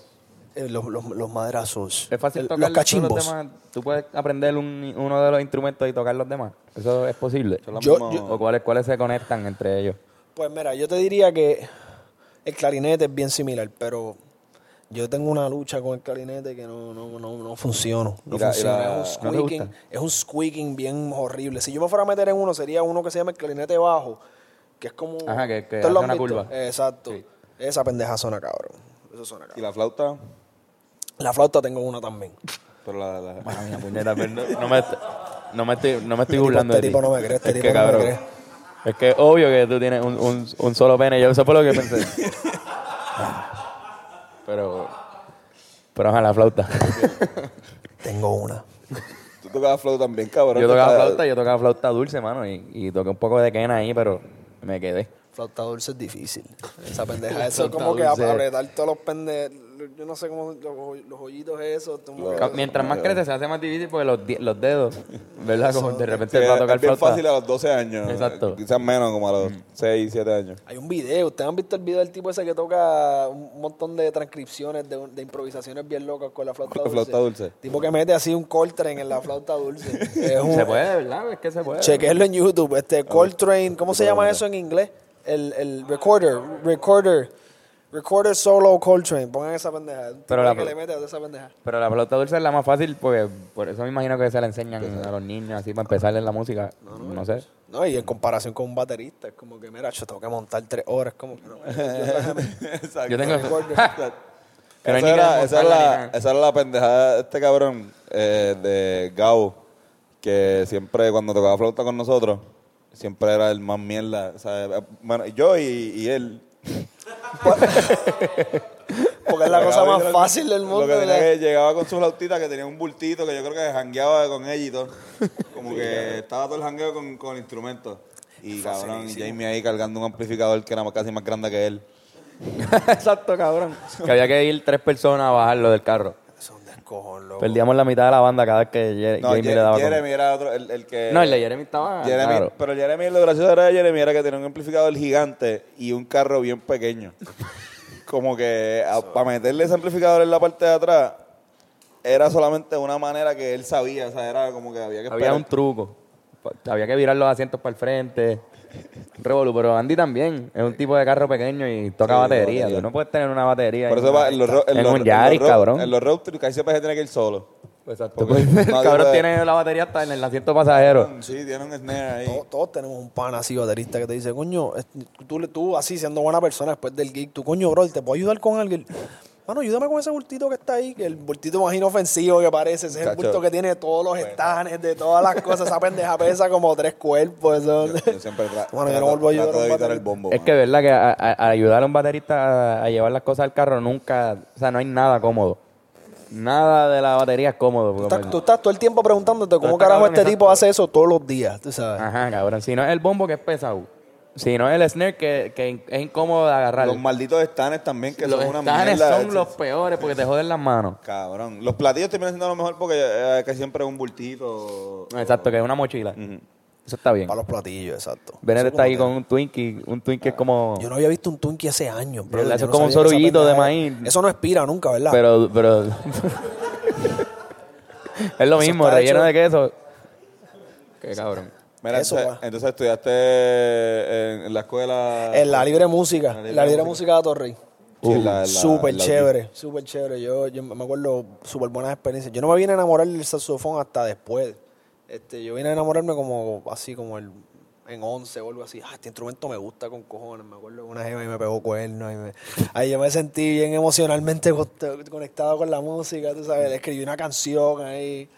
Speaker 8: Eh, Los, los, los maderazos.
Speaker 1: Es fácil
Speaker 8: El-
Speaker 1: tocar
Speaker 8: los
Speaker 1: todos
Speaker 8: cachimbos.
Speaker 1: demás. Tú puedes aprender un- uno de los instrumentos y tocar los demás. ¿Eso es posible?
Speaker 8: Yo-
Speaker 3: mismas-
Speaker 8: yo-
Speaker 1: ¿O cuáles, cuáles se conectan entre ellos?
Speaker 8: Pues mira, yo te diría que el clarinete es bien similar, pero yo tengo una lucha con el clarinete que no, no, no, no funciono. No
Speaker 3: Y la- y
Speaker 8: funciona.
Speaker 3: la-
Speaker 8: es,
Speaker 1: ¿no
Speaker 8: un
Speaker 1: te
Speaker 8: squeaking,
Speaker 1: gusta?
Speaker 8: es un squeaking bien horrible. Si yo me fuera a meter en uno, sería uno que se llama el clarinete bajo, que es como.
Speaker 1: Ajá, que- que
Speaker 8: ¿Ustedes
Speaker 1: hace
Speaker 8: lo han
Speaker 1: una
Speaker 8: visto?
Speaker 1: curva.
Speaker 8: Exacto. Esa pendeja suena cabrón. Eso suena
Speaker 3: ¿Y
Speaker 8: cabrón.
Speaker 3: la flauta?
Speaker 8: La flauta tengo una también.
Speaker 3: Pero la, la-
Speaker 1: Mala mía, puñeta, pero no, no me, est- no me estoy, no me estoy
Speaker 8: Este
Speaker 1: burlando de
Speaker 8: tipo- este tipo
Speaker 1: ti.
Speaker 8: no me cree, este
Speaker 1: es
Speaker 8: tipo
Speaker 1: que,
Speaker 8: no me
Speaker 1: cabrón,
Speaker 8: cree.
Speaker 1: Es que obvio que tú tienes un, un, un solo pene. Yo eso fue lo que pensé. pero... Pero ajá, la flauta.
Speaker 8: Tengo una.
Speaker 3: tú tocabas flauta también, cabrón.
Speaker 1: Yo tocaba
Speaker 3: Está-
Speaker 1: flauta, yo tocaba flauta dulce, mano, y, y toqué un poco de quena ahí, pero me quedé.
Speaker 8: Flauta dulce es difícil. Esa pendeja. Eso es
Speaker 1: flauta
Speaker 8: como que
Speaker 1: dulce.
Speaker 8: apretar todos los pendejos. Yo no sé cómo los, jo- los hoyitos esos. como que-
Speaker 1: Ca- Mientras más crece se hace más difícil porque los, di- los dedos, ¿verdad? Como de
Speaker 3: Sí,
Speaker 1: repente
Speaker 3: es,
Speaker 1: va a tocar
Speaker 3: es bien
Speaker 1: flauta.
Speaker 3: fácil a los 12 años.
Speaker 1: Exacto.
Speaker 3: Quizás menos, como a los 6, 7 años.
Speaker 8: Hay un video, ¿ustedes han visto el video del tipo ese que toca un montón de transcripciones de, de improvisaciones bien locas con la flauta
Speaker 3: Con la
Speaker 8: dulce?
Speaker 3: flauta dulce.
Speaker 8: Tipo que mete así un Coltrane en la flauta dulce. es un,
Speaker 1: Se puede, ¿verdad? Es que se puede.
Speaker 8: Chequenlo en YouTube, este Coltrane, ¿cómo se llama eso en inglés? El, el recorder, recorder, recorder solo Coltrane, pongan esa pendeja. El tipo
Speaker 1: Pero la-
Speaker 8: que le mete a esa pendeja.
Speaker 1: Pero la flauta dulce es la más fácil porque por eso me imagino que se la enseñan a los niños así para empezar en la música. No, sé.
Speaker 8: No, y en comparación con un baterista, es como que, mira, yo tengo que montar tres horas, como que no,
Speaker 3: Exacto.
Speaker 1: Yo tengo...
Speaker 8: recuerdo.
Speaker 1: ¡Ja! Que no hay ni
Speaker 3: esa,
Speaker 1: que
Speaker 3: era,
Speaker 1: desmontarla
Speaker 3: esa, era
Speaker 1: ni
Speaker 3: la,
Speaker 1: nada.
Speaker 3: esa era la pendejada de este cabrón eh, de Gao, que siempre cuando tocaba flauta con nosotros, siempre era el más mierda. o sea, eh, bueno, yo y, y él.
Speaker 8: porque es la cosa
Speaker 3: Llegaba
Speaker 8: más
Speaker 3: y-
Speaker 8: fácil del
Speaker 3: Lo
Speaker 8: mundo.
Speaker 3: que tenía
Speaker 8: ¿verdad?
Speaker 3: que llegaba con su flautita, que tenía un bultito, que yo creo que jangueaba con ella y todo. Como que estaba todo el jangueo con, con instrumentos. Y cabrón, Jamie ahí cargando un amplificador que era más- casi más grande que él.
Speaker 1: Exacto, cabrón. Que había que ir tres personas a bajarlo del carro.
Speaker 8: Eso es un descojón, loco.
Speaker 1: Perdíamos la mitad de la banda cada vez que Ye-
Speaker 3: No,
Speaker 1: Eh, Jamie
Speaker 3: Ye-
Speaker 1: le daba con-
Speaker 3: Jeremy era otro, el, el que...
Speaker 1: No, el de Jeremy estaba...
Speaker 3: Jeremy-
Speaker 1: claro.
Speaker 3: Pero Jeremy, lo gracioso era de Jeremy era que tenía un amplificador gigante y un carro bien pequeño. como que a- para meterle ese amplificador en la parte de atrás era solamente una manera que él sabía, o sea, era como que había que
Speaker 1: Había
Speaker 3: esperar.
Speaker 1: un truco. Pa- Había que virar los asientos para el frente. Un Revolu, pero Andy también es un tipo de carro pequeño y toca
Speaker 3: Sí,
Speaker 1: batería.
Speaker 3: batería.
Speaker 1: Tú no puedes tener una batería.
Speaker 3: Por
Speaker 1: en
Speaker 3: eso
Speaker 1: una-
Speaker 3: va, en los ro- en
Speaker 1: en
Speaker 3: los-
Speaker 1: un
Speaker 3: en los
Speaker 1: Yaris,
Speaker 3: ro-
Speaker 1: cabrón.
Speaker 3: En los road trip casi siempre se tiene que ir solo.
Speaker 1: Exacto.
Speaker 3: Porque
Speaker 1: el
Speaker 3: nadie
Speaker 1: cabrón
Speaker 3: puede-
Speaker 1: tiene la batería hasta en el asiento pasajero.
Speaker 3: Sí, tiene un snare ahí.
Speaker 8: Todos, todos tenemos un pan así baterista que te dice, coño, es- tú, le- tú así siendo buena persona después del gig, tú coño, bro, te puedo ayudar con alguien. Mano, ayúdame con ese bultito que está ahí, que el bultito más inofensivo que parece, ese es el
Speaker 3: Chacho.
Speaker 8: bulto que tiene todos los estanes de todas las cosas, esa pendeja pesa como tres cuerpos. eso.
Speaker 3: Yo siempre tra-
Speaker 8: Bueno, yo no
Speaker 3: trato-
Speaker 8: vuelvo a ayudar
Speaker 3: trato
Speaker 8: a
Speaker 3: de
Speaker 8: un
Speaker 3: evitar
Speaker 8: baterista.
Speaker 3: el bombo.
Speaker 1: Es
Speaker 3: mano.
Speaker 1: que es verdad que a- a- a ayudar a un baterista a, a llevar las cosas al carro nunca, o sea, no hay nada cómodo. Nada de la batería es cómodo.
Speaker 8: Tú
Speaker 1: porque- pues,
Speaker 8: estás, tú estás todo el tiempo preguntándote cómo
Speaker 1: está
Speaker 8: carajo
Speaker 1: cabrón,
Speaker 8: este tipo
Speaker 1: exacto. Ah,
Speaker 8: hace eso todos los días, tú sabes.
Speaker 1: Ajá, cabrón. Si no es el bombo que es pesado. Si no es el snare que, que es incómodo de agarrar.
Speaker 3: Los malditos estanes también, que
Speaker 1: Los
Speaker 3: son una
Speaker 1: estanes
Speaker 3: mierda.
Speaker 1: son los peores porque te joden las manos.
Speaker 3: Cabrón. Los platillos terminan siendo lo mejor porque eh, que siempre es un bultito.
Speaker 1: Exacto, que es una mochila. Eso está bien.
Speaker 8: Para los platillos, exacto.
Speaker 1: Benedict
Speaker 8: Eso como
Speaker 1: está ahí
Speaker 8: que-
Speaker 1: con un Twinkie. Un Twinkie es como.
Speaker 8: Yo no había visto un Twinkie hace años, bro.
Speaker 1: Eso
Speaker 8: Yo
Speaker 1: es
Speaker 8: no
Speaker 1: como un
Speaker 8: sabía que esa
Speaker 1: sorullito de
Speaker 8: pendeja-
Speaker 1: maíz.
Speaker 8: Eso no expira nunca, ¿verdad?
Speaker 1: Pero. pero es lo
Speaker 8: Eso
Speaker 1: mismo,
Speaker 8: está
Speaker 1: relleno
Speaker 8: hecho-
Speaker 1: de queso. Qué cabrón.
Speaker 3: Mira,
Speaker 8: Eso,
Speaker 3: entonces,
Speaker 8: pa.
Speaker 3: entonces estudiaste eh, en, en la escuela.
Speaker 8: en la libre música,
Speaker 3: libre
Speaker 8: la libre
Speaker 3: música.
Speaker 8: música de Torrey.
Speaker 3: Sí, en la- en la-
Speaker 8: Súper
Speaker 3: en la-
Speaker 8: chévere, súper chévere. Yo, yo me acuerdo súper buenas experiencias. Yo no me vine a enamorar del saxofón hasta después. Este, yo vine a enamorarme como así, como el, en 11 o algo así. Ah, este instrumento me gusta con cojones. Me acuerdo que una jeva y me pegó cuernos. Y me, ahí yo me sentí bien emocionalmente co- conectado con la música, tú sabes. Le escribí una canción ahí.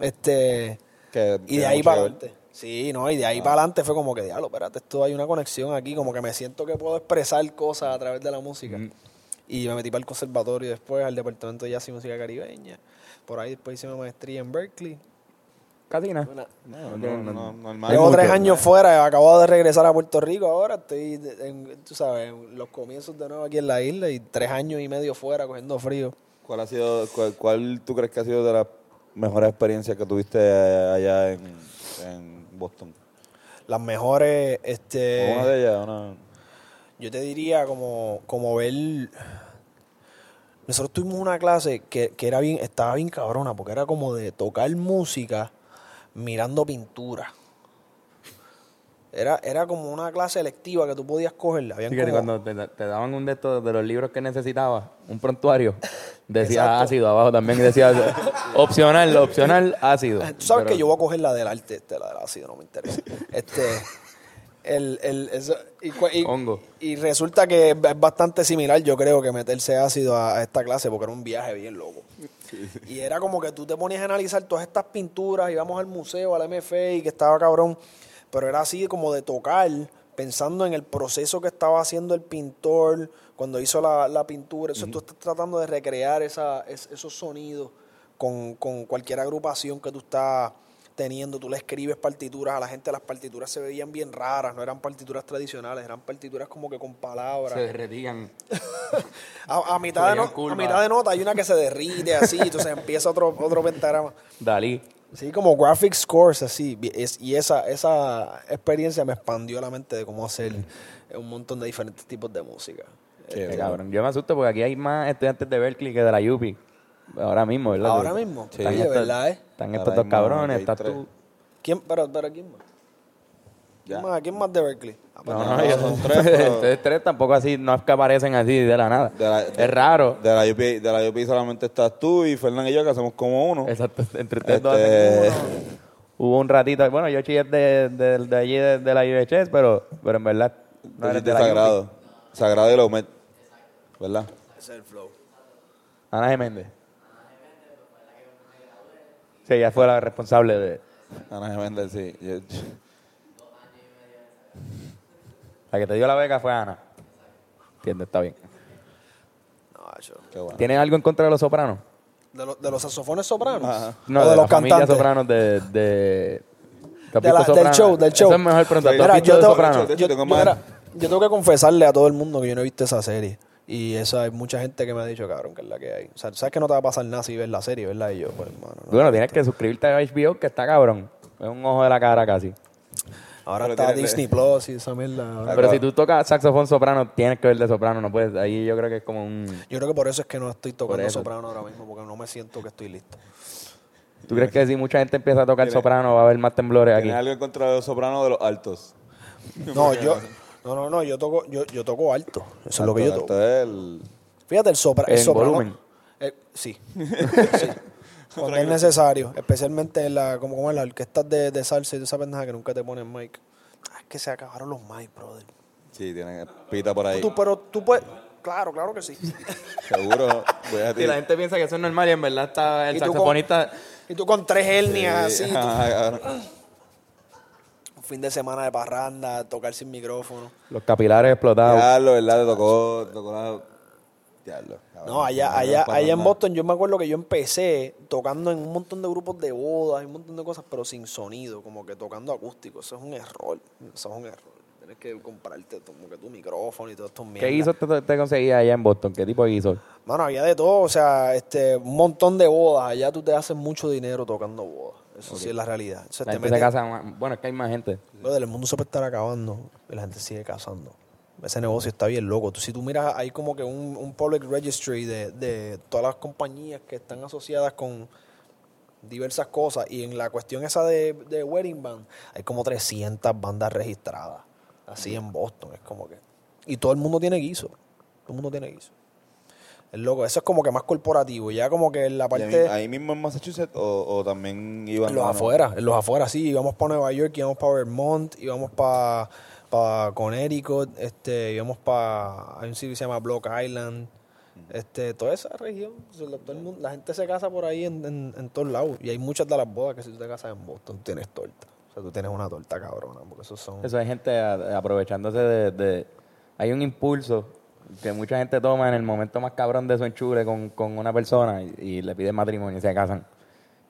Speaker 8: Este,
Speaker 3: que-
Speaker 8: y
Speaker 3: que
Speaker 8: de ahí
Speaker 3: mucho
Speaker 8: para
Speaker 3: que ver.
Speaker 8: adelante. Sí, no, y de ahí para adelante fue como que, diablo, espérate, esto hay una conexión aquí, como que me siento que puedo expresar cosas a través de la música. Y me metí para el conservatorio después, al departamento de jazz y música caribeña. Por ahí después hice una maestría en Berkeley.
Speaker 1: Casi nada.
Speaker 3: No, no, no, no, normal.
Speaker 8: Llevo tres años fuera, acabo de regresar a Puerto Rico ahora, estoy, de- en, tú sabes, en los comienzos de nuevo aquí en la isla y tres años y medio fuera cogiendo frío.
Speaker 3: ¿Cuál, ha sido, cuál, cuál tú crees que ha sido de las mejores experiencias que tuviste eh, allá en, en Boston?
Speaker 8: Las mejores, este...
Speaker 3: ¿Una de ellas? Una...
Speaker 8: Yo te diría como, como ver. Nosotros tuvimos una clase que, que era bien, estaba bien cabrona, porque era como de tocar música mirando pintura. Era, era como una clase electiva que tú podías cogerla. Habían
Speaker 1: Así que
Speaker 8: como-
Speaker 1: cuando te, te daban un de estos de los libros que necesitabas, un prontuario, decía
Speaker 8: Exacto.
Speaker 1: ácido abajo también, decía opcional, opcional, ácido.
Speaker 8: Tú sabes
Speaker 1: Pero-
Speaker 8: que yo voy a coger la del arte, este, la del ácido, no me interesa. Este, el, el, eso- y, cua- y-
Speaker 1: Hongo.
Speaker 8: y resulta que es bastante similar, yo creo, que meterse ácido a, a esta clase, porque era un viaje bien loco. Y era como que tú te ponías a analizar todas estas pinturas, íbamos al museo, al MFI, que estaba cabrón, pero era así como de tocar, pensando en el proceso que estaba haciendo el pintor cuando hizo la, la pintura. Eso tú estás tratando de recrear esa, es- esos sonidos con, con cualquier agrupación que tú estás teniendo, tú le escribes partituras a la gente, las partituras se veían bien raras, no eran partituras tradicionales, eran partituras como que con palabras.
Speaker 1: se derretían.
Speaker 8: A, a mitad de
Speaker 1: Veían
Speaker 8: no- a
Speaker 1: curvas.
Speaker 8: mitad de nota hay una que se derrite así, entonces empieza otro, otro pentagrama.
Speaker 1: Dalí.
Speaker 8: Sí, como graphic scores, así. Y, es- y esa, esa experiencia me expandió la mente de cómo hacer un montón de diferentes tipos de música.
Speaker 1: Qué Este, cabrón. Yo me asusto porque aquí hay más estudiantes de Berkeley que de la UPI. Ahora mismo, ¿verdad?
Speaker 8: Ahora mismo.
Speaker 1: Están
Speaker 8: Oye,
Speaker 1: estos-
Speaker 8: ¿verdad, eh?
Speaker 1: Están
Speaker 3: Ahora
Speaker 1: estos dos
Speaker 3: mismo
Speaker 1: cabrones,
Speaker 3: hay
Speaker 1: estás
Speaker 3: tres.
Speaker 1: tú.
Speaker 8: ¿Quién, pero, pero ¿quién más?
Speaker 3: Ya.
Speaker 8: ¿Quién más, quién más de Berkeley? Ah, pues
Speaker 1: No,
Speaker 8: nada.
Speaker 1: no, ellos son tres.
Speaker 3: pero-
Speaker 8: Este
Speaker 1: Ustedes tres tampoco así, no es que aparecen así de la nada.
Speaker 3: De la-
Speaker 1: es raro.
Speaker 3: De la, UP, de la UP solamente estás tú y Fernán y yo, que hacemos como uno.
Speaker 1: Exacto, entre ustedes dos hacen
Speaker 3: Este,
Speaker 1: uno. Hubo un ratito, bueno, yo chillé de, de, de allí, de, de la UHS, pero, pero en verdad no
Speaker 3: tú
Speaker 1: eres
Speaker 3: hiciste
Speaker 1: de la UPI.
Speaker 3: Sagrado. Sagrado y lo met. ¿Verdad?
Speaker 1: Ana Geméndez. Sí, ella fue la responsable de
Speaker 3: Ana Geméndez, sí. Yo-
Speaker 1: La que te dio la beca fue Ana. Entiendo, está bien.
Speaker 8: No, yo-
Speaker 3: Qué bueno.
Speaker 1: ¿Tienes algo en contra de los sopranos?
Speaker 8: ¿De, los- de los saxofones sopranos?
Speaker 3: Ajá.
Speaker 1: No,
Speaker 8: ¿O
Speaker 1: de,
Speaker 8: de,
Speaker 1: la
Speaker 8: los
Speaker 1: familia
Speaker 8: cantantes?
Speaker 1: sopranos de. de
Speaker 8: De la-
Speaker 1: Capito Soprano.
Speaker 8: del show, del show.
Speaker 1: Eso es mejor pregunta.
Speaker 3: Sí.
Speaker 1: Capito
Speaker 8: Mira, yo
Speaker 1: de
Speaker 8: tengo-
Speaker 1: Soprano.
Speaker 8: yo-
Speaker 3: Yo tengo
Speaker 8: yo,
Speaker 3: más.
Speaker 8: mira, yo tengo que confesarle a todo el mundo que yo no he visto esa serie. Y eso hay mucha gente que me ha dicho, cabrón, que es la que hay. O sea, sabes que no te va a pasar nada si ves la serie, ¿verdad? Y yo, pues, hermano, no.
Speaker 1: Bueno, tienes que suscribirte a HBO, que está cabrón. Es un ojo de la cara casi.
Speaker 8: Ahora
Speaker 3: Pero
Speaker 8: está
Speaker 3: tiene-
Speaker 8: Disney Plus y esa mierda. ahora-
Speaker 3: Claro.
Speaker 1: Pero si tú tocas saxofón soprano, tienes que ver de soprano, no puedes. Ahí yo creo que es como un.
Speaker 8: Yo creo que por eso es que no estoy tocando
Speaker 1: eso.
Speaker 8: soprano ahora mismo, porque no me siento que estoy listo.
Speaker 1: ¿Tú crees que si mucha gente empieza a tocar soprano va a haber más temblores aquí?
Speaker 3: Tienes algo en contra de los sopranos o de los altos.
Speaker 8: No, yo, no, no, no, yo toco, yo, yo toco alto. Eso es lo que yo
Speaker 3: Alto,
Speaker 8: toco.
Speaker 3: alto es el-
Speaker 8: Fíjate, el, sopra, el
Speaker 1: En
Speaker 8: soprano.
Speaker 1: volumen.
Speaker 8: eh, sí. Sí. Cuando es necesario. Especialmente en la, como, como en las orquestas de, de salsa y de esa pendeja que nunca te ponen mic. Ah, es que se acabaron los mic, brother.
Speaker 3: Sí, tienen pita por ahí.
Speaker 8: Tú, pero tú puedes. Claro, claro que sí.
Speaker 3: Seguro. Voy a
Speaker 1: Sí,
Speaker 3: ti.
Speaker 1: la gente piensa que eso es normal y en verdad está el
Speaker 8: Y tú con-
Speaker 1: saxofonista.
Speaker 8: Y tú con tres hernias
Speaker 3: Sí,
Speaker 8: así, tú-
Speaker 3: ajá, cabrón.
Speaker 1: Ah,
Speaker 8: un fin de semana de parranda, tocar sin micrófono.
Speaker 1: Los capilares explotados.
Speaker 3: Diablo, ¿verdad? Te tocó, tocó la... Diablo. cabrón.
Speaker 8: No, allá,
Speaker 3: Ah, No
Speaker 8: allá,
Speaker 3: para
Speaker 8: allá en
Speaker 3: nada.
Speaker 8: Boston yo me acuerdo que yo empecé tocando en un montón de grupos de bodas, y un montón de cosas, pero sin sonido, como que tocando acústico. Eso es un error. Eso es un error. Tienes que comprarte tu- como que tu micrófono y todo esto.
Speaker 1: ¿Qué guisos te, te conseguías allá en Boston? ¿Qué tipo de guisos?
Speaker 8: Mano, había de todo, o sea, este, un montón de bodas. Allá tú te haces mucho dinero tocando bodas. Eso sí es la realidad. Entonces,
Speaker 1: La
Speaker 8: te
Speaker 1: gente se
Speaker 8: metes-
Speaker 1: casa más- Bueno, es que hay más gente.
Speaker 8: Brother, el mundo se puede estar acabando y la gente sigue casando. Ese negocio está bien loco. Tú, si tú miras, hay como que un, un public registry de, de todas las compañías que están asociadas con diversas cosas. Y en la cuestión esa de, de Wedding Band, hay como 300 bandas registradas. Así en Boston, es como que. Y todo el mundo tiene guiso. Todo el mundo tiene guiso. Es loco. Eso es como que más corporativo. Ya como que en la
Speaker 3: ¿Y
Speaker 8: parte.
Speaker 3: ahí, ahí mismo en Massachusetts o, o también iban
Speaker 8: En los
Speaker 3: a-
Speaker 8: afueras, en los afueras, sí. Íbamos para Nueva York, íbamos para Vermont, íbamos para pa Connecticut, este, íbamos para. Hay un sitio que se llama Block Island. Este, toda esa región, o sea, la- todo el mundo- la gente se casa por ahí en, en- en todos lados. Y hay muchas de las bodas que si tú te casas en Boston, tú tienes torta. O sea, tú tienes una torta cabrona, porque esos son.
Speaker 1: Eso hay gente a- aprovechándose de, de- Hay un impulso que mucha gente toma en el momento más cabrón de su enchure con, con una persona y, y le piden matrimonio y se casan.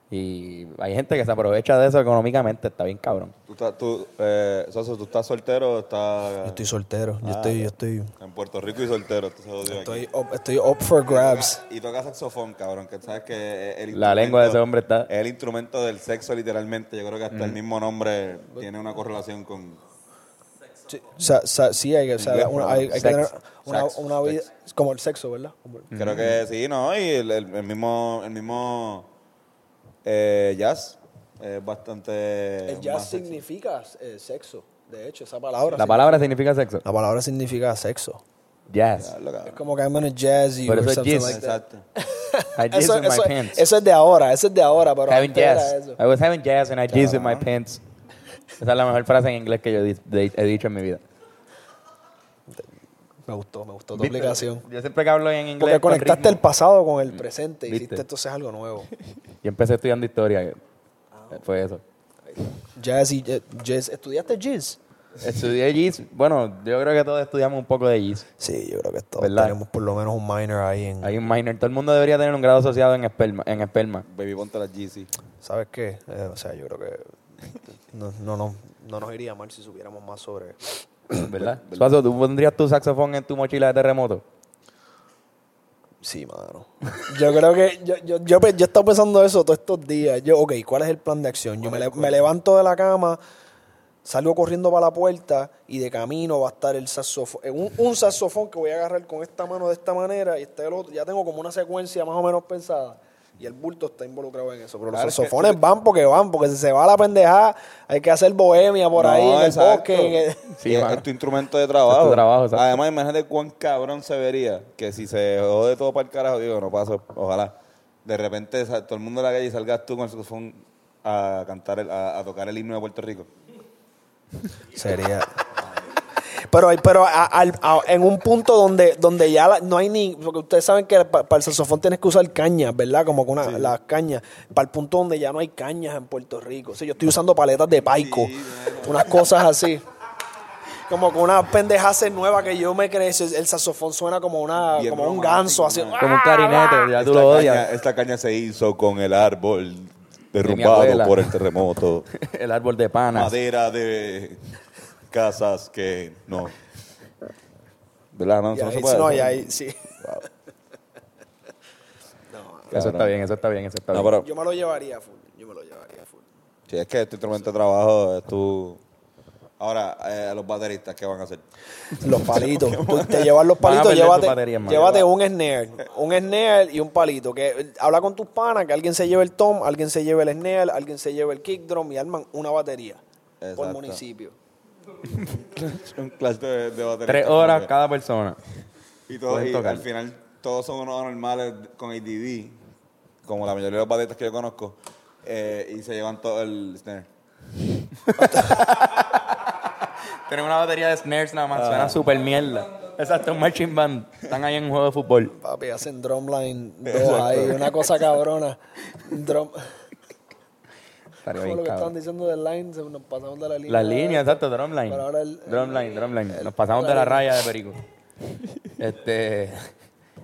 Speaker 1: Y hay gente que se aprovecha de eso económicamente, está bien cabrón.
Speaker 3: ¿Tú, estás, tú, eh, Soso, ¿tú estás soltero o estás
Speaker 8: Yo estoy soltero, yo
Speaker 3: Ah.
Speaker 8: estoy, yo estoy.
Speaker 3: en Puerto Rico y soltero? Tú se lo digo aquí.
Speaker 8: Estoy up, estoy up for grabs.
Speaker 3: Y toca saxofón, cabrón, que sabes que es el
Speaker 1: La
Speaker 3: instrumento-
Speaker 1: lengua de ese hombre está- Mm.
Speaker 3: Es el instrumento del sexo, literalmente. Yo creo que hasta el mismo nombre tiene una correlación con...
Speaker 8: Sí, o sea, o sea, sí, hay, que- o sea,
Speaker 3: Inglés,
Speaker 8: una-
Speaker 3: ¿no?
Speaker 8: hay, hay que
Speaker 3: Sex.
Speaker 8: tener una,
Speaker 3: Sex.
Speaker 8: una vida. Como el sexo, ¿verdad? Como-
Speaker 3: Creo que
Speaker 1: Mm.
Speaker 3: sí, ¿no? Y el, el- el mismo, el mismo eh, jazz es bastante...
Speaker 8: El jazz
Speaker 3: más sexy.
Speaker 8: Eh, significa eh, sexo. De hecho, esa palabra.
Speaker 1: La palabra significa sexo.
Speaker 8: la palabra significa sexo.
Speaker 1: Jazz.
Speaker 3: Hablo, cabrón.
Speaker 8: Es como que I'm gonna jazz you
Speaker 1: Pero eso
Speaker 8: or
Speaker 1: es
Speaker 8: something
Speaker 1: jizz.
Speaker 8: like that.
Speaker 3: Exacto.
Speaker 1: I jizz
Speaker 8: Eso,
Speaker 1: in my
Speaker 8: eso-
Speaker 1: pants.
Speaker 8: eso es de ahora, eso es de ahora, pero
Speaker 1: Having
Speaker 8: antes era
Speaker 1: jazz.
Speaker 8: eso.
Speaker 1: I was having jazz and I jizz in my pants. Esa es la mejor frase en inglés que yo di- de- he dicho en mi vida.
Speaker 8: Me gustó, me gustó tu aplicación.
Speaker 1: Yo siempre que hablo en inglés.
Speaker 8: Porque
Speaker 1: con
Speaker 8: conectaste el
Speaker 1: ritmo.
Speaker 8: pasado con el presente,
Speaker 1: Viste.
Speaker 8: hiciste entonces algo nuevo.
Speaker 1: Yo empecé estudiando historia. eh,
Speaker 8: Ah.
Speaker 1: Fue eso.
Speaker 8: Jazz y eh, jazz. ¿Estudiaste jazz?
Speaker 1: Estudié jazz. Bueno, yo creo que todos estudiamos un poco de jazz.
Speaker 8: Sí, yo creo que todos
Speaker 1: ¿Verdad?
Speaker 8: tenemos por lo menos un minor ahí en...
Speaker 1: Hay un minor. Todo el mundo debería tener un grado asociado en esperma. En esperma.
Speaker 3: Baby, ponte la GC.
Speaker 8: ¿Sabes qué? Eh, o sea, yo creo que no, no, no, no nos iría mal si supiéramos más sobre...
Speaker 1: ¿Verdad? Suazo, ¿tú pondrías tu saxofón en tu mochila de terremoto?
Speaker 8: Sí, mano. Yo creo que yo, yo, yo, pe- yo he estado pensando eso todos estos días. Yo, ok, ¿cuál es el plan de acción? Yo me, le- me levanto de la cama, salgo corriendo para la puerta y de camino va a estar el saxofón. eh, Un, un saxofón que voy a agarrar con esta mano de esta manera y este del otro. Ya tengo como una secuencia más o menos pensada. Y el bulto está involucrado en eso. Pero los
Speaker 3: Claro, es que-
Speaker 8: saxofones van porque van, porque si se va la pendejada, hay que hacer bohemia por
Speaker 3: No,
Speaker 8: ahí en el
Speaker 3: exacto.
Speaker 8: bosque. en el-
Speaker 1: Sí,
Speaker 3: Y es,
Speaker 1: mano.
Speaker 3: es tu instrumento de trabajo.
Speaker 1: Es tu trabajo, exacto.
Speaker 3: Además, imagínate cuán cabrón se vería que si se jode todo para el carajo, digo, no paso, ojalá. De repente sa- todo el mundo en la calle y salgas tú con el saxofón a cantar, el- a, a tocar el himno de Puerto Rico.
Speaker 8: Sería. Pero, hay- pero a- al- a- en un punto donde, donde ya la- no hay ni. Porque ustedes saben que pa- para el saxofón tienes que usar cañas, ¿verdad? Como que una, las cañas. Para el punto donde ya no hay cañas en Puerto Rico. O sea, yo estoy usando paletas de paico. unas cosas así. Como que una pendejase nueva que yo me creé. El saxofón suena como, una,
Speaker 3: Bien
Speaker 8: como un
Speaker 3: romántico,
Speaker 8: ganso, así.
Speaker 3: ¿no?
Speaker 1: Como un clarinete. Ya tú lo
Speaker 3: caña,
Speaker 1: odias.
Speaker 3: esta caña se hizo con el árbol derrumbado
Speaker 1: abuela.
Speaker 3: por el terremoto.
Speaker 1: El árbol de panas.
Speaker 3: Madera de casas que no. ¿Verdad? No,
Speaker 8: Y
Speaker 3: eso no
Speaker 8: Ah, ahí-
Speaker 3: se puede.
Speaker 8: no,
Speaker 3: eso-
Speaker 8: y ahí, sí.
Speaker 1: Eso está bien, eso está bien, eso está
Speaker 3: No,
Speaker 1: bien.
Speaker 3: pero
Speaker 8: Yo me lo llevaría full. Yo me lo llevaría full.
Speaker 1: este
Speaker 3: Sí, es que tu instrumento de trabajo es tu, Ahora, eh, a los bateristas, ¿qué van a hacer?
Speaker 8: Los palitos. Tú te llevas los
Speaker 1: Van a
Speaker 8: palitos,
Speaker 1: perder
Speaker 8: llévate,
Speaker 1: tu batería, hermano.
Speaker 8: llévate un snare. Un snare y un palito. Que eh, habla con tus panas, que alguien se lleve el tom, alguien se lleve el snare, alguien se lleve el kick drum y arman una batería por
Speaker 3: Exacto.
Speaker 8: municipio.
Speaker 3: Un clash de, de bateristas.
Speaker 1: Tres horas cada persona.
Speaker 3: Y, todos,
Speaker 1: pueden
Speaker 3: y
Speaker 1: tocar.
Speaker 3: al final, todos son unos anormales con ADD, como la mayoría de los bateristas que yo conozco, eh, y se llevan todo el snare.
Speaker 1: Tienen una batería de snares nada
Speaker 3: Ah.
Speaker 1: más. Suena súper mierda. Exacto, un marching band. Están ahí en un juego de fútbol.
Speaker 8: Papi, hacen drumline dos ahí, una cosa cabrona. Drum.
Speaker 1: Estaría
Speaker 8: Como
Speaker 1: bien,
Speaker 8: lo que estaban
Speaker 1: cabrón.
Speaker 8: diciendo del line, se- nos pasamos de la línea.
Speaker 1: La línea, exacto, drumline.
Speaker 8: Pero ahora el-
Speaker 1: drumline, drumline. Nos pasamos de la raya de Perico. este.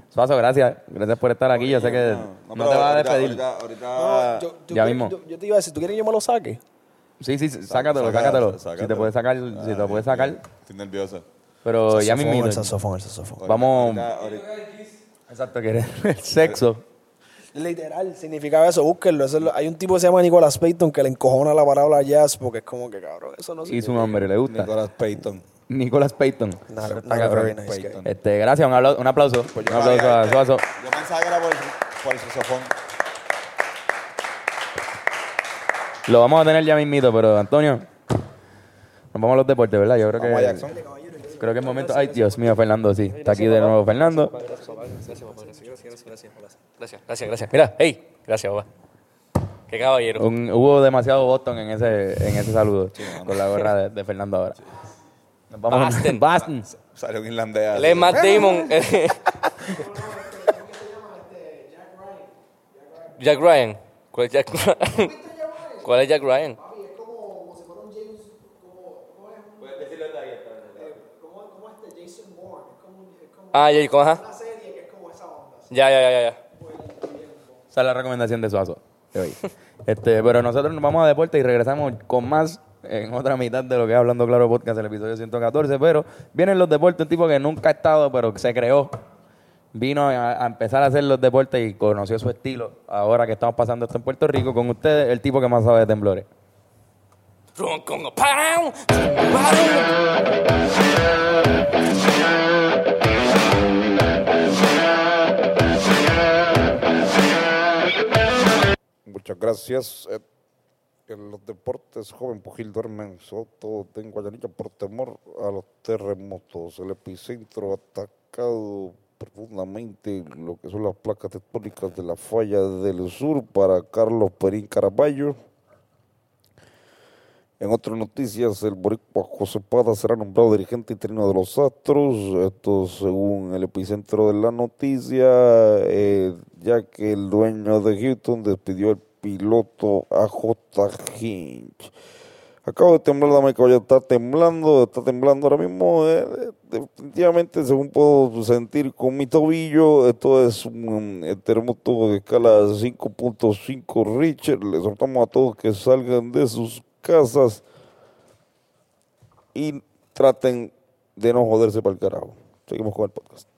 Speaker 1: Suazo, gracias. Gracias por estar aquí. Yo sé que Eh, no,
Speaker 3: pero
Speaker 1: te vas a
Speaker 3: ahorita-
Speaker 1: despedir.
Speaker 3: Ahorita, ahorita-
Speaker 8: No, yo,
Speaker 1: ya
Speaker 8: yo quiero-
Speaker 1: mismo.
Speaker 8: Yo, yo te iba a decir, ¿tú quieres que yo me lo saque?
Speaker 1: Sí, sí, sí, sácatelo,
Speaker 3: Saca-
Speaker 1: sácatelo. Si te
Speaker 3: sácatelo. Ah,
Speaker 1: puedes sacar, si te lo puedes sacar.
Speaker 3: Estoy nervioso.
Speaker 1: Pero Pues ya mismo.
Speaker 8: El saxofón, el saxofón.
Speaker 1: Vamos.
Speaker 3: Ahorita- ahorita-
Speaker 1: Exacto, que eres el sexo.
Speaker 8: Literal, significaba eso, búsquenlo. Eso es lo- hay un tipo que se llama Nicolas Payton que le encojona la palabra jazz porque es como que, cabrón, eso no se...
Speaker 1: Y su nombre, le gusta.
Speaker 3: Nicolas Payton.
Speaker 1: Nicolas Payton.
Speaker 8: No,
Speaker 1: Está
Speaker 8: no,
Speaker 1: cabrón.
Speaker 8: very nice
Speaker 3: guy.
Speaker 1: Este, gracias, un, aplauso, un aplauso. Un aplauso a Suazo.
Speaker 3: Yo pensaba que era por, por el saxofón.
Speaker 1: Lo vamos a tener ya mismito, pero Antonio, nos vamos a los deportes, ¿verdad? Yo creo
Speaker 3: Vamos a
Speaker 1: que.
Speaker 3: Jackson.
Speaker 1: Creo que es momento. Ay, Dios mío, Fernando, sí. Está aquí de nuevo Fernando.
Speaker 2: Gracias, gracias, gracias. Mira, hey, gracias, papá. Qué caballero.
Speaker 1: Un- hubo demasiado Boston en ese, en ese saludo con la gorra de, de Fernando ahora. Nos vamos
Speaker 2: Boston.
Speaker 1: Boston.
Speaker 3: Salió un irlandés.
Speaker 2: Él
Speaker 3: así.
Speaker 2: es Matt Damon. Jack Ryan. ¿Cuál es Jack Ryan? ¿Cuál es Jack Ryan? Ah, ya, ¿cómo ajá? Ya, ya, ya, ya, ya.
Speaker 1: Esa es la recomendación de Suazo de hoy. Este, pero nosotros nos vamos a deporte y regresamos con más en otra mitad de lo que es Hablando Claro Podcast, el episodio 114. Pero vienen los deportes, un tipo que nunca ha estado, pero que se creó. Vino a, a empezar a hacer los deportes y conoció su estilo. Ahora que estamos pasando esto en Puerto Rico, con ustedes, el tipo que más sabe de temblores.
Speaker 2: Ron con a pound, pound.
Speaker 9: Muchas gracias. Eh, en los deportes, joven Pujil duerme en Soto, en Guayanilla por temor a los terremotos. El epicentro atacado profundamente lo que son las placas tectónicas de la falla del sur para Carlos Perín Caraballo. En otras noticias, el boricua José Pada será nombrado dirigente interino de los Astros. Esto según el epicentro de la noticia, eh, ya que el dueño de Houston despidió al piloto AJ Hinch. Acabo de temblar, dame el caballo, está temblando, está temblando ahora mismo. eh, eh, definitivamente, según puedo sentir con mi tobillo, esto es un eh, terremoto de escala 5.5 Richter. Les soltamos a todos que salgan de sus casas y traten de no joderse para el carajo. Seguimos con el podcast.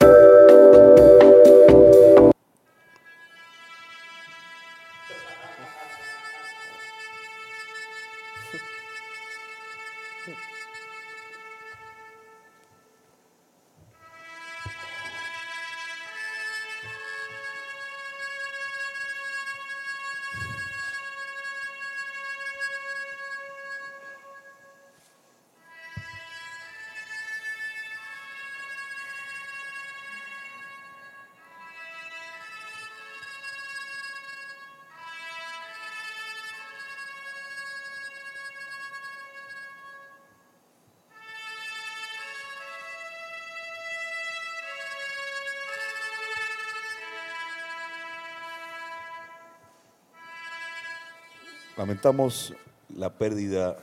Speaker 3: Lamentamos la pérdida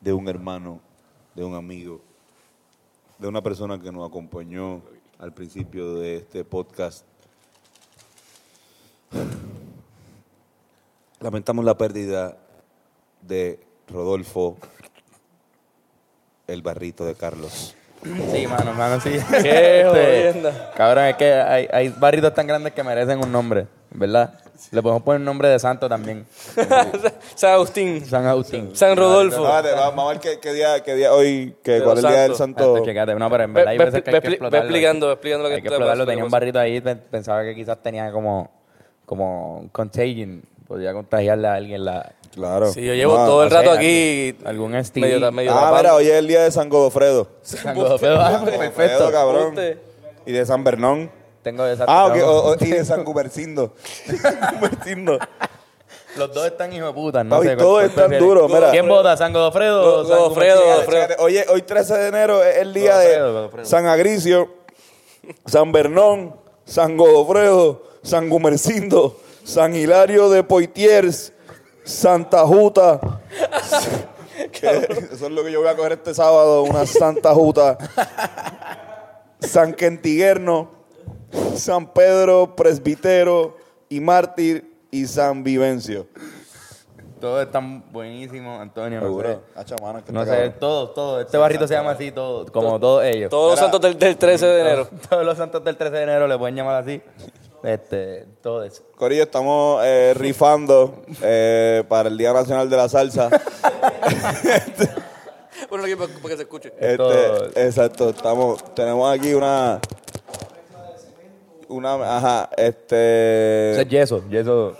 Speaker 3: de un hermano, de un amigo, de una persona que nos acompañó al principio de este podcast. Lamentamos la pérdida de Rodolfo, el barrito de Carlos.
Speaker 1: Sí, mano, mano, sí.
Speaker 2: Qué
Speaker 1: Este,
Speaker 2: jodienda.
Speaker 1: Cabrón, es que hay, hay barritos tan grandes que merecen un nombre, ¿verdad? Le podemos poner un nombre de santo también.
Speaker 2: San Agustín.
Speaker 1: San Agustín.
Speaker 2: San Rodolfo.
Speaker 3: Espérate, va- vamos a ver qué, qué día, qué día hoy, que,
Speaker 2: Pero
Speaker 3: cuál es el día del
Speaker 2: santo.
Speaker 3: santo.
Speaker 1: Esto, checate, no, pero en
Speaker 2: Ve-
Speaker 1: verdad hay
Speaker 2: ve-
Speaker 1: veces que
Speaker 2: ve-
Speaker 1: hay que
Speaker 2: ve
Speaker 1: explotarlo.
Speaker 2: explicando, ve explicando que
Speaker 1: Hay que
Speaker 2: te pasa,
Speaker 1: explotarlo.
Speaker 2: lo que
Speaker 1: Tenía un
Speaker 2: pasa.
Speaker 1: barrito ahí, pe- pensaba que quizás tenía como, como contagion. Podía contagiarle a alguien la...
Speaker 3: Claro.
Speaker 2: Sí, yo llevo
Speaker 3: Ah,
Speaker 2: todo el
Speaker 1: no sé,
Speaker 2: rato aquí.
Speaker 1: algún- algún STD.
Speaker 2: Medio, medio
Speaker 3: Ah,
Speaker 2: tapado.
Speaker 3: mira, hoy es el día de San Godofredo.
Speaker 1: San Godofredo. Ah,
Speaker 3: Godofredo,
Speaker 1: Perfecto.
Speaker 3: cabrón.
Speaker 2: Ponte.
Speaker 3: Y de San Bernón.
Speaker 1: Tengo esa...
Speaker 3: Ah, ok. o- o- y de San Gumercindo. Gumercindo.
Speaker 1: Los dos están hijo de puta. No
Speaker 3: Papi,
Speaker 1: sé,
Speaker 3: todos
Speaker 1: ¿cuál- cuál
Speaker 3: están
Speaker 1: prefieres?
Speaker 3: duros, mira.
Speaker 1: ¿Quién vota? ¿San Godofredo o San
Speaker 2: Godofredo.
Speaker 1: Gumachín?
Speaker 2: Godofredo.
Speaker 3: Fíjate, Oye, hoy 13 de enero es el día
Speaker 1: Godofredo,
Speaker 3: de
Speaker 1: Godofredo.
Speaker 3: San Agricio, San Bernón, San Godofredo, San Gumercindo, San Hilario de Poitiers, Santa Juta. Que eso es lo que yo voy a coger este sábado, una Santa Juta. San Quentiguerno, San Pedro, Presbítero y Mártir y San Vivencio.
Speaker 1: Todos están buenísimos, Antonio. no sé.
Speaker 3: Seguro. Hacha, mano, que
Speaker 1: No
Speaker 3: está
Speaker 1: sé,
Speaker 3: cabrón.
Speaker 1: todos, todos. Este barrito se llama así, todos, como todos ellos.
Speaker 2: Todos los santos del, del 13 de enero.
Speaker 1: Todos los santos del 13 de enero le pueden llamar así. Este, todos.
Speaker 3: Corillo, estamos eh, rifando eh, para el Día Nacional de la Salsa.
Speaker 2: Bueno, aquí para, para que se escuche.
Speaker 1: Esto-
Speaker 3: Este, exacto, estamos, tenemos aquí una, una, ajá,
Speaker 1: Eso es
Speaker 3: este,
Speaker 1: yeso, yeso.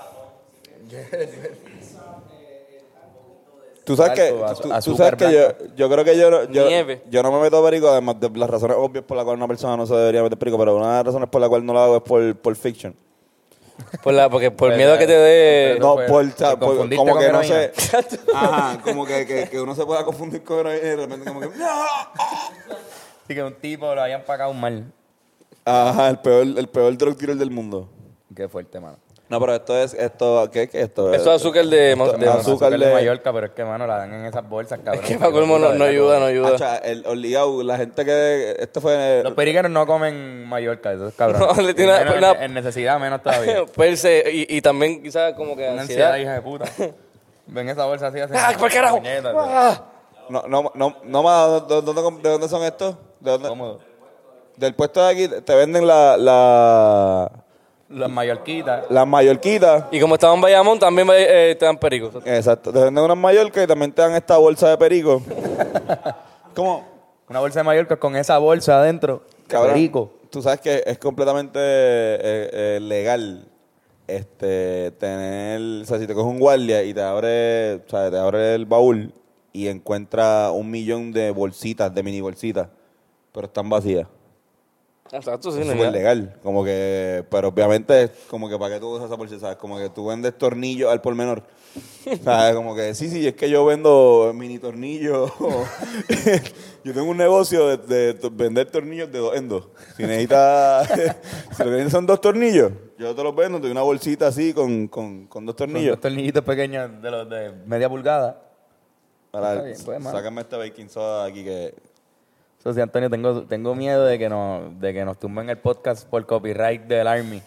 Speaker 3: tú sabes que,
Speaker 1: Blanco,
Speaker 3: tú-
Speaker 1: azu-
Speaker 3: tú
Speaker 1: azúcar
Speaker 3: sabes que yo, yo creo que yo, no- yo,
Speaker 2: Nieve.
Speaker 3: yo no me meto perico, además de las razones obvias por las cuales una persona no se debería meter perico, pero una de las razones por la cual no lo hago es por, por fiction.
Speaker 2: Por, la, porque, por miedo a que te dé.
Speaker 3: No,
Speaker 1: fue-
Speaker 3: por,
Speaker 1: te
Speaker 3: por-
Speaker 1: confundiste
Speaker 3: como
Speaker 1: con
Speaker 3: que no sé,
Speaker 1: heroína.
Speaker 3: ajá, como que, que, que uno se pueda confundir con heroína y de repente como que, ¡no!
Speaker 1: Así que un tipo lo habían pagado mal.
Speaker 3: Ajá, el peor, el peor drug dealer del mundo.
Speaker 1: Qué fuerte, mano.
Speaker 3: No, pero esto es, esto, ¿qué es que esto?
Speaker 2: Eso es azúcar de.
Speaker 3: Esto-
Speaker 2: de-
Speaker 3: azúcar
Speaker 1: Azúcar
Speaker 3: de-
Speaker 1: de Mallorca, pero es que, mano, la dan en esas bolsas, cabrón.
Speaker 2: que para colmo no, no ayuda, no ayuda.
Speaker 3: Hacha, el obligado, la gente que, este fue,
Speaker 1: Los periqueros no comen Mallorca, esos cabrones.
Speaker 2: No, le tiene
Speaker 1: Y menos
Speaker 2: una-
Speaker 1: en- En necesidad, menos todavía.
Speaker 2: Perse, Pues y, y también quizás como que
Speaker 1: Una
Speaker 2: ansiedad.
Speaker 1: ansiedad, hija de puta. Ven esa bolsa así, así.
Speaker 2: ¡Ah, por carajo!
Speaker 1: Puñetas,
Speaker 2: ¡Ah!
Speaker 3: no, no, no, no más, ¿de dónde, de dónde son estos? ¿De dónde?
Speaker 1: Cómodo.
Speaker 3: Del puesto de aquí te venden la, la,
Speaker 1: Las mallorquitas.
Speaker 3: las mallorquitas.
Speaker 2: Y como estaba en Bayamón, también eh, te dan perico.
Speaker 3: Exacto, te venden unas mallorcas y también te dan esta bolsa de perico. Como,
Speaker 1: Una bolsa de Mallorca con esa bolsa adentro.
Speaker 3: cabrón,
Speaker 1: Perico.
Speaker 3: tú sabes que es completamente eh, eh, legal este tener, o sea, si te coge un guardia y te abre, o sea, te abre el baúl y encuentra un millón de bolsitas, de mini bolsitas, pero están vacías.
Speaker 2: Exacto, sí,
Speaker 3: Es
Speaker 2: no hay
Speaker 3: súper
Speaker 2: nada.
Speaker 3: legal, como que, pero obviamente es como que para qué tú usas esa bolsa, ¿sabes? Como que tú vendes tornillos al por menor. ¿Sabes? Como que sí, sí, es que yo vendo mini tornillos. yo tengo un negocio de, de to- vender tornillos de dos en dos. Si necesitas, si lo que necesitas son dos tornillos, yo te los vendo, te doy una bolsita así con, con, con dos
Speaker 1: Con
Speaker 3: tornillos.
Speaker 1: dos tornillitos pequeños de los de media pulgada.
Speaker 3: Para,
Speaker 1: Está bien, pues, mano.
Speaker 3: sácame esta baking soda de aquí que...
Speaker 1: Eso sí, Antonio, tengo, tengo miedo de que, nos, de que nos tumben el podcast por copyright del Army.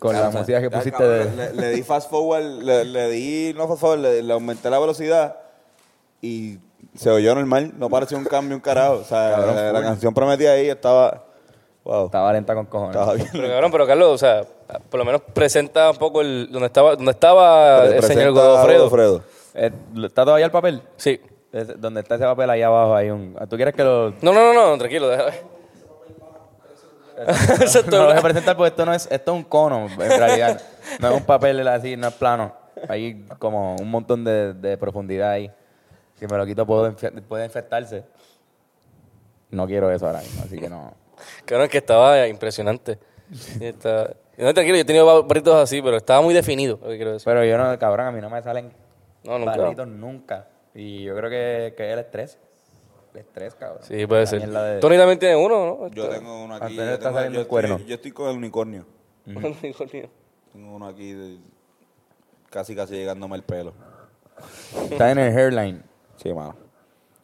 Speaker 1: Con la música que
Speaker 3: Ah,
Speaker 1: pusiste
Speaker 3: cabrón,
Speaker 1: de...
Speaker 3: le, le di fast forward, le, le di, no fast forward, le, le aumenté la velocidad y se oyó normal, no pareció un cambio, un carajo. O sea, la, la canción prometida ahí estaba, wow,
Speaker 1: Estaba lenta con cojones.
Speaker 3: estaba bien.
Speaker 2: Pero cabrón, pero Carlos, o sea, por lo menos presenta un poco el donde estaba, donde estaba el
Speaker 3: Presenta
Speaker 2: señor Godofredo.
Speaker 3: Godofredo.
Speaker 1: Eh, ¿Está todavía el papel?
Speaker 2: Sí.
Speaker 1: Es- donde está ese papel allá abajo hay un... ¿Tú quieres que lo...
Speaker 2: No, no, no, no, tranquilo, déjame.
Speaker 1: No lo voy a presentar porque esto no es... Esto es un cono, en realidad. no es un papel así, no es plano. Hay como un montón de, de profundidad ahí. Si me lo quito puedo infe- puede infectarse. No quiero eso ahora mismo, así que no...
Speaker 2: Cabrón, que estaba impresionante. Y está- No, tranquilo, yo he tenido bar- barritos así, pero estaba muy definido, lo que quiero decir.
Speaker 1: Pero yo no, cabrón, a mí no me salen
Speaker 2: No,
Speaker 1: no,
Speaker 2: nunca.
Speaker 1: nunca. Y yo creo que, que es el estrés. El estrés, cabrón.
Speaker 2: Sí, puede
Speaker 1: La
Speaker 2: ser.
Speaker 1: mierda de-
Speaker 2: Tony también tiene uno, ¿no?
Speaker 3: Yo tengo uno aquí,
Speaker 1: Antonio
Speaker 3: yo,
Speaker 1: está
Speaker 3: tengo-
Speaker 1: saliendo
Speaker 3: yo
Speaker 1: el cuerno.
Speaker 3: estoy, yo estoy con el unicornio.
Speaker 2: Unicornio.
Speaker 3: Tengo uno aquí de- casi casi llegándome el pelo.
Speaker 1: Está en el hairline.
Speaker 3: Sí, mano.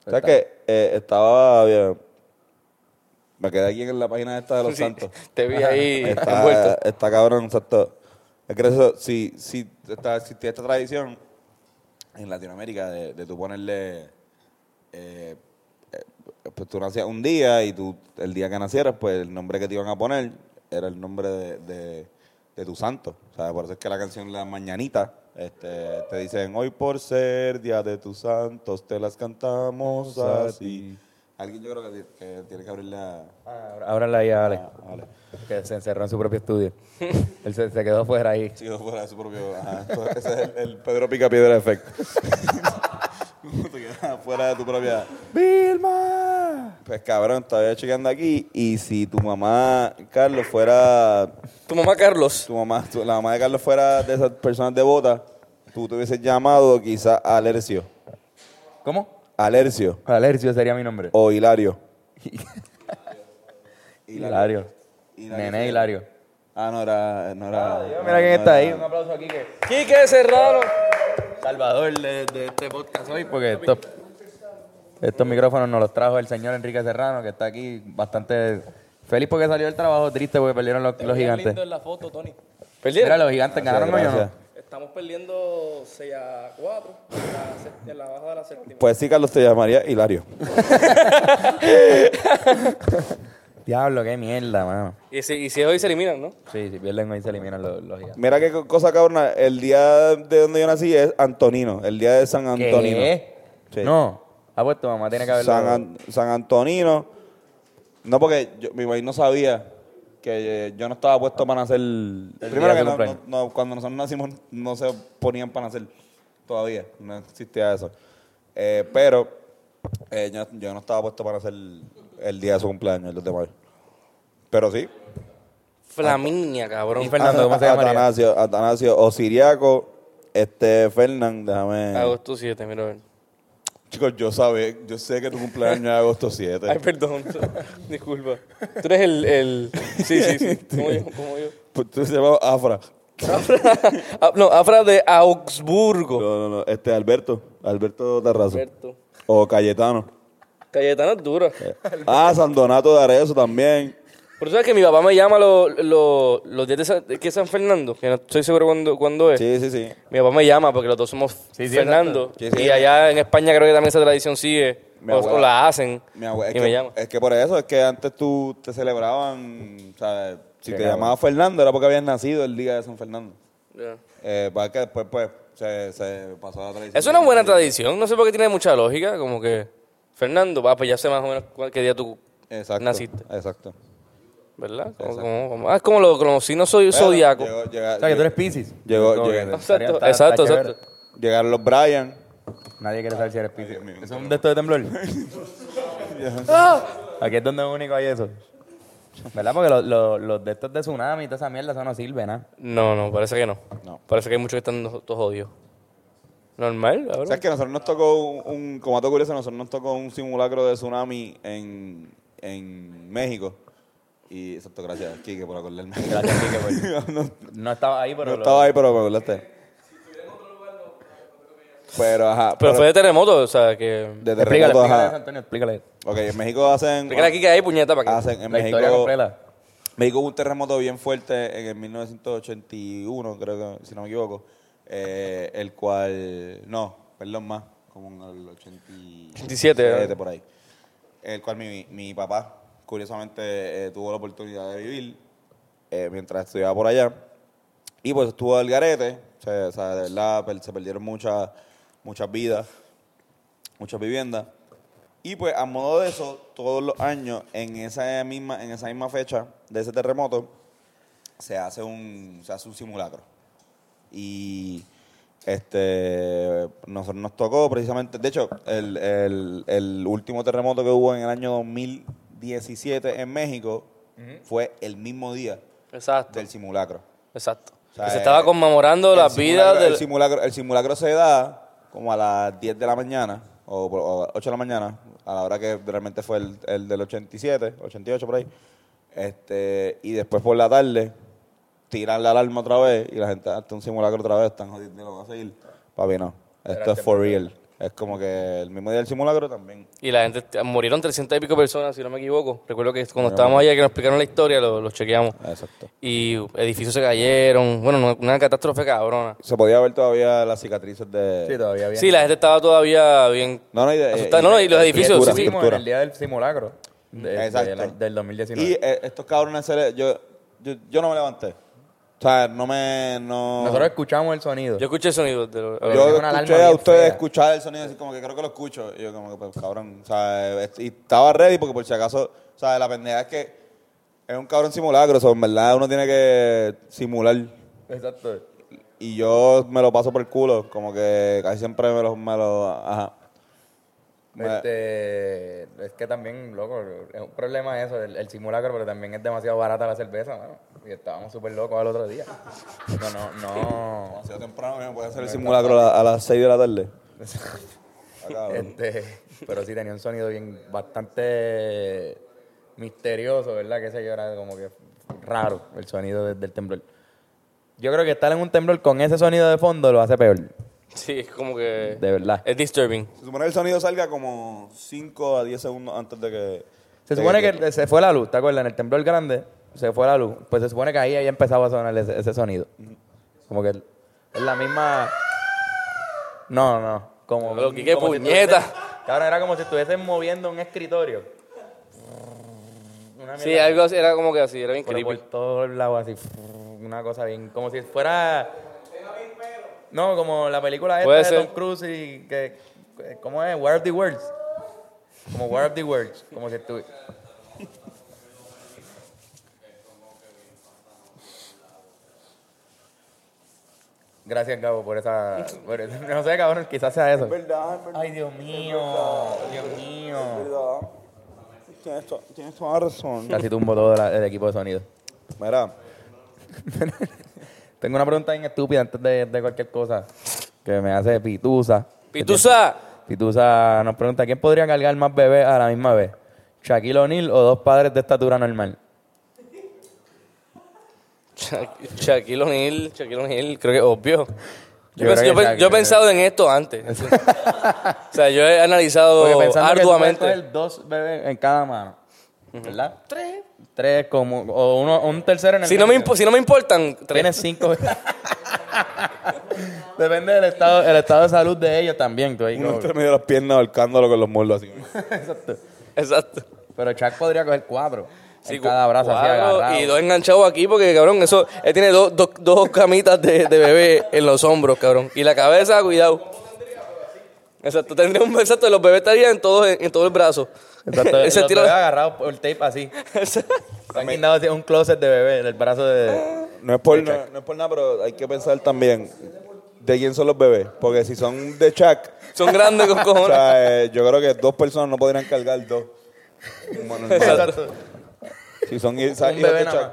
Speaker 3: O sea que eh, estaba bien. Me quedé aquí en la página esta de los
Speaker 2: Sí,
Speaker 3: santos.
Speaker 2: Te vi ahí
Speaker 3: está,
Speaker 2: envuelto.
Speaker 3: está cabrón, exacto. Es que eso, si, si está, existía esta tradición en Latinoamérica de, de tú ponerle eh, eh, pues tú nacías un día y tú, el día que nacieras, pues el nombre que te iban a poner era el nombre de, de- de tu santo. O sea, por eso es que la canción La Mañanita este, te dicen, hoy por ser día de tus santos, te las cantamos así. Alguien yo creo que, ti- que tiene que abrir la...
Speaker 1: Ah, Ábranla ahí a Ale. Ah, Que se encerró en su propio estudio. Él se, se quedó fuera ahí.
Speaker 3: Sí, fuera de su propio... ajá. Ese es el, el Pedro Pica Piedra Effect. Te quedas fuera de tu propia...
Speaker 1: ¡Vilma!
Speaker 3: Pues cabrón, todavía chequeando aquí. Y si tu mamá, Carlos, fuera.
Speaker 2: Tu mamá Carlos.
Speaker 3: Tu mamá, tu- la mamá de Carlos fuera de esas personas devotas, tú te hubieses llamado quizás Alercio.
Speaker 1: ¿Cómo?
Speaker 3: Alercio.
Speaker 1: Alercio sería mi nombre.
Speaker 3: O Hilario.
Speaker 1: Hilario.
Speaker 3: Hilario.
Speaker 1: Nene Hilario.
Speaker 3: Ah, no era. No era
Speaker 1: Mira quién está ahí. Un aplauso aquí que.
Speaker 2: Quique Serrano.
Speaker 1: Salvador de, de este podcast hoy, porque estos, estos micrófonos nos los trajo el señor Enrique Serrano, que está aquí bastante feliz porque salió del trabajo, triste porque perdieron los, los gigantes.
Speaker 10: la foto, Tony.
Speaker 1: Mira,
Speaker 2: Perdieron.
Speaker 1: los gigantes ganaron hoy o no.
Speaker 3: Gracias.
Speaker 10: Estamos perdiendo 6 a 4 en la, se- en la baja de la séptima.
Speaker 3: Pues sí, Carlos, te llamaría Hilario.
Speaker 1: Diablo, qué mierda, mano.
Speaker 2: Y si, y si hoy se eliminan, ¿no?
Speaker 1: Sí, si pierden hoy se eliminan los, los gigantes.
Speaker 3: Mira qué co- cosa cabrona. El día de donde yo nací es Antonino. El día de San Antonino.
Speaker 1: ¿Qué?
Speaker 3: Sí.
Speaker 1: No. Ah, pues tu mamá tiene que haberlo.
Speaker 3: San, An- San Antonino. No, porque yo- mi país no sabía que eh, yo no estaba puesto para nacer.
Speaker 1: día
Speaker 3: Primero que
Speaker 1: de
Speaker 3: no,
Speaker 1: cumpleaños.
Speaker 3: no- no, cuando nosotros nacimos no se ponían para nacer todavía. No existía eso. Eh, pero eh, yo, yo no estaba puesto para nacer el día de su cumpleaños, el 2 de mayo. Pero sí.
Speaker 2: Flaminia, cabrón.
Speaker 1: Y Fernando, ¿cómo se llama?
Speaker 3: Atanasio, Atanasio o Siriaco, este Fernán, déjame.
Speaker 2: Agosto 7, mira. a ver.
Speaker 3: Chicos, yo sabe, yo sé que tu cumpleaños es agosto 7.
Speaker 2: Ay, perdón. Disculpa. Tú eres el. el... Sí, sí, sí. Como yo. Como yo.
Speaker 3: Pues tú se llamas Afra.
Speaker 2: Ah, no, Afra de Augsburgo.
Speaker 3: No, no, no. Este Alberto. Alberto Tarrazo.
Speaker 2: Alberto.
Speaker 3: O Cayetano.
Speaker 2: Cayetano es dura.
Speaker 3: ah, San Donato de Arezzo también.
Speaker 2: Por eso es que mi papá me llama lo- lo- los días de San, que es San Fernando, que no estoy seguro cuándo, cuándo es.
Speaker 3: Sí, sí, sí.
Speaker 2: Mi papá me llama porque los dos somos
Speaker 1: Sí, sí,
Speaker 2: Fernando.
Speaker 3: exacto. Sí, sí.
Speaker 2: Y allá en España creo que también esa tradición sigue.
Speaker 3: Mi
Speaker 2: O,
Speaker 3: abuela-
Speaker 2: o la hacen.
Speaker 3: Mi abue-
Speaker 2: y
Speaker 3: es,
Speaker 2: me
Speaker 3: que,
Speaker 2: llama.
Speaker 3: es que por eso, es que antes tú te celebraban, o sea, si
Speaker 1: Qué
Speaker 3: te
Speaker 1: cabrón.
Speaker 3: llamabas Fernando era porque habías nacido el día de San Fernando.
Speaker 2: Ya.
Speaker 3: Eh, para que después, pues, se, se pasó a la tradición.
Speaker 2: Es una buena tradición, no sé por qué tiene mucha lógica, como que Fernando, va, pues ya sé más o menos cuál, qué día tú
Speaker 3: Exacto.
Speaker 2: naciste,
Speaker 3: Exacto.
Speaker 2: ¿verdad? Como, como- como- ah, es como los como los signos soy
Speaker 3: Bueno,
Speaker 2: zodiaco.
Speaker 3: llegó-
Speaker 1: O sea, que tú eres
Speaker 3: llega-
Speaker 1: Pisces.
Speaker 3: Llegó-
Speaker 1: Como que
Speaker 3: llegó.
Speaker 1: estaría-
Speaker 2: Exacto,
Speaker 1: está- está
Speaker 2: exacto,
Speaker 1: chévere.
Speaker 2: exacto.
Speaker 3: Llegaron los Brian.
Speaker 1: Nadie quiere saber si eres Pisces.
Speaker 3: mío,
Speaker 1: ¿Eso es un de estos de temblor? Ah. Aquí es donde único hay eso. ¿Verdad? Porque los, los, los de estos de tsunami y toda esa mierda, eso no sirve, nada.
Speaker 2: No, no, parece que no.
Speaker 3: No.
Speaker 2: Parece que hay muchos que están no- todos jodidos. Normal, cabrón.
Speaker 3: O sea, es que a nosotros nos tocó un, un- como dato curioso, a nosotros nos tocó un simulacro de tsunami en, en México. Y exacto, gracias, Kike, por acordarme. Gracias, Kike, por... no,
Speaker 1: "Pues, No estaba ahí, pero.
Speaker 3: no
Speaker 1: lo-
Speaker 3: estaba ahí, pero me acordaste. Pero, ajá.
Speaker 2: Pero fue de terremoto, o sea, que...
Speaker 3: de
Speaker 1: Explícale,
Speaker 3: terremoto,
Speaker 1: explícale,
Speaker 3: ajá.
Speaker 1: Antonio, explícale.
Speaker 3: Ok, en México hacen...
Speaker 2: Explícale aquí que hay puñeta para que...
Speaker 3: hacen en
Speaker 1: la historia
Speaker 3: México...
Speaker 1: completa.
Speaker 3: México hubo un terremoto bien fuerte en el 1981, creo que, si no me equivoco. eh, el cual, no, perdón, más, como en el 87,
Speaker 2: 87,
Speaker 3: por ahí. El cual mi, mi papá, curiosamente, eh, tuvo la oportunidad de vivir eh, mientras estudiaba por allá. Y pues estuvo al garete, o sea, o sea, de verdad, per- se perdieron muchas, muchas vidas, muchas viviendas. Y pues a modo de eso, todos los años, en esa misma, en esa misma fecha de ese terremoto, se hace un, se hace un simulacro. Y este nosotros nos tocó precisamente, de hecho, el, el- el último terremoto que hubo en el año 2017 en México fue el mismo día
Speaker 2: Exacto,
Speaker 3: del simulacro.
Speaker 2: exacto.
Speaker 3: O sea,
Speaker 2: Que se
Speaker 3: eh,
Speaker 2: estaba conmemorando
Speaker 3: el
Speaker 2: las
Speaker 3: simulacro-
Speaker 2: vidas
Speaker 3: el,
Speaker 2: del...
Speaker 3: simulacro, el simulacro se da como a las 10 de la mañana o, por- o 8 de la mañana, a la hora que realmente fue el, el del 87, 88 por ahí. Este, y después por la tarde tiran la "Ah, alarma otra vez y la gente hace un simulacro otra vez, están jodiendo, lo van a seguir. Papi, no. Esto es for real. Es como que el mismo día del simulacro también.
Speaker 2: Y la gente, murieron 300 y pico personas, si no me equivoco. Recuerdo que
Speaker 3: Ah.
Speaker 2: cuando estábamos allá, que nos explicaron la historia, lo, lo chequeamos.
Speaker 3: Exacto.
Speaker 2: Y edificios se cayeron. Bueno, una- una catástrofe cabrona.
Speaker 3: Se podía ver todavía las cicatrices de...
Speaker 1: Sí, todavía bien.
Speaker 2: Sí, la gente estaba todavía bien
Speaker 3: No, no, y de-
Speaker 2: asustada.
Speaker 3: y-
Speaker 2: No, no, y los
Speaker 3: y-
Speaker 2: edificios,
Speaker 3: estructura,
Speaker 2: sí, sí.
Speaker 1: Fuimos en el día del simulacro. de- de
Speaker 3: Exacto.
Speaker 1: la- del 2019.
Speaker 3: Y eh, estos cabrones, se le- yo, yo, yo no me levanté. O sea, no me... No...
Speaker 1: Nosotros escuchamos el sonido.
Speaker 2: Yo escuché el sonido. de lo-
Speaker 1: Pero
Speaker 3: Yo
Speaker 1: es una alarma
Speaker 3: escuché a
Speaker 1: bien
Speaker 3: ustedes
Speaker 1: fea.
Speaker 3: escuchar el sonido así como que creo que lo escucho. Y yo como que, pues, cabrón, o sea, es- y estaba ready porque por si acaso, o sea, la pendeja es que es un cabrón simulacro, o sea, en verdad uno tiene que simular.
Speaker 1: Exacto.
Speaker 3: Y yo me lo paso por el culo, como que casi siempre me lo, me lo, ajá. Me-
Speaker 1: Este, es que también, loco, es un problema eso, el, el simulacro, pero también es demasiado barata la cerveza, mano. Y estábamos súper locos al otro día. No, no, no.
Speaker 3: Demasiado temprano que me puede hacer el simulacro a, la- a las 6 de la tarde. Ah, cabrón.
Speaker 1: Este, pero sí tenía un sonido bien bastante misterioso, ¿verdad? Que se yo era como que raro el sonido de- del temblor. Yo creo que estar en un temblor con ese sonido de fondo lo hace peor,
Speaker 2: Sí, es como que.
Speaker 1: de verdad.
Speaker 2: Es disturbing.
Speaker 3: Se supone que el sonido salga como 5 a 10 segundos antes de que...
Speaker 1: Se supone que se fue la luz, ¿te acuerdas? En el temblor grande se fue la luz. Pues se supone que ahí, ahí empezaba a sonar ese, ese sonido. Como que es la misma. No, no. Como.
Speaker 2: Pero, ¿qué
Speaker 1: como si
Speaker 2: puñeta?
Speaker 1: estuviese- Cabrón, era como si estuviesen moviendo un escritorio. Una
Speaker 2: Sí,
Speaker 1: mierda
Speaker 2: algo así, era como que así, era bien
Speaker 1: pero por
Speaker 2: creepy.
Speaker 1: todo el lado así. Una cosa bien. Como si fuera. No, como la película esta
Speaker 2: Puede
Speaker 1: de
Speaker 2: ser.
Speaker 1: Tom Cruise y que. eh, ¿Cómo es? War of the Worlds. Como War of the Worlds. Como si estuviera. Gracias, Gabo, por esa, por esa- No sé, cabrón, quizás sea eso.
Speaker 3: verdad, es verdad.
Speaker 1: Ay, Dios mío. Dios mío.
Speaker 3: verdad. Tienes, to- tienes toda razón.
Speaker 1: Casi tumbo todo la- el equipo de sonido.
Speaker 3: Mira,
Speaker 1: Tengo una pregunta bien estúpida antes de, de cualquier cosa que me hace Pitusa.
Speaker 2: Pitusa,
Speaker 1: Pitusa nos pregunta, ¿quién podría cargar más bebés a la misma vez? ¿Shaquille O'Neal o dos padres de estatura normal?
Speaker 2: Sha- Shaquille O'Neal, Shaquille O'Neal, creo que es obvio. Yo,
Speaker 1: Yo creo
Speaker 2: pens-
Speaker 1: que
Speaker 2: yo pens-
Speaker 1: Shaq-
Speaker 2: yo he pensado en esto antes. o sea, yo he analizado
Speaker 1: Porque pensando que tú puedes
Speaker 2: Oh, arduamente.
Speaker 1: coger dos bebés en cada mano, ¿verdad? Tres. Tres como, o uno, un tercero en el
Speaker 2: Si no, me
Speaker 1: medio.
Speaker 2: impo- si no me importan, tres.
Speaker 1: Tienes cinco bebés. Depende del estado, el estado de salud de ellos también. tú ahí
Speaker 3: uno
Speaker 1: como-
Speaker 3: entre medio de las piernas ahorcándolo con los muslos así.
Speaker 2: Exacto.
Speaker 1: Pero Shaq podría coger cuatro.
Speaker 2: Sí,
Speaker 1: en cada brazo así
Speaker 2: cuatro
Speaker 1: agarrado.
Speaker 2: Y dos enganchados aquí, porque cabrón, eso. Él tiene dos, dos, dos camitas de, de bebé en los hombros, cabrón. Y la cabeza, cuidado. Exacto, tendría un exacto, los bebés estarían en todo, en todo el brazo.
Speaker 1: Exacto.
Speaker 2: Ese
Speaker 1: los
Speaker 2: estilo-
Speaker 1: bebés agarrados por el tape así. Están guindados así en un closet de bebé, en el brazo de...
Speaker 3: No es, por, no, no es por nada, pero hay que pensar también de quién son los bebés. Porque si son de Chuck,
Speaker 2: Son grandes con
Speaker 3: o
Speaker 2: cojones.
Speaker 3: sea, eh, yo creo que dos personas no podrían cargar dos. Bueno, no.
Speaker 2: Exacto.
Speaker 3: Si son hi- hijos
Speaker 1: Un bebé
Speaker 3: de
Speaker 1: nada más.
Speaker 3: Chuck.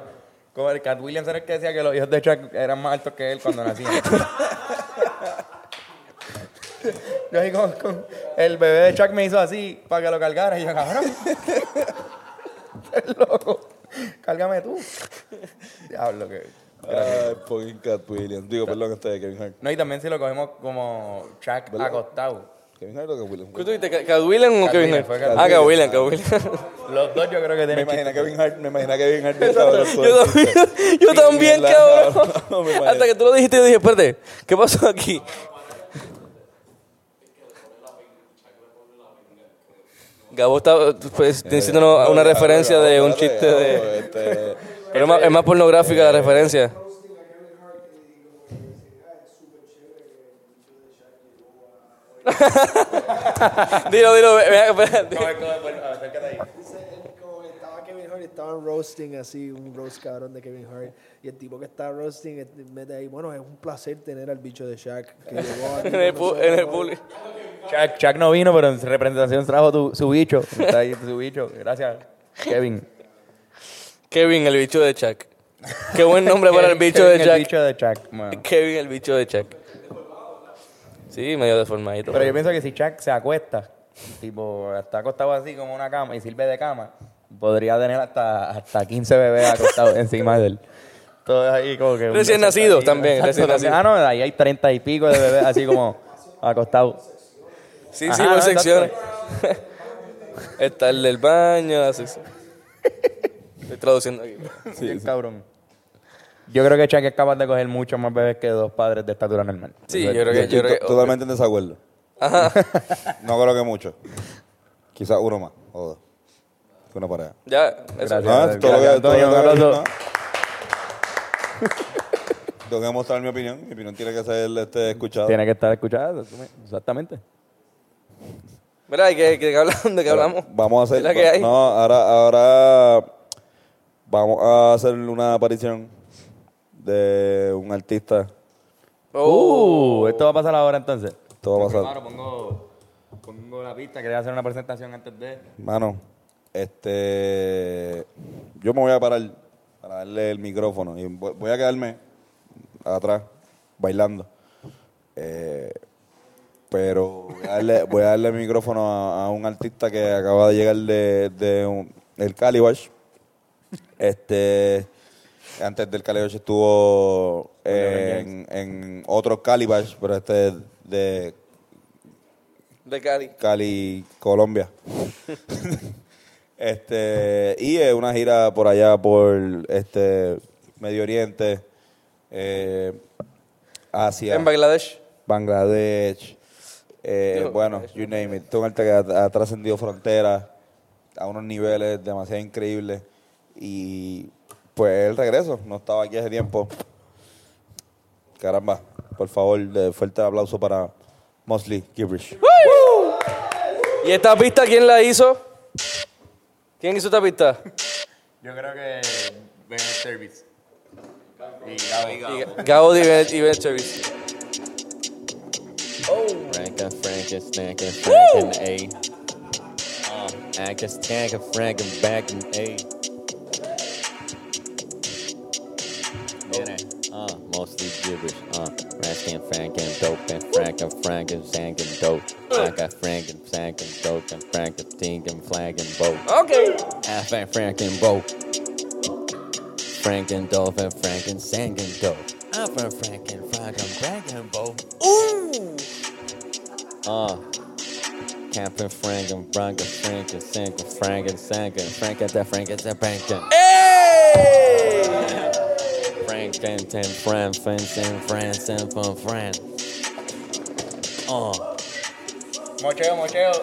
Speaker 1: Como el Cat Williams era el que decía que los hijos de Chuck eran más altos que él cuando nacían. Yo ahí con, con- el bebé de Chuck me hizo así para que lo cargara y yo, cabrón. Estás loco. Cárgame tú. Diablo que.
Speaker 3: Ay, fucking Cat Williams. Digo, perdón, este de Kevin Hart.
Speaker 1: No, y también si lo cogemos como Chuck
Speaker 3: ¿Verdad?
Speaker 1: acostado.
Speaker 3: Kevin Hart o Cat Williams.
Speaker 2: ¿Qué tú dijiste? Ca- ¿Cat William o
Speaker 1: Cat
Speaker 2: Kevin
Speaker 1: William,
Speaker 2: Hart?
Speaker 1: fue Cat
Speaker 2: Ah, Cat William,
Speaker 3: William.
Speaker 2: Cat William.
Speaker 1: Los dos yo creo que
Speaker 3: Me
Speaker 1: tienen
Speaker 3: imagino a Kevin Hart, me imagino a Kevin Hart de sabroso.
Speaker 2: Yo también, yo también,
Speaker 3: mierda,
Speaker 2: cabrón.
Speaker 3: no me parece.
Speaker 2: Hasta que tú lo dijiste, yo dije, espérate, ¿qué pasó aquí? Gabo está pues, diciéndonos una referencia de un chiste de...
Speaker 3: Este,
Speaker 2: Pero es más, es más pornográfica la referencia. dilo, dilo, ve- ve- ve-
Speaker 10: Como que estaba Kevin Hart y estaban roasting así, un roast cabrón de Kevin Hart. Y el tipo que está roasting eh, mete ahí, bueno, es un placer tener al bicho de Shaq que llegó aquí
Speaker 2: en el,
Speaker 10: con
Speaker 2: pu-
Speaker 10: nosotros".
Speaker 2: en el público.
Speaker 1: Chuck, Chuck no vino, pero en representación trajo tu- su bicho. Está ahí su bicho. Gracias, Kevin.
Speaker 2: Kevin, el bicho de Chuck. Qué buen nombre para el
Speaker 1: Kevin-
Speaker 2: bicho de
Speaker 1: Kevin, El
Speaker 2: Chuck.
Speaker 1: bicho de Chuck, mano.
Speaker 2: Kevin, el bicho de Chuck. Sí, medio deformadito.
Speaker 1: Pero yo pienso que si Chuck se acuesta, tipo, está acostado así como una cama y sirve de cama, podría tener hasta, hasta 15 bebés acostados encima de él. Todos ahí como que... Exacto,
Speaker 2: Recién
Speaker 1: Ah,
Speaker 2: nacidos
Speaker 1: también.
Speaker 2: también, recién
Speaker 1: Exacto, también.
Speaker 2: nacidos.
Speaker 1: Ah, no, ahí hay 30 y pico de bebés así como acostados.
Speaker 2: Sí, sí,
Speaker 1: Ajá,
Speaker 2: por
Speaker 1: no,
Speaker 2: secciones. Está el del baño, la sección. Estoy traduciendo aquí.
Speaker 1: Bien cabrón. Yo creo que Chuck es capaz de coger mucho más bebés que dos padres de estatura normal.
Speaker 2: Sí, yo creo
Speaker 3: Yo
Speaker 2: que.
Speaker 3: estoy
Speaker 2: Yo creo
Speaker 3: to-
Speaker 2: que
Speaker 3: totalmente en desacuerdo.
Speaker 2: Ajá.
Speaker 3: No creo que mucho. Quizás uno más o dos. Una pareja.
Speaker 2: Ya, eso.
Speaker 1: Gracias.
Speaker 3: No, es todo lo que-
Speaker 1: Gracias,
Speaker 3: todo lo que-
Speaker 1: Antonio, un abrazo.
Speaker 3: ¿no? Tengo que mostrar mi opinión. Mi opinión tiene que ser este, escuchada.
Speaker 1: Tiene que estar escuchada, exactamente.
Speaker 2: Mira, ¿y qué, qué hablamos? ¿De qué hablamos?
Speaker 3: Vamos a
Speaker 2: ¿De
Speaker 3: hacer.
Speaker 2: la que hay?
Speaker 3: No, ahora, ahora vamos a hacer una aparición de un artista.
Speaker 1: Uh, esto va a pasar ahora entonces.
Speaker 3: Todo va a pasar.
Speaker 1: Claro, pongo, pongo la pista. Quería hacer una presentación antes de.
Speaker 3: Mano, este. Yo me voy a parar para darle el micrófono y vo- voy a quedarme atrás bailando. Eh, pero voy a darle, voy a darle el micrófono a, a un artista que acaba de llegar de, de un- el Calibash. Este. Antes del Calibash estuvo eh, en, en otro Calibash, pero este es de
Speaker 2: De Cali.
Speaker 3: Cali, Colombia. este y eh, una gira por allá por este Medio Oriente, eh, Asia,
Speaker 2: En Bangladesh.
Speaker 3: Bangladesh. eh,
Speaker 2: Digo,
Speaker 3: bueno, you name it. Tú un arte que ha, ha trascendido fronteras a unos niveles demasiado increíbles y pues el regreso. No estaba aquí hace tiempo. Caramba, por favor, de fuerte aplauso para Mosley Gibrish.
Speaker 2: ¿Y esta pista quién la hizo? ¿Quién hizo esta pista?
Speaker 1: Yo creo que Ben Service.
Speaker 2: Y Gabo y Ben- y Ben Chevis.
Speaker 5: Franca, Franca, Stanka, Franken, A. Um, Anka, Stanka, Franken, back and A. Miren, Uh, mostly gibberish, uh, Raskin, Franken, Dope, and Franken, Franken, Zankin, Dope, Franka, Franken, Zankin, Dope, and Franka, Tinkin, Flaggin, Boat.
Speaker 2: Ok.
Speaker 5: Afan, Franken, Boat. Franken, Dope, and Franken, Zankin, Dope. Afan, Franken, Franken, Franken, Boat. Uh, Captain Frank and Bronca Frank and Sanka Frank and Sanka Frank at the Frank at the Bank Frank and Ten Fran Fence and Fran San Fun Fran. Uh,
Speaker 1: Mocheo, mocheo.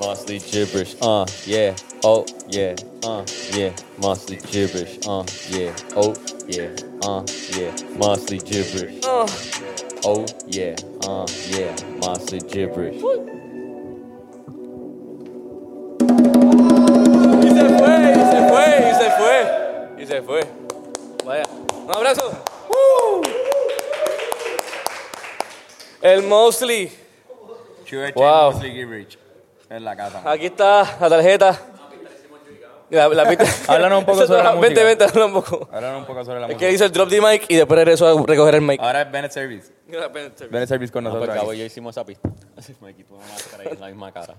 Speaker 5: mostly gibberish. Uh, yeah. Oh, yeah. Uh, yeah. Mostly gibberish. Uh, yeah. Oh, yeah. Uh, yeah. Mostly gibberish.
Speaker 2: Oh.
Speaker 5: Oh, yeah. Uh, yeah. Mostly gibberish.
Speaker 2: Y se fue, y se fue, y se fue. Y se fue. Vaya. Un abrazo. ¡Uh! El Mosley. Wow. Ah.
Speaker 1: Mosley Gibrish. En la casa.
Speaker 2: Aquí está la tarjeta. La, la pista.
Speaker 1: Háblanos un poco sobre la
Speaker 2: Vente,
Speaker 1: música.
Speaker 2: vente, habla un poco.
Speaker 1: Ahora un poco sobre la
Speaker 2: Es
Speaker 1: música.
Speaker 2: que hizo el drop de mic y después regresó a recoger el mic.
Speaker 1: Ahora es Bennett Service. Bennett Service con
Speaker 5: Ah,
Speaker 1: nosotros.
Speaker 5: pues Gabo y
Speaker 1: aquí.
Speaker 5: yo hicimos esa pista. Así me quitó una máscara y es la misma cara.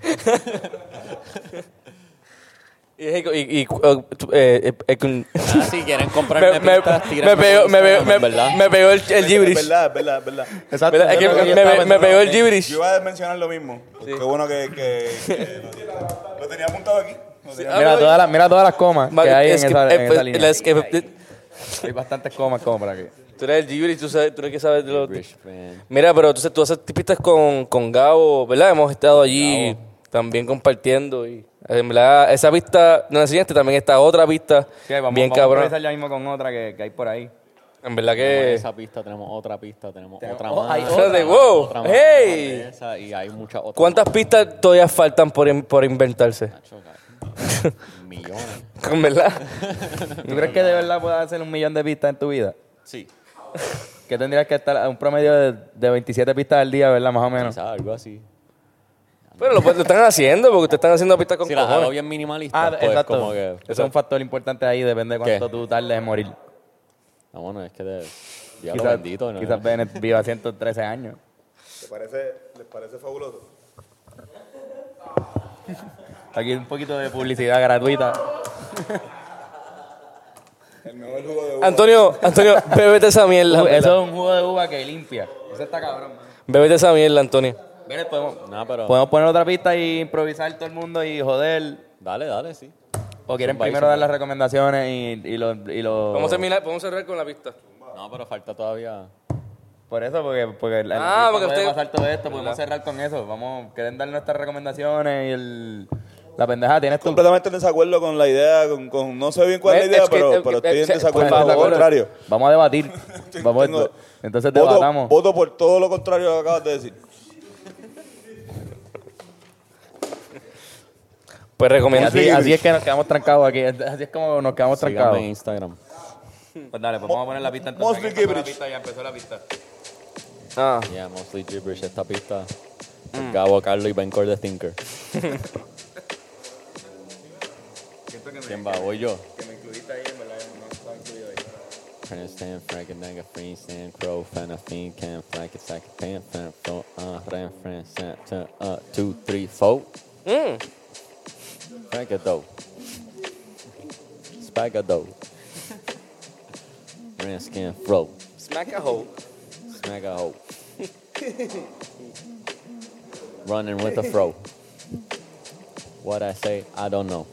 Speaker 2: Y, y- y- eh, eh, eh, con-
Speaker 5: Ah, si quieren
Speaker 2: me,
Speaker 5: comprarme
Speaker 2: me-
Speaker 5: pistas,
Speaker 2: me
Speaker 5: tírenme
Speaker 2: pegó,
Speaker 5: por
Speaker 2: me pegó-
Speaker 5: Instagram,
Speaker 2: me-
Speaker 5: en ¿verdad?
Speaker 2: me pegó el, el gibberish.
Speaker 3: Es verdad, es verdad, es verdad.
Speaker 1: Exacto.
Speaker 2: ¿Verdad? Es que
Speaker 1: Yo
Speaker 2: me,
Speaker 1: estaba
Speaker 2: me- me
Speaker 1: pensando
Speaker 2: pegó el
Speaker 1: en-
Speaker 2: gibberish.
Speaker 3: Yo iba a mencionar lo mismo. Qué bueno que, que, que lo tenía apuntado aquí. Lo tenía-
Speaker 1: Mira todas las, mira todas las comas
Speaker 2: Ma-
Speaker 1: que hay en
Speaker 2: es que-
Speaker 1: esa, en
Speaker 2: eh,
Speaker 1: esa
Speaker 2: pues,
Speaker 1: línea.
Speaker 2: las que-
Speaker 1: Hay bastantes comas como para que.
Speaker 2: Tú eres el gibberish, tú sabes, tú eres que sabes de los... Mira, pero tú, tú haces pistas con, con Gabo, ¿verdad? Hemos estado allí también compartiendo y... En verdad, esa pista, no la enseñaste, también está otra pista
Speaker 1: Sí, vamos,
Speaker 2: bien
Speaker 1: vamos a
Speaker 2: cabrón.
Speaker 1: empezar ya mismo con otra que, que hay por ahí.
Speaker 2: En verdad
Speaker 5: Tenemos
Speaker 2: que...
Speaker 5: esa pista, tenemos otra pista, tenemos
Speaker 1: Tenemos-
Speaker 5: otra
Speaker 1: oh,
Speaker 5: más.
Speaker 1: hay
Speaker 5: otra
Speaker 1: otra.
Speaker 5: más,
Speaker 2: Wow,
Speaker 5: otra más,
Speaker 2: hey.
Speaker 5: otra de esa, y hay muchas otras.
Speaker 2: ¿Cuántas pistas todavía faltan por, in- por inventarse?
Speaker 5: más, choca. Millones.
Speaker 2: En verdad.
Speaker 1: ¿Tú crees que de verdad puedas hacer un millón de pistas en tu vida?
Speaker 5: Sí.
Speaker 1: Que tendrías que estar a un promedio de, de 27 pistas al día, ¿verdad? Más o menos.
Speaker 5: Quizás algo así.
Speaker 2: Pero lo, lo están haciendo porque te están haciendo pistas con
Speaker 5: Si las hago
Speaker 2: cojones.
Speaker 5: bien minimalistas,
Speaker 1: Ah,
Speaker 5: pues
Speaker 1: exacto.
Speaker 5: como que...
Speaker 1: Eso es un factor importante ahí, depende de cuánto
Speaker 5: ¿Qué?
Speaker 1: tú tardes en morir.
Speaker 5: No, bueno, es que de... Diablo
Speaker 1: Quizás,
Speaker 5: bendito, ¿no?
Speaker 1: quizás Bennett viva 113 años.
Speaker 3: ¿Te parece, ¿Les parece fabuloso?
Speaker 1: Aquí un poquito de publicidad gratuita.
Speaker 3: El mejor jugo de uva.
Speaker 2: Antonio, Antonio, bébete esa mierda. en
Speaker 1: Eso
Speaker 2: verdad.
Speaker 1: es un jugo de uva que limpia. Eso está cabrón.
Speaker 2: Bébete esa mierda, Antonio.
Speaker 1: Mira, podemos,
Speaker 5: Nah, pero-
Speaker 1: podemos poner otra pista y improvisar todo el mundo y joder.
Speaker 5: Dale, dale, sí.
Speaker 1: ¿O quieren
Speaker 5: Zumba y
Speaker 1: primero dar
Speaker 5: zumba.
Speaker 1: las recomendaciones y, y lo, y lo-
Speaker 2: Vamos a terminar, vamos a cerrar con la pista.
Speaker 5: No, pero falta todavía.
Speaker 1: Por eso, porque, porque la-
Speaker 2: Ah,
Speaker 1: la-
Speaker 2: porque
Speaker 1: puede
Speaker 2: usted-
Speaker 1: pasar todo esto, podemos
Speaker 2: ¿Verdad?
Speaker 1: cerrar con eso. Vamos, quieren dar nuestras recomendaciones y el... La pendeja, tienes tú.
Speaker 3: Completamente en desacuerdo con la idea, con, con- no sé bien cuál es la
Speaker 2: Es
Speaker 3: idea,
Speaker 2: que-
Speaker 3: pero,
Speaker 2: es que-
Speaker 3: pero estoy en
Speaker 2: por
Speaker 3: desacuerdo con
Speaker 2: favor.
Speaker 3: lo Pues, contrario.
Speaker 1: Vamos a debatir. Vamos a-
Speaker 3: Tengo-
Speaker 1: entonces
Speaker 3: Voto,
Speaker 1: debatamos.
Speaker 3: voto por todo lo contrario a lo que acabas de decir.
Speaker 2: Pues
Speaker 1: Y
Speaker 2: recomiendo.
Speaker 1: Así, así es que nos quedamos trancados aquí. Así es como nos quedamos
Speaker 5: Síganme
Speaker 1: trancados.
Speaker 5: en Instagram.
Speaker 1: Pues dale, pues vamos a poner la pista entonces.
Speaker 3: Mostly
Speaker 1: Aquí empezó la
Speaker 3: gibberish.
Speaker 1: pista, ya empezó la pista.
Speaker 2: Ah,
Speaker 5: Yeah, mostly gibberish esta pista.
Speaker 1: Mm.
Speaker 5: Gabo, Carlos y Ben Cordes Thinker. ¿Quién va? ¿Voy yo? Que me incluiste ahí, en verdad, no estaba incluido ahí. Handstand, Frank and Nanga, Freestand, Crow, Fan of Fiend, Can, Flack, Attack, Pan, Fan, Fro, Uh, Ran, Fran, Sat, Turn, Uh, Two, Three, Four. Frank a dough. Spike a dough. Ran, Scan, Fro.
Speaker 2: smack a hole.
Speaker 5: Smack a hoe. Running with a fro. What I say, I don't know.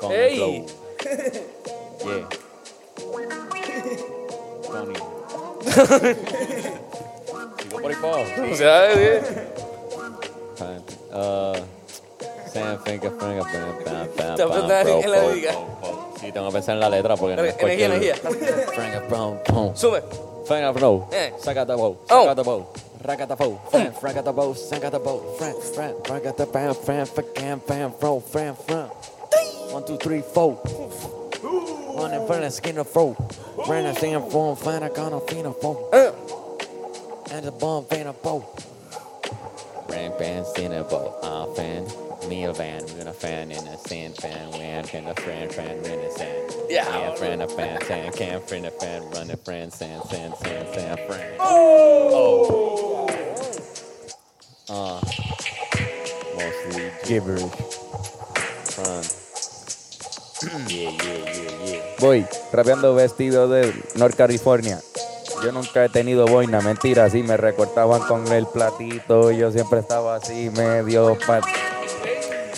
Speaker 5: Gonna
Speaker 2: Hey.
Speaker 5: flow. Yeah. Funny. Sigo por ahí pa' abajo.
Speaker 2: O sea, eh,
Speaker 5: Fine. Uh, Sam Finger Finger bam, bam, bam,
Speaker 2: Te
Speaker 5: bam,
Speaker 2: apretas
Speaker 5: bro,
Speaker 2: en la
Speaker 5: bro,
Speaker 2: liga.
Speaker 5: bro, bro. Sí, tengo que pensar en la letra porque no es
Speaker 2: energía,
Speaker 5: cualquier-
Speaker 2: energía.
Speaker 5: Finger, bro, bro.
Speaker 2: Sube.
Speaker 5: Fanga bro,
Speaker 2: Eh.
Speaker 5: sacata bow,
Speaker 2: Oh.
Speaker 5: sacata bow, racata bow, fran, fracata bow, sacata bow, fran, fran, fracata bam, fran, facam, fam, fro, fran, fran. One, two, three, four. One in front of skin of fro. Ran a stand for fan a gun of fina fo.
Speaker 2: Eh.
Speaker 5: And a bomb fan of bow. Ran fan, stand a bow, ah fan. Me a van, we're gonna fan in a sand fan, ran, fan, a friend, friend, we're in a sand.
Speaker 2: Yeah.
Speaker 5: Can friend, a fan, tan, can friend, a fan, run a friend, sand, sand, sand, sand, friend. Uh, mostly gibberish. Fran. yeah, yeah, yeah, yeah.
Speaker 1: Voy rapeando vestido de North California. Yo nunca he tenido boina, mentira, sí me recortaban con el platito. Yo siempre estaba así, medio pa-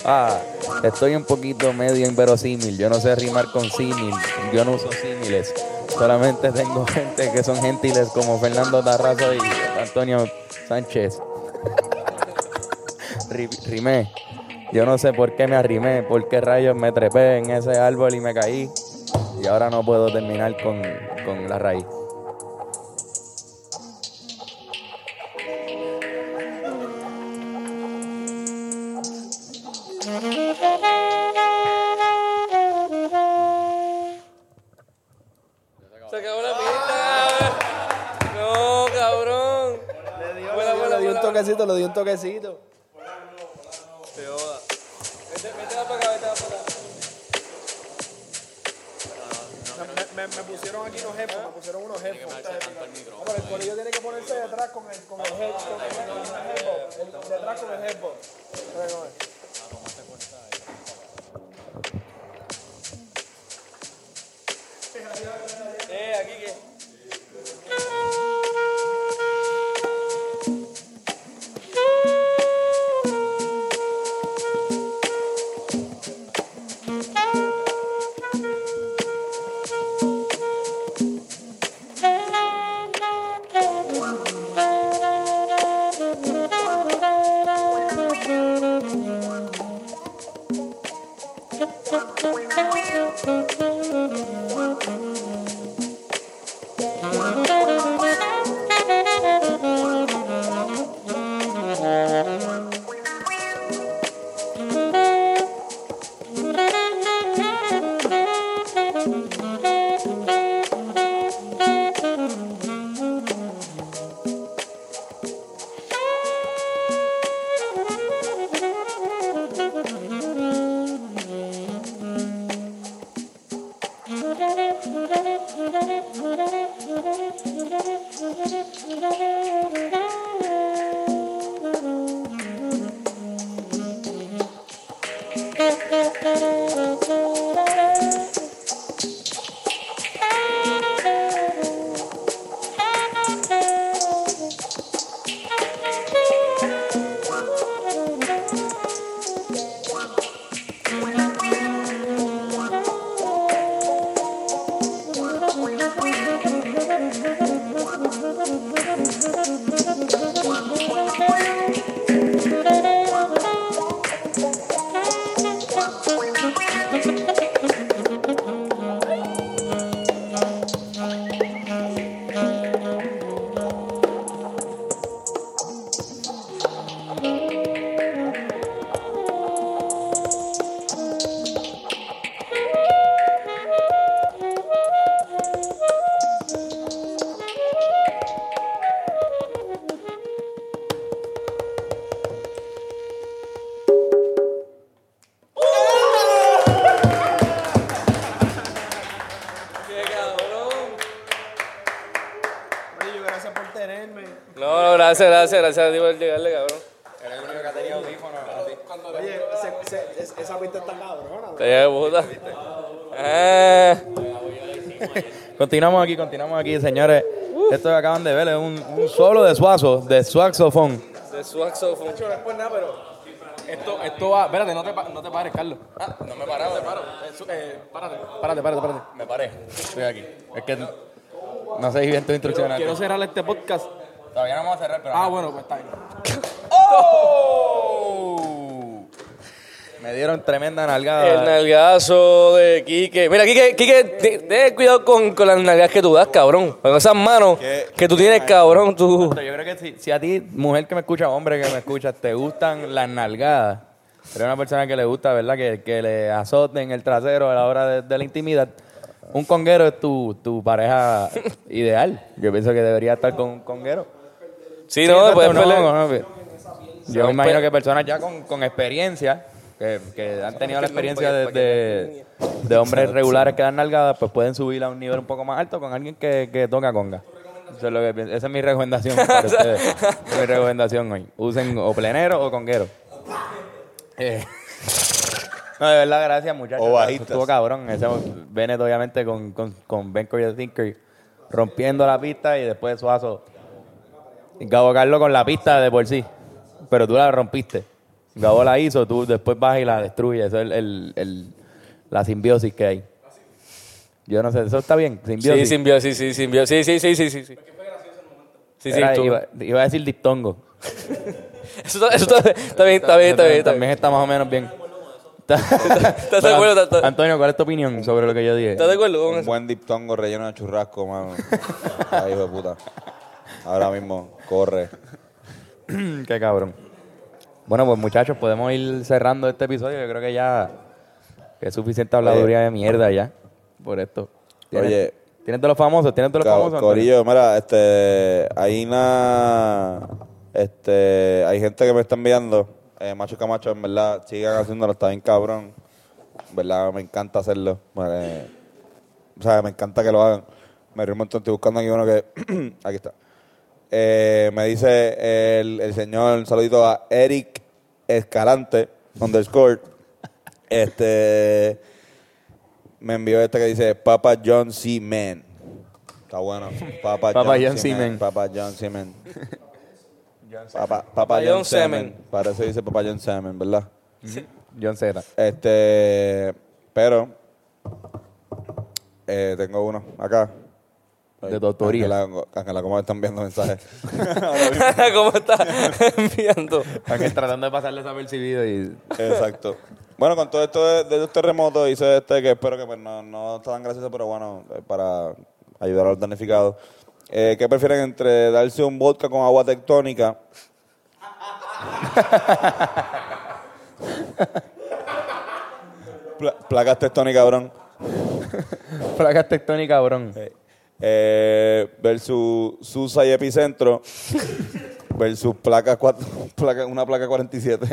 Speaker 1: Ah, estoy un poquito medio inverosímil. Yo no sé rimar con símil. Yo no uso símiles. Solamente tengo gente que son gentiles como Fernando Tarrazo y Antonio Sánchez. Ri- rimé. Yo no sé por qué me arrimé, por qué rayos me trepé en ese árbol y me caí. Y ahora no puedo terminar con, con la raíz.
Speaker 2: Se acabó la pista. No, cabrón. Vuela, vuela,
Speaker 10: Ah, Le di un
Speaker 2: vuela.
Speaker 10: toquecito, le di un toquecito.
Speaker 2: Vete, vete para acá, vete para acá.
Speaker 10: Me, me pusieron aquí unos jefes, me pusieron unos jefes. Ah, pero el corillo tiene que ponerse detrás con el con el head- con el- con el headbox, el- Detrás con el headbox. Pero no es.
Speaker 2: Eh, aquí que. Gracias, gracias, gracias a ti por llegarle, cabrón.
Speaker 10: Oye, se- se- es- esa pinta está cabrona.
Speaker 2: Te llevo puta. Ah.
Speaker 1: Continuamos aquí, continuamos aquí, señores. Esto que acaban de ver es un, un solo de suazo, de saxofón.
Speaker 2: De su axofón.
Speaker 10: Pues nada, pero
Speaker 6: Esto, esto va. Espérate, no te, pa- no te pares, Carlos.
Speaker 2: Ah, no me he parado. Me paro.
Speaker 6: Eh, Párate, párate, párate. párate.
Speaker 2: Me paré. Estoy aquí.
Speaker 1: Es que no sé si bien tu instrucciones.
Speaker 6: Quiero cerrar este podcast.
Speaker 1: Todavía no vamos a cerrar, pero
Speaker 6: Ah, bueno, pues está bien.
Speaker 1: ¡Oh! me dieron tremenda nalgada.
Speaker 2: El nalgazo de Quique. Mira, Quique, Quique, te- ten cuidado con, con las nalgas que tú das, cabrón. Con esas manos
Speaker 3: ¿Qué?
Speaker 2: que tú tienes, cabrón. Tú.
Speaker 1: Yo creo que si, si a ti, mujer que me escucha, hombre que me escucha, te gustan las nalgadas, eres una persona que le gusta, ¿verdad? Que, que le azoten el trasero a la hora de, de la intimidad. Un conguero es tu, tu pareja ideal. Yo pienso que debería estar con un conguero.
Speaker 2: Sí, no,
Speaker 1: exacto,
Speaker 2: pues
Speaker 1: no, pues
Speaker 2: pele-
Speaker 1: no, no. Yo me
Speaker 2: Son
Speaker 1: imagino
Speaker 2: pe-
Speaker 1: que personas ya con, con experiencia, que, que han tenido la experiencia de, de- de hombres regulares que dan nalgadas, pues pueden subir a un nivel un poco más alto con alguien que, que toca conga. Eso es lo que pienso. Esa es mi recomendación para ustedes. mi recomendación hoy. Usen o plenero o conguero. Eh, No, de verdad, gracias, muchachos.
Speaker 3: O bajistas.
Speaker 1: Estuvo cabrón. Ese Bennett, obviamente, con, con, con Ben Cory the Thinker rompiendo la pista y después Suazo. Gabo Carlos con la pista de por sí, pero tú la rompiste. Gabo la hizo, tú después vas y la destruyes. Eso es el, el- el- la simbiosis que hay. Yo no sé, eso está bien,
Speaker 2: Sí,
Speaker 1: simbiosis.
Speaker 2: simbiosis, sí, simbiosis. Sí, sí, sí, sí, sí. sí. Sí, sí,
Speaker 1: Era-
Speaker 2: tú.
Speaker 1: iba, iba a decir diptongo.
Speaker 2: Eso, está- eso está, está bien, está bien, está bien. Está bien.
Speaker 1: También está más o menos bien.
Speaker 2: ¿Estás de acuerdo? ¿Estás-
Speaker 1: Antonio, ¿cuál es tu opinión sobre lo que yo dije?
Speaker 2: ¿Estás de acuerdo con
Speaker 3: Un
Speaker 2: eso?
Speaker 3: buen diptongo relleno de churrasco, mano. Ay, hijo de puta. Ahora mismo, corre.
Speaker 1: Qué cabrón. Bueno, pues muchachos, podemos ir cerrando este episodio. Yo creo que ya que es suficiente habladuría de mierda ya por esto. ¿Tienes,
Speaker 3: Oye.
Speaker 1: ¿tienes de los famosos? ¿Tienes de los
Speaker 3: Cab-
Speaker 1: famosos? Antonio?
Speaker 3: Corillo, mira, este, hay una, este, hay gente que me está enviando, eh, Macho Camacho, en verdad, sigan haciéndolo, está bien cabrón, en verdad, me encanta hacerlo, Bueno, eh, o sea, me encanta que lo hagan, me río un montón, estoy buscando aquí uno que, aquí está, Eh, me dice el, el señor, un saludito a Eric Escalante, underscore, este, me envió este que dice Papa John C. Man. Está bueno. Papa,
Speaker 1: Papa
Speaker 3: John,
Speaker 1: John
Speaker 3: C. Man.
Speaker 1: Seaman.
Speaker 3: Papa John C. Man. Papa, Papa
Speaker 2: John
Speaker 3: John Seaman.
Speaker 2: Seaman.
Speaker 3: Para eso dice Papa John Seaman, ¿verdad?
Speaker 1: John Cena.
Speaker 3: Este. Pero. eh, tengo uno acá.
Speaker 1: De tu autoría.
Speaker 3: Ángela, Ángela, ¿cómo me están viendo mensajes?
Speaker 2: ¿Cómo estás enviando?
Speaker 1: Aquí tratando de pasarle desapercibido y...
Speaker 3: Exacto. Bueno, con todo esto de, de los terremotos, hice este que espero que pues, no, no está tan gracioso, pero bueno, eh, para ayudar a los damnificados. Eh, ¿Qué prefieren entre darse un vodka con agua tectónica? Pla- placas tectónicas, cabrón.
Speaker 1: Placas tectónicas, cabrón.
Speaker 3: Eh, versus Susa y Epicentro. versus placa cuatro- placa, una placa 47.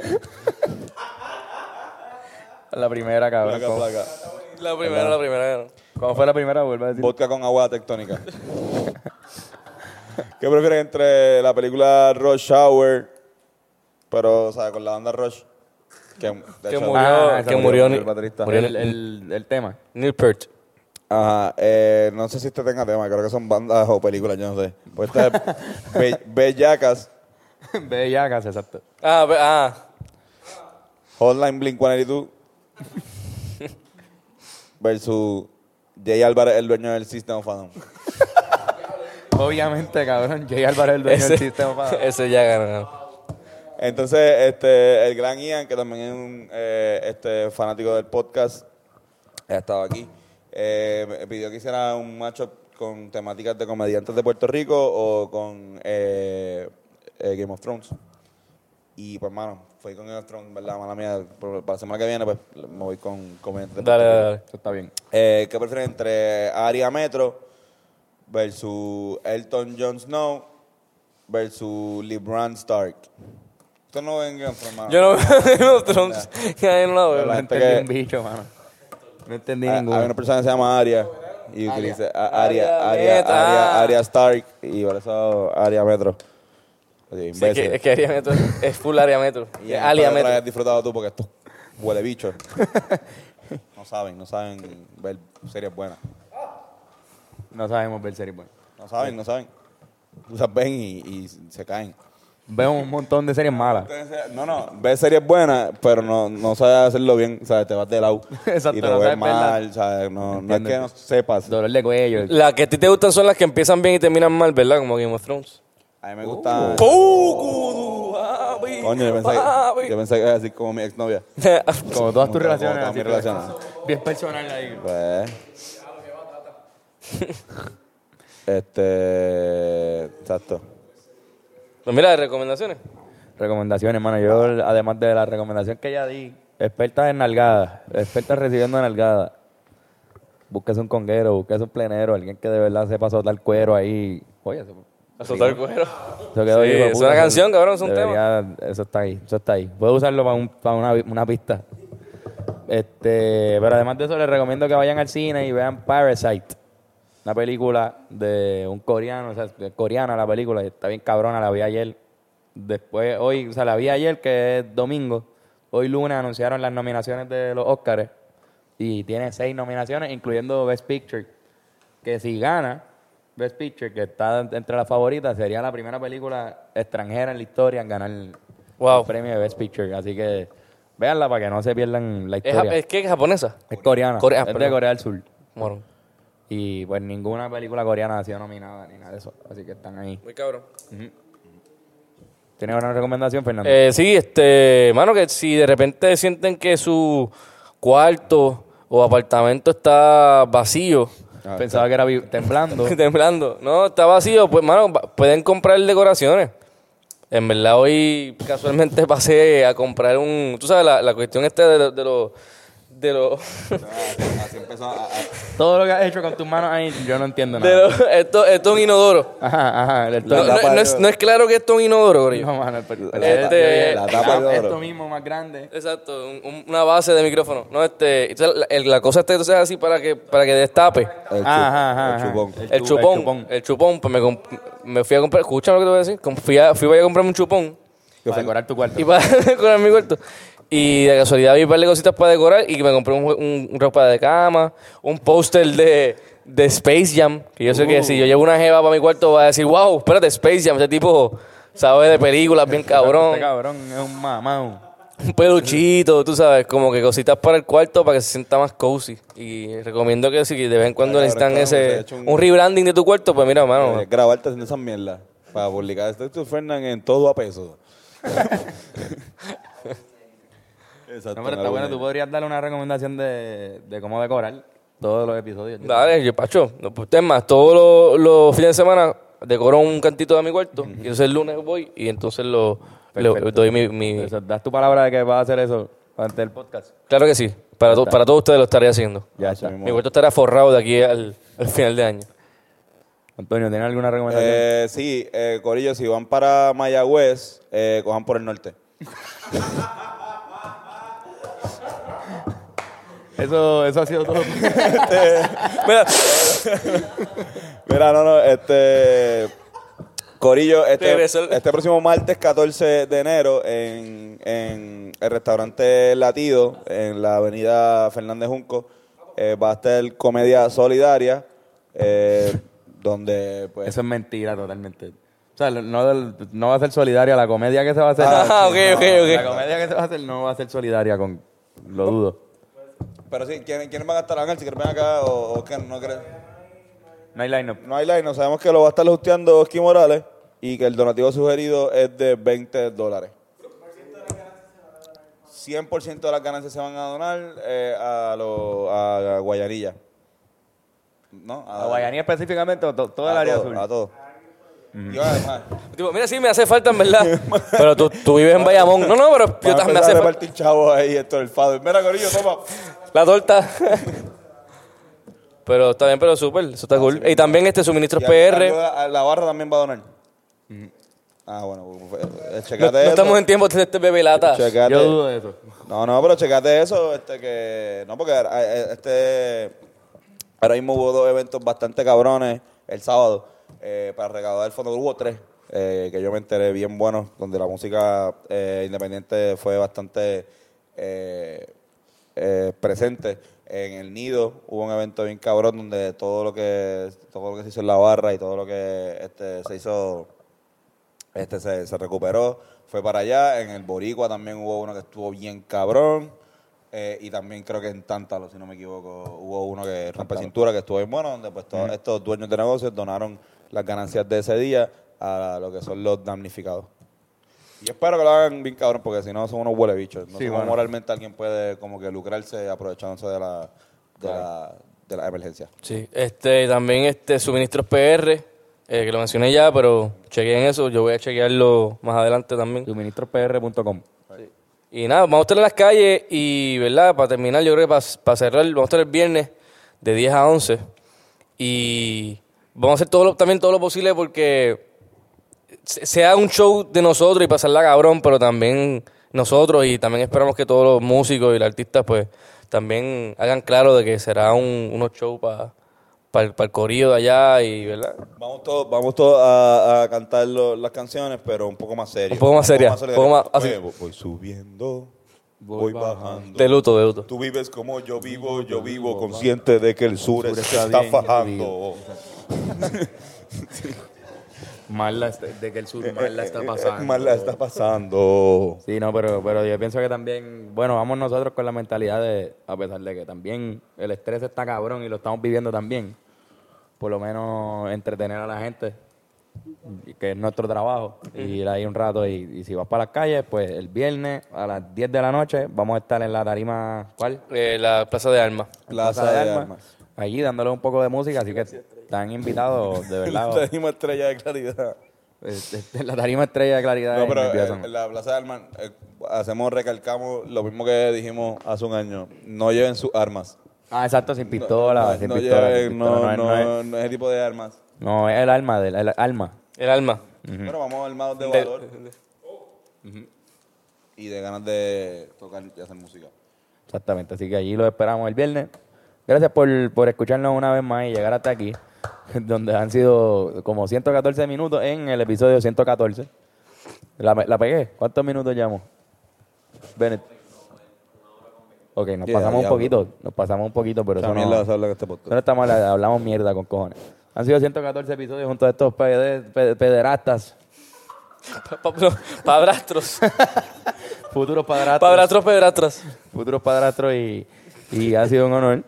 Speaker 1: La primera, cabrón.
Speaker 3: placa,
Speaker 1: ¿Cómo,
Speaker 3: placa.
Speaker 2: La primera, la primera.
Speaker 1: cómo fue la primera? Vuelve a decir.
Speaker 3: Vodka con agua tectónica. ¿Qué prefieren entre la película Rush Hour, pero, o sea, con la banda Rush? Que, de hecho,
Speaker 2: murió.
Speaker 1: Ah, esa
Speaker 2: que murió
Speaker 3: el baterista.
Speaker 1: murió el, el- el tema.
Speaker 2: Neil Peart.
Speaker 3: Ajá, eh, no sé si este tenga tema, creo que son bandas o películas, yo no sé. Pues esta es Be- Bellacas,
Speaker 1: Bellacas, exacto.
Speaker 2: Ah, ve- ah.
Speaker 3: Hotline Blink 182, versus Jay Álvarez, el dueño del System of a Down.
Speaker 1: Obviamente, cabrón. Jay Álvarez, el dueño del
Speaker 2: Ese,
Speaker 1: sistema. para-
Speaker 2: ese ya ganó.
Speaker 3: Entonces, este, el gran Ian, que también es un eh, este, fanático del podcast, ha estado aquí. eh, me pidió que hiciera un matchup con temáticas de comediantes de Puerto Rico o con eh, eh, Game of Thrones. Y pues, mano, fui con Game of Thrones, ¿verdad? Mala mía. Por- Para la semana que viene, pues, me voy con comediantes de
Speaker 2: Dale,
Speaker 3: Puerto Rico.
Speaker 2: dale, dale.
Speaker 1: Eso está bien.
Speaker 3: Eh, ¿Qué prefieren entre Aria Metro versus Elton John Snow versus LeBron Stark? Esto no venga informado.
Speaker 2: Yo no veo Game of Thrones. Ya yo no la veo.
Speaker 1: No
Speaker 3: La gente
Speaker 1: entendí
Speaker 3: que-
Speaker 1: un bicho, mano. No entendí
Speaker 3: Ah, Hay
Speaker 1: ninguno.
Speaker 3: una persona que se llama Aria y utiliza a- Aria,
Speaker 2: Aria
Speaker 3: Aria,
Speaker 2: Metro,
Speaker 3: Aria,
Speaker 2: ah.
Speaker 3: Aria Stark y por eso Aria Metro. Así,
Speaker 2: Sí, es,
Speaker 3: imbécil.
Speaker 2: que, es que área metro es full área metro.
Speaker 3: Y
Speaker 2: es
Speaker 3: espero
Speaker 2: alia
Speaker 3: que lo hayas
Speaker 2: metro.
Speaker 3: disfrutado tú porque estos huele bichos. no saben, no saben ver series buenas.
Speaker 1: No sabemos ver series buenas.
Speaker 3: No saben, no saben. Tú sabes, ven y, y se caen.
Speaker 1: Vemos un montón de series malas.
Speaker 3: No, no, ves series buenas, pero no, no sabes hacerlo bien. O sea, te vas de lado.
Speaker 1: Exacto,
Speaker 3: y lo
Speaker 1: no
Speaker 3: ves
Speaker 1: sabes verla.
Speaker 3: mal. o sea, No, no es
Speaker 1: Entiendo.
Speaker 3: que no sepas.
Speaker 1: Dolor de cuello.
Speaker 2: Las que a ti te gustan son las que empiezan bien y terminan mal, ¿verdad? Como Game of Thrones.
Speaker 3: A mí me gusta.
Speaker 1: Uh.
Speaker 2: Papi,
Speaker 3: Coño, yo pensé,
Speaker 2: papi.
Speaker 3: yo pensé que iba a decir como mi exnovia.
Speaker 1: Como todas
Speaker 3: Como
Speaker 1: tus relaciones.
Speaker 3: todas mis
Speaker 1: así,
Speaker 3: relaciones.
Speaker 1: Bien personal ahí.
Speaker 3: Pues. este. Exacto.
Speaker 2: Pues mira, de recomendaciones.
Speaker 1: Recomendaciones, hermano. Yo, además de la recomendación que ya di, expertas en nalgadas, expertas recibiendo nalgadas. Búsquese un conguero, búsquese un plenero, alguien que de verdad sepa soltar cuero ahí. Oye, eso,
Speaker 2: Azotar el cuero.
Speaker 1: eso quedó
Speaker 2: Sí,
Speaker 1: hijo de
Speaker 2: es
Speaker 1: puta,
Speaker 2: una
Speaker 1: eso-
Speaker 2: canción, cabrón, es un
Speaker 1: debería- Eso está ahí, eso está ahí. Puedo usarlo para, un- para una, una pista. Este, pero además de eso, les recomiendo que vayan al cine y vean Parasite. Una película de un coreano, o sea, es coreana la película, y está bien cabrona, la vi ayer. Después, hoy, o sea, la vi ayer, que es domingo. Hoy lunes anunciaron las nominaciones de los Oscars. Y tiene seis nominaciones, incluyendo Best Picture. Que si gana Best Picture, que está entre las favoritas, sería la primera película extranjera en la historia en ganar
Speaker 2: Wow.
Speaker 1: el premio de Best Picture. Así que véanla para que no se pierdan la
Speaker 2: Es,
Speaker 1: historia.
Speaker 2: ja- es que es japonesa.
Speaker 1: Es coreana.
Speaker 2: Corea,
Speaker 1: es de
Speaker 2: perdón.
Speaker 1: Corea del Sur.
Speaker 2: Morón.
Speaker 1: Y pues ninguna película coreana ha sido nominada ni nada de eso. Así que están ahí.
Speaker 2: Muy cabrón.
Speaker 1: ¿Tienes una recomendación, Fernando?
Speaker 2: Eh, sí, este, mano, que si de repente sienten que su cuarto o apartamento está vacío,
Speaker 1: Ah, Pensaba que era vi- temblando.
Speaker 2: temblando, no, está vacío, pues, mano, va- pueden comprar decoraciones. En verdad, hoy casualmente pasé a comprar un, tú sabes, la, la cuestión esta de los, de los, de los,
Speaker 3: Así empezó a. a-
Speaker 1: Todo lo que has hecho con tus manos ahí, yo no entiendo
Speaker 2: de
Speaker 1: nada.
Speaker 2: los- esto, esto es un inodoro.
Speaker 1: Ajá, ajá. El
Speaker 2: No,
Speaker 1: todo-
Speaker 2: no- no es, no es claro que esto es un inodoro, Corillo.
Speaker 1: No, mano, el per-
Speaker 3: la-
Speaker 2: Este-
Speaker 3: la tapa de oro.
Speaker 1: Esto mismo más grande.
Speaker 2: Exacto, un- un- una base de micrófono. No, este, entonces, la, el- la cosa está entonces así para que, para que destape.
Speaker 3: El, chu-
Speaker 1: Ajá, ajá,
Speaker 3: el
Speaker 1: ajá.
Speaker 3: chupón.
Speaker 2: El,
Speaker 1: chu-
Speaker 2: chupón,
Speaker 1: el chupón.
Speaker 2: el chupón. pues me, comp- me fui a comprar. Escucha lo que te voy a decir. Com- Fui a, fui a comprarme un chupón
Speaker 1: Para decorar tu cuarto.
Speaker 2: y para decorar mi cuarto. Y de casualidad vi un par de cositas para decorar y me compré un, jue- un- un ropa de cama, un póster de, de Space Jam. Que yo sé que si yo llevo una jeva para mi cuarto va a decir, wow, espérate, Space Jam, ese tipo sabe de películas bien cabrón.
Speaker 1: Este cabrón es un mamau.
Speaker 2: un peluchito, tú sabes, como que cositas para el cuarto para que se sienta más cozy. Y recomiendo que si de vez en cuando
Speaker 3: Ay,
Speaker 2: necesitan
Speaker 3: cabrón, cabrón, se ha
Speaker 2: ese
Speaker 3: hecho un-
Speaker 2: un... rebranding de tu cuarto, pues mira, mano,
Speaker 3: Eh, grabarte haciendo esa mierda. Para publicar. Esto es Fernan en todo a peso. Exacto.
Speaker 1: No, pero está bueno. Tú podrías darle una recomendación de, de cómo decorar todos los episodios.
Speaker 2: dale, yo pacho. No, pues, es más, todos los, los fines de semana decoro un cantito de mi cuarto y entonces el lunes voy y entonces lo, le-
Speaker 1: Perfecto.
Speaker 2: doy mi... mi-
Speaker 1: Eso, das tu palabra de que vas a hacer eso antes del podcast.
Speaker 2: Claro que sí, para, to- para todos ustedes lo estaré haciendo.
Speaker 1: Ya está.
Speaker 2: Mi cuarto estará forrado de aquí al, al final de año.
Speaker 1: Antonio, ¿tienes alguna recomendación?
Speaker 3: Eh, sí, eh, Corillo, si van para Mayagüez, eh, cojan por el norte.
Speaker 1: Eso, eso ha sido todo.
Speaker 3: Mira, Mira, no, no, este. Corillo, este,
Speaker 2: Regresó el-
Speaker 3: este próximo martes 14 de enero en, en el restaurante Latido, en la avenida Fernández Junco, eh, va a estar Comedia Solidaria, eh, donde pues...
Speaker 1: Eso es mentira totalmente. O sea, no, del- no va a ser solidaria la comedia que se va a hacer.
Speaker 2: Ah, ok, ok,
Speaker 1: La
Speaker 2: ok.
Speaker 1: comedia que se va a hacer no va a ser solidaria con... Lo dudo.
Speaker 3: Pero sí, ¿quiénes, quiénes van a estar, Ángel? Si quieren ven acá o, o que no creen.
Speaker 1: No hay line-up.
Speaker 3: No hay line, no sabemos que lo va a estar hosteando Oski Morales y que el donativo sugerido es de 20 dólares. 100% de las ganancias se van a donar eh, a, lo- a Guayanilla. ¿No?
Speaker 1: A Guayaní específicamente o to- todo el
Speaker 3: a
Speaker 1: área
Speaker 3: todo,
Speaker 1: azul.
Speaker 3: A todo. Y además,
Speaker 2: Tipo, mira, sí, me hace falta en verdad. pero tú, tú vives en Bayamón. No, no, pero yo
Speaker 3: van a
Speaker 2: también me
Speaker 3: empezar
Speaker 2: hace
Speaker 3: a
Speaker 2: falta.
Speaker 3: repartir chavos ahí, esto el Fado. Mira, Corillo, toma.
Speaker 2: La torta. pero está bien, pero súper. Eso está cool. Y también este suministro
Speaker 3: Y
Speaker 2: PR.
Speaker 3: algo a- a La barra también va a donar. Ah, bueno, pues, eh,
Speaker 2: No,
Speaker 3: checate
Speaker 2: no
Speaker 3: eso.
Speaker 2: estamos en tiempo de hacer este bebé lata.
Speaker 3: Checate.
Speaker 1: Yo dudo de eso.
Speaker 3: No, no, pero checate eso, este que. No, porque a- a- este. Ahora mismo hubo dos eventos bastante cabrones el sábado eh, para Eh, recaudar el fondo. Hubo tres. eh, que yo me enteré bien bueno, donde la música eh, independiente fue bastante eh, eh, presente. En el nido hubo un evento bien cabrón donde todo lo que todo lo que se hizo en la barra y todo lo que este, se hizo este se, se recuperó, fue para allá. En el Boricua también hubo uno que estuvo bien cabrón. eh, y también creo que en Tántalo, si no me equivoco, hubo uno que rompe cintura que estuvo bien bueno, donde pues todos estos dueños de negocios donaron las ganancias de ese día a lo que son los damnificados. Y espero que lo hagan bien cabrón, porque si no son unos huele bichos. No
Speaker 1: Sí,
Speaker 3: sé cómo
Speaker 1: mano.
Speaker 3: moralmente alguien puede como que lucrarse aprovechándose de la, de la, de la emergencia.
Speaker 2: Sí, este, también este suministros PR, eh, que lo mencioné ya, pero chequeen eso, yo voy a chequearlo más adelante también.
Speaker 1: Suministrospr.com.
Speaker 2: Y nada, vamos a estar en las calles y, ¿verdad? Para terminar, yo creo que para, cerrar, vamos a estar el viernes de 10 a 11. Y vamos a hacer todo lo- también todo lo posible porque se- sea un show de nosotros y pasarla cabrón, pero también nosotros y también esperamos que todos los músicos y los artistas pues también hagan claro de que será un, unos shows para el, corillo de allá y, ¿verdad?
Speaker 3: Vamos todos, vamos todos a, a cantar lo- las canciones, pero un poco más serio.
Speaker 2: Un poco más seria,
Speaker 3: serio.
Speaker 2: un poco más- así.
Speaker 3: Oye, voy, Pues, voy subiendo, voy, bajando.
Speaker 2: De luto, de luto.
Speaker 3: Tú vives como yo vivo, yo vivo consciente de que el sur, se está
Speaker 1: bien, yo
Speaker 3: fajando.
Speaker 1: Marla, este, de que el sur Marla está
Speaker 3: Eh, Mal la está pasando.
Speaker 1: Sí, no, pero, pero yo pienso que también, bueno, vamos nosotros con la mentalidad de, a pesar de que también el estrés está cabrón y lo estamos viviendo también, por lo menos entretener a la gente, y que es nuestro trabajo, y ir ahí un rato y, y si vas para las calles, pues el viernes a las 10 de la noche vamos a estar en la tarima, ¿cuál?
Speaker 2: Eh, la Plaza de Armas.
Speaker 3: Plaza
Speaker 1: Plaza
Speaker 3: de
Speaker 1: Armas,
Speaker 3: Armas.
Speaker 1: Allí dándole un poco de música, así que están invitados, de
Speaker 3: La
Speaker 1: verdad.
Speaker 3: tarima estrella de claridad.
Speaker 1: Este, este, la tarima estrella de claridad.
Speaker 3: No,
Speaker 1: en
Speaker 3: pero
Speaker 1: el
Speaker 3: eh,
Speaker 1: Piazza.
Speaker 3: en la Plaza de Armas eh, hacemos, recalcamos lo mismo que dijimos hace un año. No lleven sus armas.
Speaker 1: Ah, exacto, sin pistola,
Speaker 3: no,
Speaker 1: sin
Speaker 3: no
Speaker 1: pistola. sin
Speaker 3: lleven,
Speaker 1: pistola,
Speaker 3: no,
Speaker 1: es-
Speaker 3: no,
Speaker 1: es-
Speaker 3: no es ese tipo de armas.
Speaker 1: No, es el alma, del, el alma.
Speaker 2: El Alma.
Speaker 3: Bueno, vamos armados de valor y de ganas de tocar y hacer música.
Speaker 1: Exactamente, así que allí lo esperamos el viernes. Gracias por, por escucharnos una vez más y llegar hasta aquí, donde han sido como 114 minutos en el episodio 114. ¿La, la pegué? ¿Cuántos minutos llevamos? Bennett. Ok, nos
Speaker 3: Yeah,
Speaker 1: pasamos un
Speaker 3: diablo.
Speaker 1: poquito, nos pasamos un poquito, pero eso
Speaker 3: También
Speaker 1: no-
Speaker 3: la vas a hablar en este
Speaker 1: No
Speaker 3: podcast.
Speaker 1: estamos hablando- hablamos mierda con cojones. Han sido 114 episodios junto a estos pede- pe- pederastas,
Speaker 2: Pa- pa- no, padrastros.
Speaker 1: futuros padrastros.
Speaker 2: padrastros, padrastros.
Speaker 1: futuros padrastros y, y ha sido un honor.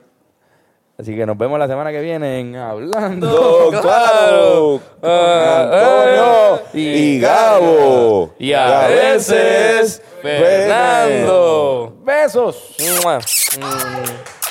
Speaker 1: Así que nos vemos la semana que viene en Hablando
Speaker 3: claro. Antonio y Gabo.
Speaker 2: Y a veces, Fernando.
Speaker 1: Besos.
Speaker 2: Mua. Mm.